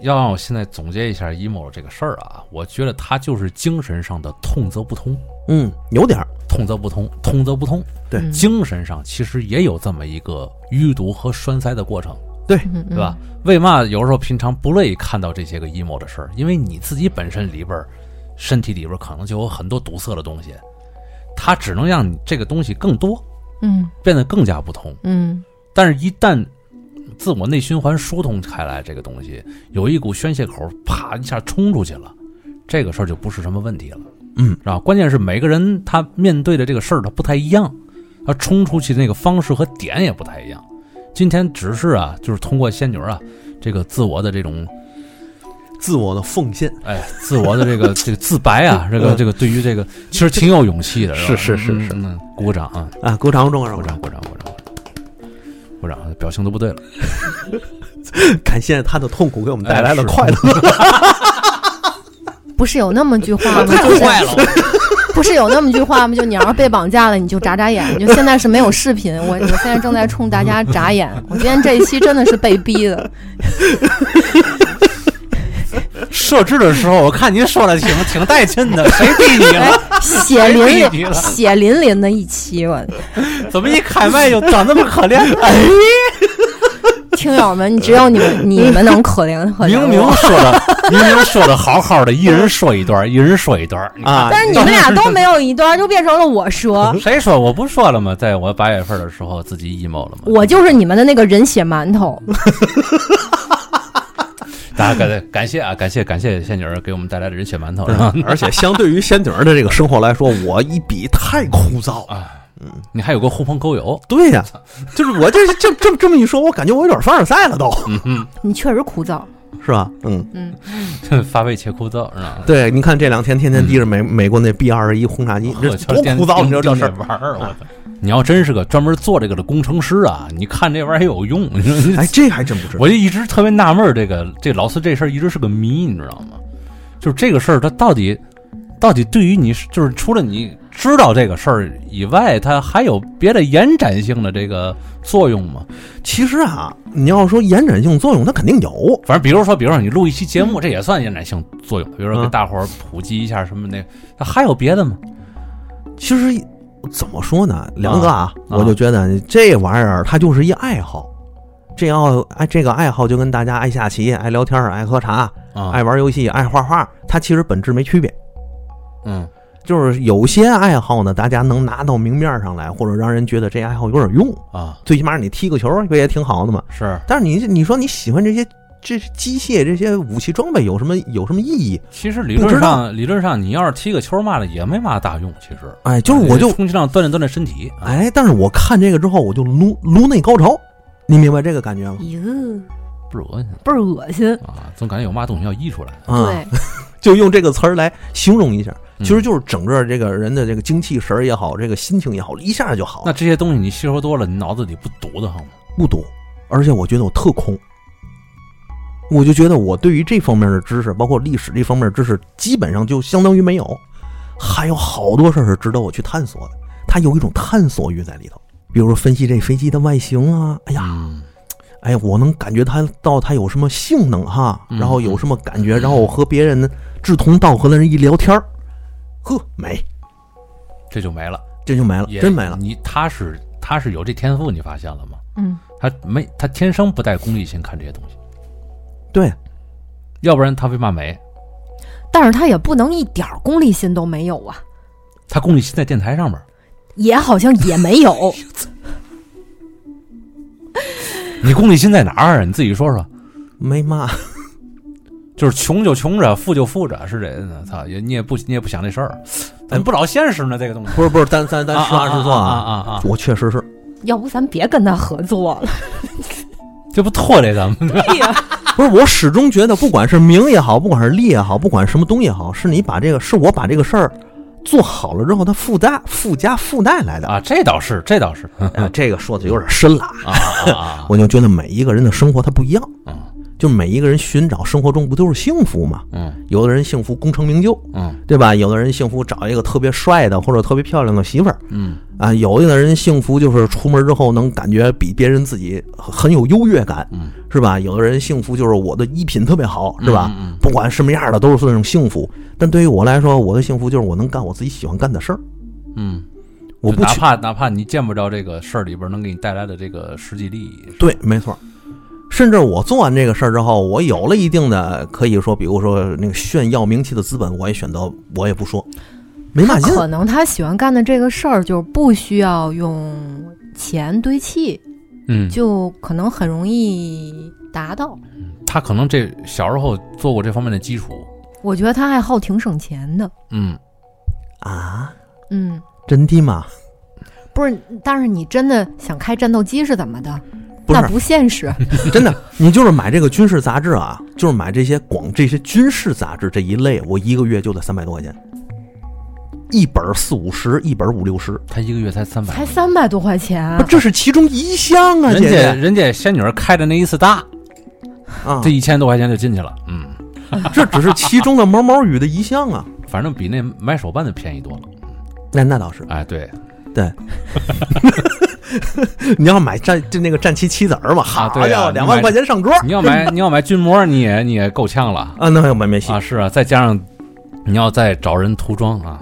[SPEAKER 1] 要让我现在总结一下 emo 这个事儿啊，我觉得它就是精神上的痛则不通，
[SPEAKER 3] 嗯，有点儿，
[SPEAKER 1] 痛则不通，痛则不通。
[SPEAKER 3] 对
[SPEAKER 2] 嗯
[SPEAKER 1] 精神上其实也有这么一个淤堵和栓塞的过程，
[SPEAKER 2] 嗯
[SPEAKER 1] 对吧？？为嘛有时候平常不乐意看到这些个 emo 的事儿？因为你自己本身里边儿，身体里边儿可能就有很多堵塞的东西，它只能让你这个东西更多，
[SPEAKER 2] 嗯
[SPEAKER 1] 变得更加不通。
[SPEAKER 2] 嗯
[SPEAKER 1] 但是，一旦自我内循环疏通开来，这个东西有一股宣泄口，啪一下冲出去了，这个事儿就不是什么问题了，
[SPEAKER 3] 嗯，
[SPEAKER 1] 是吧？关键是每个人他面对的这个事儿他不太一样，他冲出去的那个方式和点也不太一样。今天只是啊，就是通过仙女儿啊，这个自我的这种
[SPEAKER 3] 自我的奉献，
[SPEAKER 1] 哎，自我的这个这个自白 啊，这个这个对于这个其实挺有勇气的，吧
[SPEAKER 3] 嗯是是是
[SPEAKER 1] 嗯
[SPEAKER 3] 是
[SPEAKER 1] 嗯，鼓掌啊，
[SPEAKER 3] 啊，鼓掌，鼓掌，
[SPEAKER 1] 鼓
[SPEAKER 3] 鼓掌
[SPEAKER 1] 掌，。鼓掌，鼓掌，鼓掌，表情都不对了。
[SPEAKER 3] 感谢他的痛苦给我们带来了
[SPEAKER 1] 哎是
[SPEAKER 3] 快乐。
[SPEAKER 2] 不是有那么句话吗？
[SPEAKER 1] 太
[SPEAKER 2] 就是
[SPEAKER 1] 坏了！
[SPEAKER 2] 不是有那么句话吗？就你要是被绑架了，你就眨眨眼。就现在是没有视频，我我现在正在冲大家眨眼。我今天这一期真的是被逼的，
[SPEAKER 1] 设置的时候，我看您说的挺挺带劲 的，谁逼你啊
[SPEAKER 2] 哎
[SPEAKER 1] 了？，
[SPEAKER 2] 血淋
[SPEAKER 1] 被逼
[SPEAKER 2] 淋、
[SPEAKER 1] 了
[SPEAKER 2] 血淋淋的一期，我
[SPEAKER 1] 怎么一开麦就长那么可 怜？
[SPEAKER 2] 听友们，只有你们你们能可怜可怜
[SPEAKER 1] 明明
[SPEAKER 2] 我，
[SPEAKER 1] 说的，明明说的好好的，一人说一 段，一人说一段。你
[SPEAKER 3] 啊，
[SPEAKER 2] 但是你们俩都没有一段，就变成了我说。
[SPEAKER 1] 谁说我不说了吗？在我八月份的时候，自己 emo 了吗？
[SPEAKER 2] 我就是你们的那个人血馒头，
[SPEAKER 1] 大家感感谢啊，感谢感谢仙女儿给我们带来的人血馒头，是吧？
[SPEAKER 3] 而且相对于仙女儿的这个生活来说，我一比太枯燥
[SPEAKER 1] 啊
[SPEAKER 3] 了。
[SPEAKER 1] 你还有个狐朋狗友，
[SPEAKER 3] 对呀、就是我这这这这么一说，我感觉我有点凡尔赛了都，
[SPEAKER 1] 嗯
[SPEAKER 2] 你确实枯燥。
[SPEAKER 3] 是吧？嗯，
[SPEAKER 2] 嗯，
[SPEAKER 1] 发味且枯燥，是吧？
[SPEAKER 3] 对，你看这两天
[SPEAKER 1] 嗯
[SPEAKER 3] 天天盯着美美国那 B 二十一轰炸机，这
[SPEAKER 1] 我全
[SPEAKER 3] 多
[SPEAKER 1] 惦
[SPEAKER 3] 枯燥，你知道这
[SPEAKER 1] 惦
[SPEAKER 3] 事
[SPEAKER 1] 着
[SPEAKER 3] 儿？
[SPEAKER 1] 玩儿，啊我操！你要真是个专门做这个的工程师啊，你看这玩意儿有用。你说
[SPEAKER 3] 哎，这还真不知道。
[SPEAKER 1] 我就一直特别纳闷儿，这个这老四这事儿一直是个谜，你知道吗？就是这个事儿，他到底到底对于你是，就是除了你知道这个事儿以外，它还有别的延展性的这个作用吗？
[SPEAKER 3] 其实啊，你要说延展性作用，它肯定有。
[SPEAKER 1] 反正比如说，比如说你录一期节目，这也算延展性作用。比如说给
[SPEAKER 3] 嗯
[SPEAKER 1] 大伙儿普及一下什么那，它还有别的吗？
[SPEAKER 3] 其实怎么说呢，梁哥啊，
[SPEAKER 1] 啊
[SPEAKER 3] 我就觉得这玩意儿它就是一爱好。这要哎，这个爱好就跟大家爱下棋、爱聊天、爱喝茶、
[SPEAKER 1] 啊，
[SPEAKER 3] 爱玩游戏、爱画画，它其实本质没区别。
[SPEAKER 1] 嗯
[SPEAKER 3] 就是有些爱好呢，大家能拿到明面上来，或者让人觉得这爱好有点用，
[SPEAKER 1] 啊
[SPEAKER 3] 最起码你踢个球不也挺好的嘛。
[SPEAKER 1] 是，
[SPEAKER 3] 但是你你说你喜欢这些这机械这些武器装备有什么有什么意义？
[SPEAKER 1] 其实理
[SPEAKER 3] 不
[SPEAKER 1] 论
[SPEAKER 3] 知道
[SPEAKER 1] 上理论上你要是踢个球嘛的也没嘛大用，其实
[SPEAKER 3] 哎，就是我就
[SPEAKER 1] 充其量锻炼锻炼身体。啊，
[SPEAKER 3] 哎，但是我看这个之后我就颅颅内高潮，你明白这个感觉吗？
[SPEAKER 2] 哟，
[SPEAKER 1] 不是恶心
[SPEAKER 2] 倍儿恶心。
[SPEAKER 1] 啊，总感觉有嘛东西要溢出来。
[SPEAKER 3] 啊、
[SPEAKER 2] 对，
[SPEAKER 3] 就用这个词儿来形容一下，
[SPEAKER 1] 嗯
[SPEAKER 3] 其实就是整个这个人的这个精气神儿也好，这个心情也好，一下就好
[SPEAKER 1] 那
[SPEAKER 3] 了，
[SPEAKER 1] 这些东西你吸收多了，你脑子里不堵得慌吗？
[SPEAKER 3] 不堵。而且我觉得我特空，我就觉得我对于这方面的知识，包括历史这方面的知识，基本上就相当于没有，还有好多事儿是值得我去探索的。它有一种探索欲在里头，比如说分析这飞机的外形啊，哎呀，
[SPEAKER 1] 嗯，
[SPEAKER 3] 哎，我能感觉它到它有什么性能哈，
[SPEAKER 1] 嗯
[SPEAKER 3] 然后有什么感觉，然后我和别人志同道合的人一聊天儿，呵，美，
[SPEAKER 1] 这就没了，
[SPEAKER 3] 这就没了，
[SPEAKER 1] 也
[SPEAKER 3] 真没了。
[SPEAKER 1] 你他是他是有这天赋，你发现了吗？
[SPEAKER 2] 嗯，
[SPEAKER 1] 他没他天生不带功利心看这些东西，
[SPEAKER 3] 对，
[SPEAKER 1] 要不然他为嘛美？
[SPEAKER 2] 但是他也不能一点儿功利心都没有啊，
[SPEAKER 1] 他功利心在电台上面，
[SPEAKER 2] 也好像也没有。
[SPEAKER 1] 你功利心在哪儿啊？你自己说说。
[SPEAKER 3] 没嘛，
[SPEAKER 1] 就是穷就穷着，富就富着，是这，操，也你也不你也不想这事儿，怎么不老现实呢？这个东西，
[SPEAKER 3] 不是不是，咱咱咱嗯实话实说
[SPEAKER 1] 啊啊啊啊啊
[SPEAKER 3] 我确实是，
[SPEAKER 2] 要不咱别跟他合作了。
[SPEAKER 1] 这不拖累咱们？
[SPEAKER 2] 对呀、
[SPEAKER 3] 不是我始终觉得，不管是名也好，不管是利也好，不管什么东西也好，是你把这个，是我把这个事儿做好了之后，它附带附加附带来的。
[SPEAKER 1] 啊，这倒是，这倒 是啊
[SPEAKER 3] 哎这个说的有点深了啊，
[SPEAKER 1] 啊啊！
[SPEAKER 3] 我就觉得每一个人的生活它不一样，
[SPEAKER 1] 嗯
[SPEAKER 3] 就每一个人寻找生活中不都是幸福吗？
[SPEAKER 1] 嗯
[SPEAKER 3] 有的人幸福功成名就，
[SPEAKER 1] 嗯
[SPEAKER 3] 对吧？有的人幸福找一个特别帅的或者特别漂亮的媳妇儿
[SPEAKER 1] 嗯
[SPEAKER 3] 啊，有的人幸福就是出门之后能感觉比别人自己很有优越感，
[SPEAKER 1] 嗯，
[SPEAKER 3] 是吧？有的人幸福就是我的衣品特别好，是吧？
[SPEAKER 1] 嗯嗯嗯
[SPEAKER 3] 不管什么样的都是算一种幸福。但对于我来说，我的幸福就是我能干我自己喜欢干的事儿，
[SPEAKER 1] 嗯，
[SPEAKER 3] 我
[SPEAKER 1] 就
[SPEAKER 3] 不
[SPEAKER 1] 哪
[SPEAKER 3] 去
[SPEAKER 1] 怕哪怕你见不着这个事儿里边能给你带来的这个实际利益，
[SPEAKER 3] 对，没错。甚至我做完这个事儿之后，我有了一定的可以说，比如说那个炫耀名气的资本，我也选择我也不说，没嘛劲。
[SPEAKER 2] 可能他喜欢干的这个事儿，就不需要用钱堆砌，
[SPEAKER 1] 嗯，
[SPEAKER 2] 就可能很容易达到。
[SPEAKER 1] 他可能这小时候做过这方面的基础，
[SPEAKER 2] 我觉得他爱好挺省钱的。
[SPEAKER 1] 嗯，
[SPEAKER 3] 啊，
[SPEAKER 2] 嗯，
[SPEAKER 3] 真的吗？
[SPEAKER 2] 不是，但是你真的想开战斗机是怎么的？
[SPEAKER 3] 不
[SPEAKER 2] 那
[SPEAKER 3] 是嗯
[SPEAKER 2] 不现实。
[SPEAKER 3] 真的，你就是买这个军事杂志啊，就是买这些广这些军事杂志这一类，我一个月就得三百多块钱，一本儿四五十，一本儿五六十，
[SPEAKER 1] 他一个月才三百，
[SPEAKER 2] 才三百多块钱啊
[SPEAKER 3] 不，，这是其中一项啊，
[SPEAKER 1] 人
[SPEAKER 3] 姐
[SPEAKER 1] 家
[SPEAKER 3] 姐
[SPEAKER 1] 人家仙女儿开的那一次大，
[SPEAKER 3] 啊
[SPEAKER 2] 嗯
[SPEAKER 1] 这，一千多块钱就进去了，嗯，
[SPEAKER 3] 这只是其中的毛毛雨的一项啊。
[SPEAKER 1] 反正比那买手办的便宜多了，
[SPEAKER 3] 那那倒是，
[SPEAKER 1] 哎，对，
[SPEAKER 3] 你要买战就那个战旗棋子儿嘛，好
[SPEAKER 1] 啊对啊
[SPEAKER 3] 家伙，
[SPEAKER 1] 你
[SPEAKER 3] 两
[SPEAKER 1] 买
[SPEAKER 3] 万块钱上桌
[SPEAKER 1] 你要买 你要买军模，你也你也够呛了
[SPEAKER 3] 啊，那没没戏
[SPEAKER 1] 啊，。是啊，再加上你要再找人涂装啊，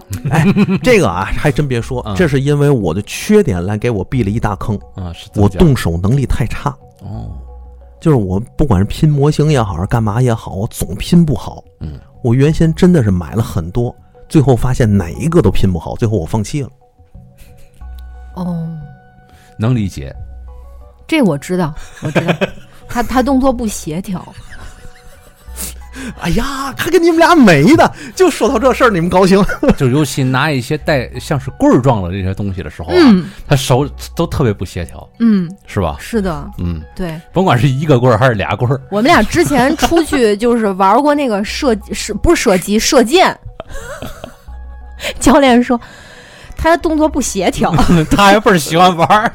[SPEAKER 3] 这个啊，还真别说
[SPEAKER 1] 嗯，
[SPEAKER 3] 这是因为我的缺点来给我避了一大坑，
[SPEAKER 1] 啊，是怎
[SPEAKER 3] 我
[SPEAKER 1] 么讲
[SPEAKER 3] 动手能力太差。
[SPEAKER 1] 哦，
[SPEAKER 3] 就是我不管是拼模型也好，还是干嘛也好，我总拼不好。
[SPEAKER 1] 嗯，
[SPEAKER 3] 我原先真的是买了很多，最后发现哪一个都拼不好，最后我放弃了。
[SPEAKER 2] 哦，
[SPEAKER 1] 能理解，
[SPEAKER 2] 这我知道，我知 道，他他动作不协调，
[SPEAKER 3] 哎呀，看给你们俩没的，就说到这事儿，你们高兴？
[SPEAKER 1] 就尤其拿一些带像是棍儿状的这些东西的时候啊，
[SPEAKER 2] 嗯
[SPEAKER 1] 他手都特别不协调，
[SPEAKER 2] 嗯，
[SPEAKER 1] 是吧？
[SPEAKER 2] 是的，
[SPEAKER 1] 嗯，
[SPEAKER 2] 对
[SPEAKER 1] 甭管是一个棍儿还是俩棍儿，
[SPEAKER 2] 我们俩之前出去就是玩过那个射射，不是射击，射箭。教练说他的动作不协调，
[SPEAKER 1] 他还倍儿喜欢玩儿。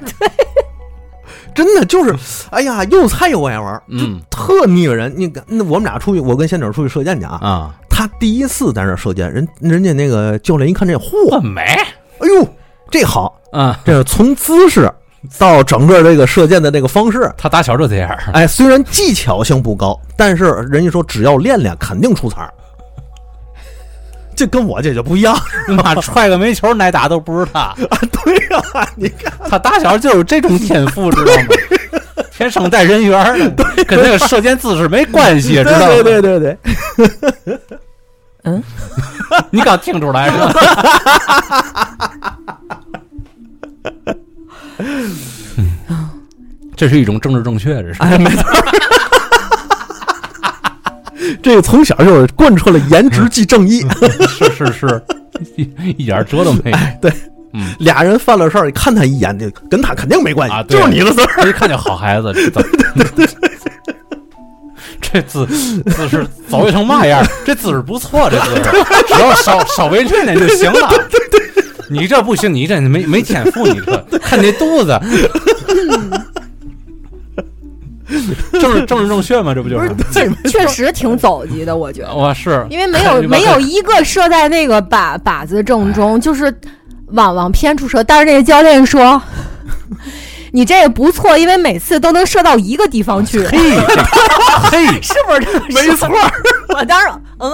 [SPEAKER 3] 真的就是，哎呀，又菜又爱玩儿，
[SPEAKER 1] 嗯
[SPEAKER 3] 特腻人。你看那我们俩出去，我跟仙女出去射箭去啊，
[SPEAKER 1] 啊，
[SPEAKER 3] 他第一次在那儿射箭，人人家那个教练一看这，嚯，
[SPEAKER 1] 我没，
[SPEAKER 3] 哎呦，这好，
[SPEAKER 1] 嗯，
[SPEAKER 3] 这是从姿势到整个这个射箭的这个方式，
[SPEAKER 1] 他打小就这样儿。
[SPEAKER 3] 哎，虽然技巧性不高，但是人家说只要练练，肯定出彩儿。这跟我这就不一 样
[SPEAKER 1] 妈踹个煤球挨打都不是他，
[SPEAKER 3] 啊！对呀、你看，
[SPEAKER 1] 他打小就有这种天赋，知道吗？ 天生带人缘 儿的，跟那个射箭姿势没关系，知
[SPEAKER 3] 对
[SPEAKER 1] 道吗？
[SPEAKER 3] 对对对对，
[SPEAKER 2] 嗯，
[SPEAKER 1] 你刚听出来是 吧？嗯这是一种政治正确，这是。
[SPEAKER 3] 哎，没错儿。 这个从小就是贯彻了颜值即正义，
[SPEAKER 1] 是是是，一一点辙都没有。
[SPEAKER 3] 对，
[SPEAKER 1] 嗯
[SPEAKER 3] 俩人犯了事儿，看他一眼，就跟他肯定没关系，
[SPEAKER 1] 啊对
[SPEAKER 3] 就是你的事儿。
[SPEAKER 1] 一看就好孩 子，这怎么？ 这姿姿势早就成嘛样儿？这姿势不错，这姿势只要稍稍微练练就行了。你这不行，你这没没天赋，你这看那肚 子，政治政治正确嘛，这不就是？啊
[SPEAKER 2] 这确实挺走级的，我觉得，
[SPEAKER 1] 我是
[SPEAKER 2] 因为没有没有一个射在那个靶靶子正中，就是往往偏处射。但是那个教练说。 你这也不错，因为每次都能射到一个地方去，
[SPEAKER 1] 嘿嘿，
[SPEAKER 2] 是不是这么说？
[SPEAKER 3] 没 错，
[SPEAKER 2] 我当时嗯，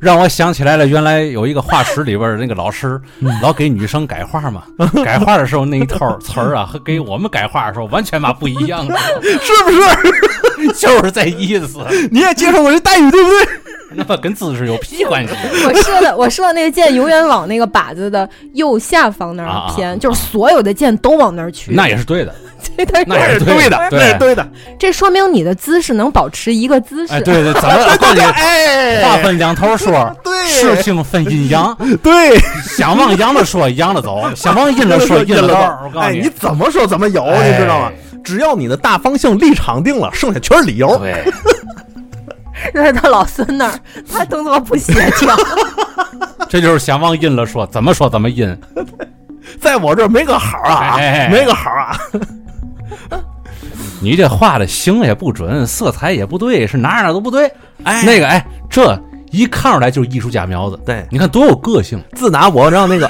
[SPEAKER 1] 让我想起来了，原来有一个画室里边儿那个老师，老给女生改画 嘛，改画的时候那一套词儿啊，和给我们改画的时候完全嘛不一 样的，啊
[SPEAKER 3] 是不是？
[SPEAKER 1] 就是这意思。
[SPEAKER 3] 你也接受我这待遇，对不对？
[SPEAKER 1] 那么跟姿势有屁关系？
[SPEAKER 2] 我射的我射的那个箭永远往那个靶子的右下方那儿偏，
[SPEAKER 1] 啊啊啊
[SPEAKER 2] 就是所有的箭都往那儿去。
[SPEAKER 1] 那也是对的，
[SPEAKER 2] 这他
[SPEAKER 1] 那也是对的对
[SPEAKER 3] 那 是对的。
[SPEAKER 2] 这说明你的姿势能保持一个姿势。
[SPEAKER 1] 哎， 对对，怎么我告诉 你，
[SPEAKER 3] 哎，
[SPEAKER 1] 话分两头说，
[SPEAKER 3] 对
[SPEAKER 1] 事情分阴阳，
[SPEAKER 3] 对，
[SPEAKER 1] 想往阳了说阳了走，想往阴了 说阴了道。我告诉
[SPEAKER 3] 哎，你怎么说怎么有，
[SPEAKER 1] 哎
[SPEAKER 3] 你知道吗？只要你的大方向立场定了，剩下全是理由。
[SPEAKER 1] 对，
[SPEAKER 2] 这是他老孙那儿，他动作不协调。
[SPEAKER 1] 这就是想往阴了说，怎么说怎么阴。
[SPEAKER 3] 在我这儿没个好啊
[SPEAKER 1] 哎，
[SPEAKER 3] 没个好啊。
[SPEAKER 1] 你这画的形也不准，色彩也不对，是哪哪都不对。
[SPEAKER 3] 哎
[SPEAKER 1] 那个哎，这一看出来就是艺术家苗子。
[SPEAKER 3] 对
[SPEAKER 1] 你看多有个性，
[SPEAKER 3] 自打我让那个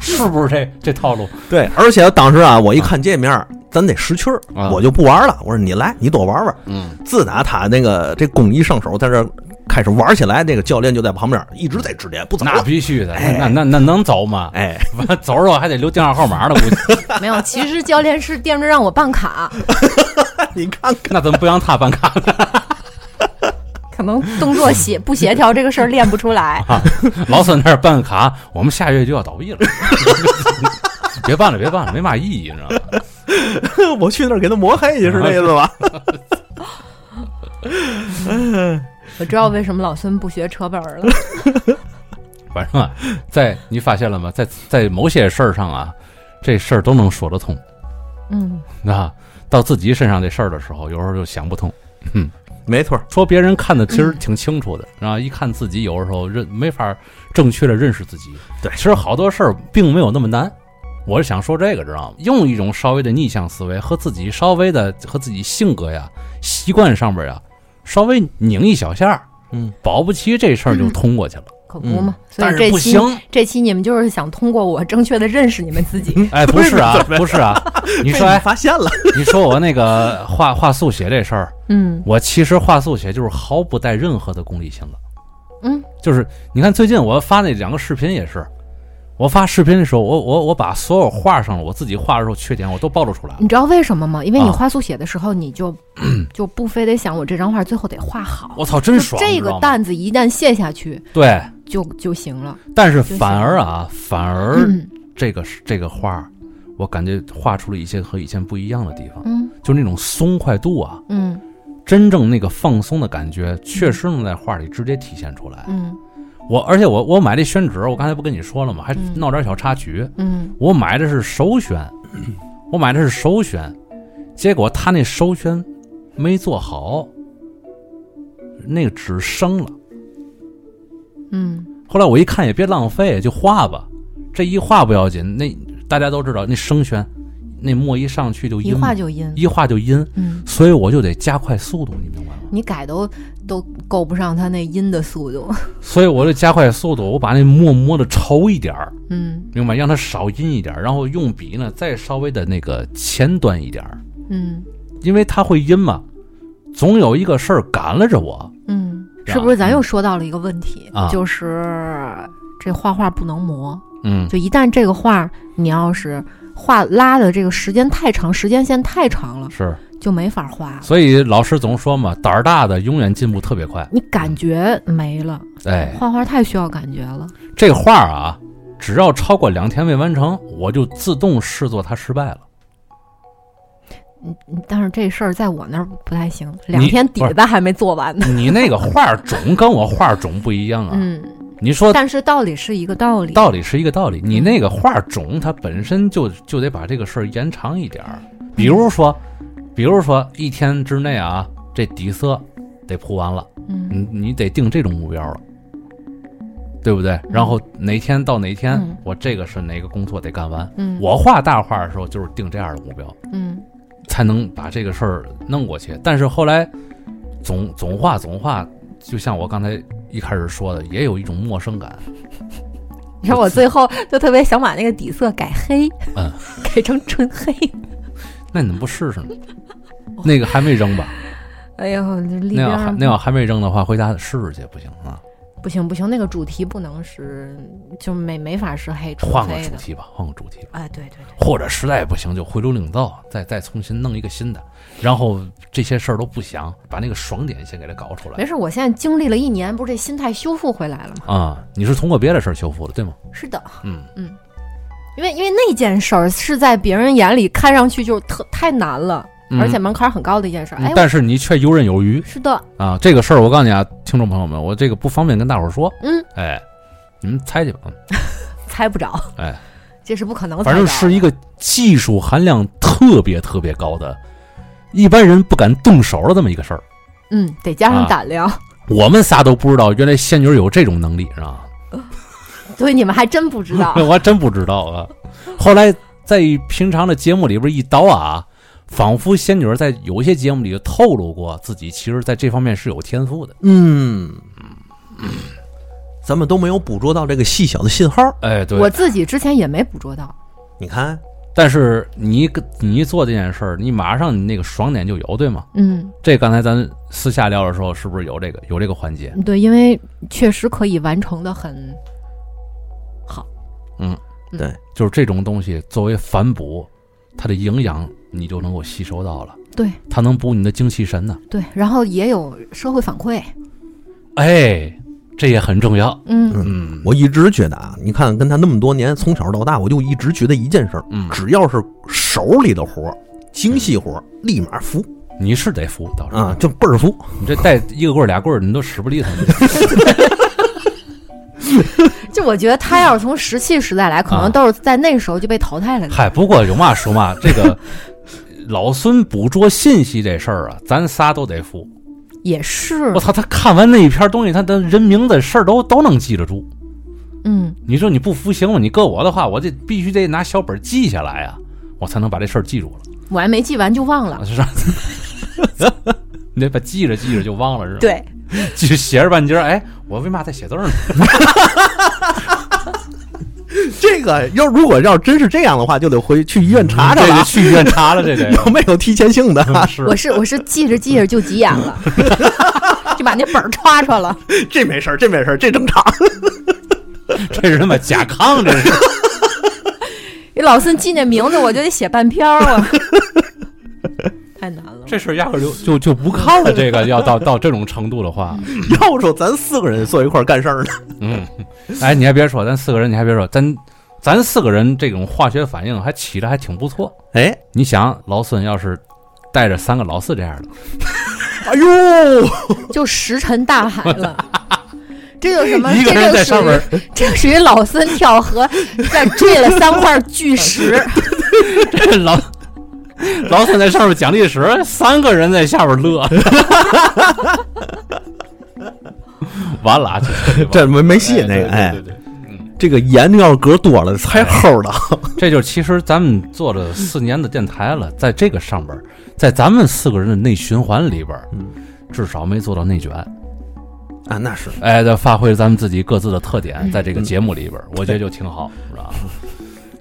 [SPEAKER 1] 是不是这这套路？
[SPEAKER 3] 对，而且当时啊，我一看界面儿，咱得识趣儿，
[SPEAKER 1] 啊
[SPEAKER 3] 我就不玩了。我说你来，你多玩玩。
[SPEAKER 1] 嗯，
[SPEAKER 3] 自打他那个这工艺上手，在这儿开始玩起来，那个教练就在旁边一直在指点，不走了
[SPEAKER 1] 那必须的，那那那能走吗？
[SPEAKER 3] 哎，
[SPEAKER 1] 完走着还得留电话号码呢，估计。
[SPEAKER 2] 没有，其实教练是惦着让我办卡，
[SPEAKER 3] 你看看，
[SPEAKER 1] 那怎么不让他办卡呢？
[SPEAKER 2] 可能动作协不协调这个事儿练不出
[SPEAKER 1] 啊
[SPEAKER 2] 来。
[SPEAKER 1] 老孙那儿办卡，我们下月就要倒闭了。 别办了，别办了，没嘛意义，你知道吗？
[SPEAKER 3] 我去那儿给他抹黑去，是这意思 吧？
[SPEAKER 2] 我知道为什么老孙不学车本儿了。
[SPEAKER 1] 反正啊，在你发现了吗？在在某些事儿上啊，这事儿都能说得通。
[SPEAKER 2] 嗯，
[SPEAKER 1] 啊，到自己身上这事儿的时候，有时候就想不通。
[SPEAKER 3] 没错儿，
[SPEAKER 1] 说别人看的其
[SPEAKER 3] 嗯
[SPEAKER 1] 实挺清楚的，然后一看自己，有的时候认没法正确的认识自己。
[SPEAKER 3] 对
[SPEAKER 1] 其实好多事儿并没有那么难。我是想说这个，知道吗？用一种稍微的逆向思维和自己稍微的和自己性格呀、习惯上边呀，稍微拧一小下儿，
[SPEAKER 3] 嗯，
[SPEAKER 1] 保不齐这事儿就通过去了。
[SPEAKER 2] 可不嘛。
[SPEAKER 1] 嗯
[SPEAKER 2] 所
[SPEAKER 1] 但
[SPEAKER 2] 以
[SPEAKER 1] 是
[SPEAKER 2] 这
[SPEAKER 1] 不
[SPEAKER 2] 期
[SPEAKER 1] 行，
[SPEAKER 2] 这期你们就是想通过我正确的认识你们自己。
[SPEAKER 1] 哎，不是啊，不是啊，你
[SPEAKER 3] 被
[SPEAKER 1] 说 哎，
[SPEAKER 3] 发现了，
[SPEAKER 1] 你说我那个画画速写这事儿，
[SPEAKER 2] 嗯
[SPEAKER 1] 我其实画速写就是毫不带任何的功利性了。
[SPEAKER 2] 嗯
[SPEAKER 1] 就是你看最近我发那两个视频也是，我发视频的时候，我我我把所有画上了我自己画的时候缺点我都暴露出来了。
[SPEAKER 2] 你知道为什么吗？因为你
[SPEAKER 1] 啊
[SPEAKER 2] 画速写的时候，你就就不非得想我这张画最后得画好。
[SPEAKER 1] 我操，
[SPEAKER 2] 就
[SPEAKER 1] 真爽！你
[SPEAKER 2] 这
[SPEAKER 1] 知道
[SPEAKER 2] 个
[SPEAKER 1] 吗
[SPEAKER 2] 担子一旦卸下去，
[SPEAKER 1] 对，
[SPEAKER 2] 就就行了。
[SPEAKER 1] 但是
[SPEAKER 2] 行
[SPEAKER 1] 反而啊，反而
[SPEAKER 2] 嗯
[SPEAKER 1] 这个是这个画，我感觉画出了一些和以前不一样的地方，
[SPEAKER 2] 嗯
[SPEAKER 1] 就是那种松快度啊，
[SPEAKER 2] 嗯
[SPEAKER 1] 真正那个放松的感觉，确实能在画里直接体现出来。
[SPEAKER 2] 嗯
[SPEAKER 1] 我而且我我买这宣纸，我刚才不跟你说了吗？还
[SPEAKER 2] 嗯
[SPEAKER 1] 闹点小插曲，
[SPEAKER 2] 嗯
[SPEAKER 1] 我买的是首选，我买的是首选，结果他那首选没做好，那个纸生了。
[SPEAKER 2] 嗯
[SPEAKER 1] 后来我一看也别浪费，就画吧。这一画不要紧，那大家都知道，那生宣，那墨一上去就
[SPEAKER 2] 一
[SPEAKER 1] 阴，
[SPEAKER 2] 画就阴。
[SPEAKER 1] 一画就阴，
[SPEAKER 2] 嗯，
[SPEAKER 1] 所以我就得加快速度，你明白吗？
[SPEAKER 2] 你改都都够不上他那阴的速度。
[SPEAKER 1] 所以我就加快速度，我把那墨摸的稠一点儿，
[SPEAKER 2] 嗯
[SPEAKER 1] 明白？让它少阴一点儿，然后用笔呢再稍微的那个前端一点儿，
[SPEAKER 2] 嗯
[SPEAKER 1] 因为它会阴嘛，总有一个事儿赶了着我。
[SPEAKER 2] 嗯，
[SPEAKER 1] 是啊
[SPEAKER 2] 是不是咱又说到了一个问题
[SPEAKER 1] 啊？
[SPEAKER 2] 就是这画画不能磨。
[SPEAKER 1] 嗯，
[SPEAKER 2] 就一旦这个画你要是画拉的这个时间太长，时间线太长了，
[SPEAKER 1] 是。
[SPEAKER 2] 就没法画了。
[SPEAKER 1] 所以老师总说嘛，胆儿大的永远进步特别快。
[SPEAKER 2] 你感觉没了，
[SPEAKER 1] 哎，
[SPEAKER 2] 画画太需要感觉了。
[SPEAKER 1] 这画儿啊，只要超过两天未完成，我就自动视作它失败了。
[SPEAKER 2] 但是这事儿在我那儿不太行，两
[SPEAKER 1] 你
[SPEAKER 2] 天底
[SPEAKER 1] 不是
[SPEAKER 2] 子还没做完呢。
[SPEAKER 1] 你那个画儿种跟我画儿种不一样啊。
[SPEAKER 2] 嗯，
[SPEAKER 1] 你说
[SPEAKER 2] 但是道理是一个道理。
[SPEAKER 1] 道理是一个道理，你那个画儿种它本身就就得把这个事儿延长一点儿。比如说，比如说一天之内啊，这底色得铺完了，
[SPEAKER 2] 嗯
[SPEAKER 1] 你你得定这种目标了。对不对？然后哪天到哪天，
[SPEAKER 2] 嗯
[SPEAKER 1] 我这个是哪个工作得干完？
[SPEAKER 2] 嗯，
[SPEAKER 1] 我画大画的时候就是定这样的目标，
[SPEAKER 2] 嗯
[SPEAKER 1] 才能把这个事儿弄过去。但是后来总总画总画，就像我刚才一开始说的，也有一种陌生感。
[SPEAKER 2] 你看我最后就特别想把那个底色改黑，
[SPEAKER 1] 嗯，
[SPEAKER 2] 改成 纯黑。
[SPEAKER 1] 那你怎么不试试呢？那个还没扔吧？
[SPEAKER 2] 哎呦，这立
[SPEAKER 1] 那
[SPEAKER 2] 边
[SPEAKER 1] 要还
[SPEAKER 2] 儿
[SPEAKER 1] 那要还没扔的话，回家试试去不行啊！
[SPEAKER 2] 不行不行，那个主题不能是，就没没法是黑纯
[SPEAKER 1] 换个
[SPEAKER 2] 黑
[SPEAKER 1] 主
[SPEAKER 2] 的。
[SPEAKER 1] 题吧，换个主题吧，
[SPEAKER 2] 哎，对对对，
[SPEAKER 1] 或者实在不行就回炉领造，再再重新弄一个新的，然后这些事儿都不想，把那个爽点先给它搞出来
[SPEAKER 2] 没事，我现在经历了一年，不是这心态修复回来了吗？
[SPEAKER 1] 啊、你是通过别的事儿修复的，对吗？
[SPEAKER 2] 是的，
[SPEAKER 1] 嗯
[SPEAKER 2] 嗯，因为因为那件事儿是在别人眼里看上去就是特太难了，
[SPEAKER 1] 嗯
[SPEAKER 2] 而且门槛儿很高的一件事儿。
[SPEAKER 1] 嗯
[SPEAKER 2] 哎，
[SPEAKER 1] 但是你却游刃有余
[SPEAKER 2] 我，是的，
[SPEAKER 1] 啊，这个事儿我告诉你啊，听众朋友们，我这个不方便跟大伙儿说，
[SPEAKER 2] 嗯，
[SPEAKER 1] 哎，你们猜去吧，嗯
[SPEAKER 2] 猜不着，
[SPEAKER 1] 哎，
[SPEAKER 2] 这是不可能猜着
[SPEAKER 1] 反
[SPEAKER 2] 的，
[SPEAKER 1] 正是一个技术含量特别特别高的，一般人不敢动手的这么一个事儿。
[SPEAKER 2] 嗯，得加上
[SPEAKER 1] 啊
[SPEAKER 2] 胆量。
[SPEAKER 1] 我们仨都不知道，原来仙女有这种能力是吧？，
[SPEAKER 2] 对，你们还真不知道
[SPEAKER 1] 我还真不知道啊。后来在平常的节目里边一刀啊，仿佛仙女在有些节目里透露过自己其实在这方面是有天赋的。
[SPEAKER 3] 嗯，咱们都没有捕捉到这个细小的信号。
[SPEAKER 1] 哎，对，
[SPEAKER 2] 我自己之前也没捕捉到。
[SPEAKER 3] 你看，
[SPEAKER 1] 但是你一个你一做这件事儿，你马上你那个爽点就有，对吗？
[SPEAKER 2] 嗯，
[SPEAKER 1] 这刚才咱私下聊的时候，是不是有这个有这个环节？
[SPEAKER 2] 对，因为确实可以完成的很好。
[SPEAKER 1] 就是这种东西作为反补，它的营养你就能够吸收到了，
[SPEAKER 2] 对
[SPEAKER 1] 它能补你的精气神呢。
[SPEAKER 2] 对，然后也有社会反馈。
[SPEAKER 1] 哎，这也很重要。
[SPEAKER 2] 嗯
[SPEAKER 1] 嗯，
[SPEAKER 3] 我一直觉得啊，你看跟他那么多年，从小到大，我就一直觉得一件事儿，
[SPEAKER 1] 嗯
[SPEAKER 3] 只要是手里的活儿，精细活儿，立马服
[SPEAKER 1] 你是得服，到时候、
[SPEAKER 3] 啊，就倍儿服。
[SPEAKER 1] 你这带一个棍儿俩棍儿，你都使不利索。
[SPEAKER 2] 就我觉得他要是从石器时代来，可
[SPEAKER 1] 啊
[SPEAKER 2] 能都是在那时候就被淘汰了的。
[SPEAKER 1] 嗨，不过有嘛说嘛，这个老孙捕捉信息这事儿啊，咱仨都得服。
[SPEAKER 2] 也是
[SPEAKER 1] 我，操，他看完那一篇东西，他的人名字事儿都都能记得住。
[SPEAKER 2] 嗯，
[SPEAKER 1] 你说你不服行吗？你搁我的话，我这必须得拿小本记下来啊，我才能把这事儿记住了，啊
[SPEAKER 2] 啊 我还没记完就忘了。
[SPEAKER 1] 是吧？你得把记着记着就忘了是吧？啊
[SPEAKER 2] 对，
[SPEAKER 1] 就写着半截儿，哎，我为嘛在写字儿呢？
[SPEAKER 3] 这个要如果要真是这样的话，就得回去医院查查
[SPEAKER 1] 这
[SPEAKER 3] 了
[SPEAKER 1] 就，去医院查了，这 得
[SPEAKER 3] 有没有提前性的，
[SPEAKER 1] 是
[SPEAKER 2] 我是我是记着记着就急 眼了，就把那本儿歘歘了。
[SPEAKER 3] 这没事儿，这没事儿，这正常。
[SPEAKER 1] 这是他妈甲亢，这是。
[SPEAKER 2] 给老孙记那名字，我就得写半篇儿 啊，太难了。
[SPEAKER 1] 这事儿压根儿就就就不看了。这个要到到这种程度的话，
[SPEAKER 3] 要说咱四个人坐一块儿干事儿呢，
[SPEAKER 1] 嗯，哎，你还别说，咱四个人，你还别说，咱咱四个人这种化学反应还起的还挺不错。
[SPEAKER 3] 哎，
[SPEAKER 1] 你想，老孙要是带着三个老四这样的，
[SPEAKER 3] 哎呦，
[SPEAKER 2] 就石沉大海 了。这有什么？
[SPEAKER 1] 一个
[SPEAKER 2] 这
[SPEAKER 1] 人
[SPEAKER 2] 就
[SPEAKER 1] 在
[SPEAKER 2] 属
[SPEAKER 1] 上面
[SPEAKER 2] 于这就属于老孙跳河，在坠了三块巨石，
[SPEAKER 1] 这老老孙在上面讲历史，三个人在下边 乐，完了啊，这
[SPEAKER 3] 这没没戏那
[SPEAKER 1] 对
[SPEAKER 3] 个，哎
[SPEAKER 1] 对，对对对
[SPEAKER 3] 这个盐要是搁多了才齁的。
[SPEAKER 1] 这就是其实咱们做了四年的电台了，在这个上边儿，在咱们四个人的内循环里边儿，至少没做到内卷。
[SPEAKER 3] 啊，那是
[SPEAKER 1] 哎，再发挥咱们自己各自的特点，在这个节目里边儿，我觉得就挺好，是吧？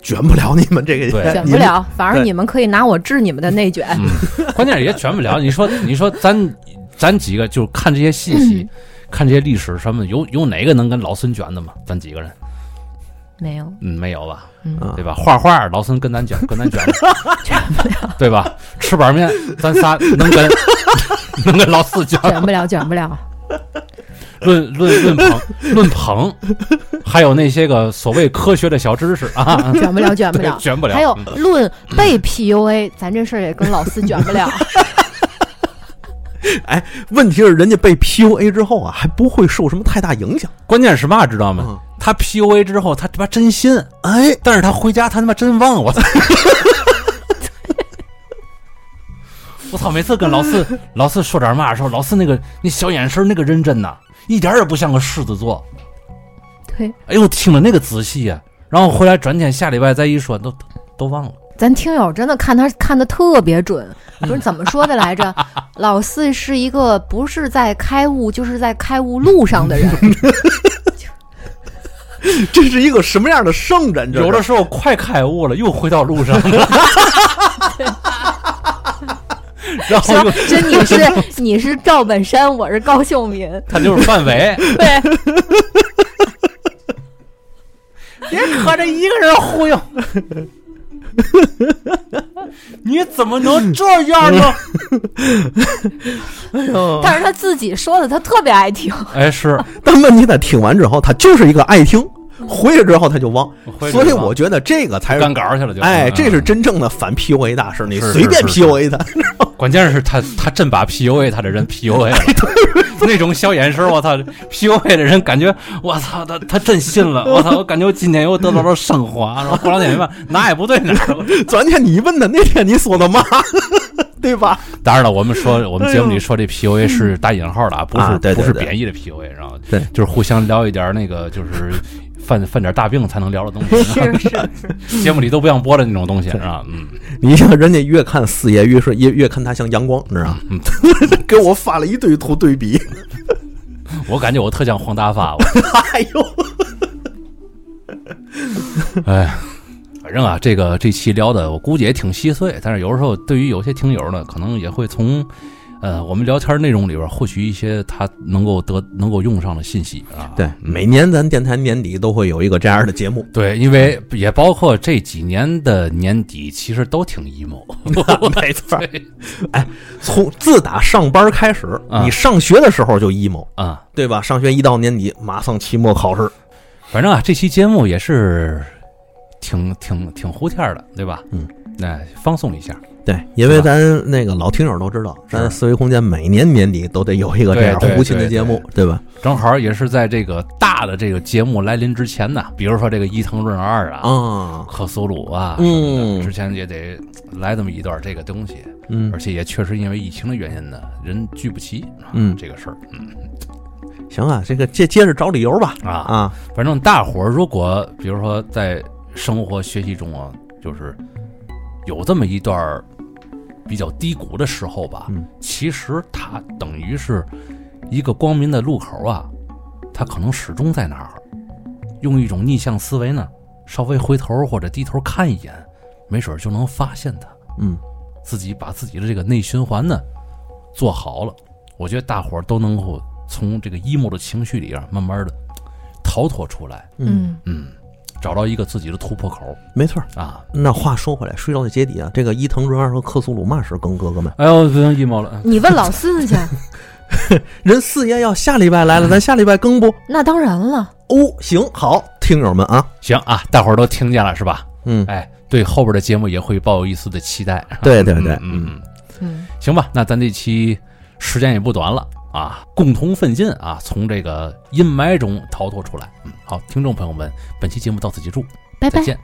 [SPEAKER 3] 卷不了你们这个，
[SPEAKER 1] 哎对嗯
[SPEAKER 2] 卷
[SPEAKER 3] 你
[SPEAKER 2] 不
[SPEAKER 3] 们。
[SPEAKER 2] 了。反而
[SPEAKER 3] 对
[SPEAKER 2] 你们可以拿我治你们的内卷。
[SPEAKER 1] 关键是也卷不了。你说，你说咱咱几个就看这些信息，看这些历史什么的，有有哪个能跟老孙卷的吗？咱几个人，
[SPEAKER 2] 没有，
[SPEAKER 1] 嗯，没有吧？
[SPEAKER 3] 啊
[SPEAKER 1] 对吧？画画老孙跟咱卷，跟咱卷吗，对吧？吃板面，咱仨能 跟能跟老四卷吗
[SPEAKER 2] 卷不了，卷不了。
[SPEAKER 1] 论论论捧论捧，还有那些个所谓科学的小知识 啊，
[SPEAKER 2] 卷不了，卷不
[SPEAKER 1] 对
[SPEAKER 2] 了，
[SPEAKER 1] 卷不了
[SPEAKER 2] 还有
[SPEAKER 1] 嗯
[SPEAKER 2] 论被 PUA，咱这事儿也跟老四卷 不了。
[SPEAKER 3] 哎，问题是人家被 PUA 之后啊，还不会受什么太大影响。
[SPEAKER 1] 关键是嘛，知道吗
[SPEAKER 3] 嗯？
[SPEAKER 1] 他 PUA 之后，他他妈真信，
[SPEAKER 3] 哎，
[SPEAKER 1] 但是他回家他他妈真忘我。 我操！每次跟老四老四说点嘛的时候，老四那个那小眼神儿那个认真呐、一点儿也不像个狮子座。
[SPEAKER 2] 对，
[SPEAKER 1] 哎呦，听了那个仔细呀、然后回来转天下礼拜再一说，都都都忘了。
[SPEAKER 2] 咱听友真的看他看的特别准， 不是怎么说的来 着？老四是一个不是在开悟就是在开悟路上的 人。
[SPEAKER 3] 这是一个什么样的圣人？这是
[SPEAKER 1] 有的时候快开悟了，又回到路上 了。然后又
[SPEAKER 2] 行，这你是 你是赵本山，我是高秀敏，
[SPEAKER 1] 他就是范伟，
[SPEAKER 2] 对，
[SPEAKER 1] 别可着一个人忽悠。你怎么能这样呢？
[SPEAKER 2] 但是他自己说的，他特别爱 听。
[SPEAKER 1] 哎，是，
[SPEAKER 3] 但问题他听完之后，他就是一个爱听，回去之后他就忘
[SPEAKER 1] 回去，就
[SPEAKER 3] 所
[SPEAKER 1] 忘
[SPEAKER 3] 以我觉得这个才是
[SPEAKER 1] 干稿去了就。
[SPEAKER 3] 哎，这是
[SPEAKER 1] 嗯
[SPEAKER 3] 真正的反 PUA 大师，你
[SPEAKER 1] 是
[SPEAKER 3] 随便
[SPEAKER 1] 是是
[SPEAKER 3] PUA 他，
[SPEAKER 1] 关键是他他真把 PUA 他的人 PUA 了，那种小眼神儿，我操！PUA 的人感觉我操，他他真信了，我操！我感觉我今天又得到了升华，然后过两天吧，哪也不对哪儿了。
[SPEAKER 3] 昨天你问他，那天你说的嘛， 对吧？
[SPEAKER 1] 当然了，我们
[SPEAKER 3] 哎
[SPEAKER 1] 说我们节目里说这 PUA 是打引号的啊，不是、
[SPEAKER 3] 啊对对
[SPEAKER 1] 不是
[SPEAKER 3] 对
[SPEAKER 1] 贬义的 PUA，然后
[SPEAKER 3] 对
[SPEAKER 1] 就是互相聊一点那个就是犯犯点大病才能聊的东 西，
[SPEAKER 2] 是是是，
[SPEAKER 1] 节目里都不让播的那种东西，是吧？嗯，
[SPEAKER 3] 你像人家越看四爷越是越越看他像阳光，你知道吗
[SPEAKER 1] 嗯？
[SPEAKER 3] 给我发了一堆图对比，
[SPEAKER 1] 我感觉我特像黄大发，我
[SPEAKER 3] 哎呦，
[SPEAKER 1] 哎，反正啊，这个这期聊的我估计也挺稀碎，但是有时候对于有些听友呢，可能也会从。呃，我们聊天内容里边获取一些他能够得能够用上的信息啊。
[SPEAKER 3] 对，嗯每年咱电台年底都会有一个这样的节目，
[SPEAKER 1] 对，因为也包括这几年的年底，其实都挺 emo。
[SPEAKER 3] 没错儿。
[SPEAKER 1] 对
[SPEAKER 3] 哎，从自打上班开始，
[SPEAKER 1] 啊
[SPEAKER 3] 你上学的时候就 emo，
[SPEAKER 1] 啊，
[SPEAKER 3] 对吧？上学一到年底，马上期末考试，
[SPEAKER 1] 反正啊，这期节目也是挺挺挺胡天儿的，对吧？
[SPEAKER 3] 嗯，
[SPEAKER 1] 那放松一下。
[SPEAKER 3] 对，因为咱那个老听友都知道，咱思维空间每年年底都得有一个这样
[SPEAKER 1] 对对
[SPEAKER 3] 胡琴的节目，对吧？
[SPEAKER 1] 正好也是在这个大的这个节目来临之前呢，比如说这个伊藤润二啊、
[SPEAKER 3] 啊，
[SPEAKER 1] 克苏鲁啊，
[SPEAKER 3] 嗯
[SPEAKER 1] 之前也得来这么一段这个东西，
[SPEAKER 3] 嗯
[SPEAKER 1] 而，且也确实因为疫情的原因呢，人聚不齐，啊
[SPEAKER 3] 嗯
[SPEAKER 1] 这个事儿，嗯
[SPEAKER 3] 行啊，这个接接着找理由吧，
[SPEAKER 1] 啊
[SPEAKER 3] 啊，
[SPEAKER 1] 反正大伙儿如果比如说在生活学习中啊，就是有这么一段儿比较低谷的时候吧，
[SPEAKER 3] 嗯
[SPEAKER 1] 其实它等于是一个光明的路口啊，他可能始终在那儿，用一种逆向思维呢，稍微回头或者低头看一眼，没准儿就能发现他。
[SPEAKER 3] 嗯，
[SPEAKER 1] 自己把自己的这个内循环呢做好了，我觉得大伙儿都能够从这个 emo 的情绪里啊，慢慢的逃脱出来，
[SPEAKER 3] 嗯，
[SPEAKER 1] 嗯，找到一个自己的突破口
[SPEAKER 3] 没错儿。
[SPEAKER 1] 啊。
[SPEAKER 3] 那话说回来，睡到那结底啊，这个伊藤润二和克苏鲁嘛时更哥哥们，
[SPEAKER 1] 哎呦，不能 emo 了，
[SPEAKER 2] 你问老四去，
[SPEAKER 3] 人四爷要下礼拜来了，咱下礼拜更不？
[SPEAKER 2] 那当然了，
[SPEAKER 3] 哦，行，好，听友们啊，
[SPEAKER 1] 行啊，大伙儿都听见了是吧？
[SPEAKER 3] 嗯，
[SPEAKER 1] 哎，对后边的节目也会抱有一丝的期待。
[SPEAKER 3] 对对对，
[SPEAKER 1] 嗯嗯，
[SPEAKER 2] 嗯，
[SPEAKER 1] 行吧，那咱这期时间也不短了啊，共同奋进啊，从这个阴霾中逃脱出来。嗯，好，听众朋友们，本期节目到此结束，
[SPEAKER 2] 拜
[SPEAKER 1] 再
[SPEAKER 2] 拜。
[SPEAKER 1] 见。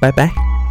[SPEAKER 3] 拜
[SPEAKER 2] 拜
[SPEAKER 3] 拜。
[SPEAKER 2] 拜。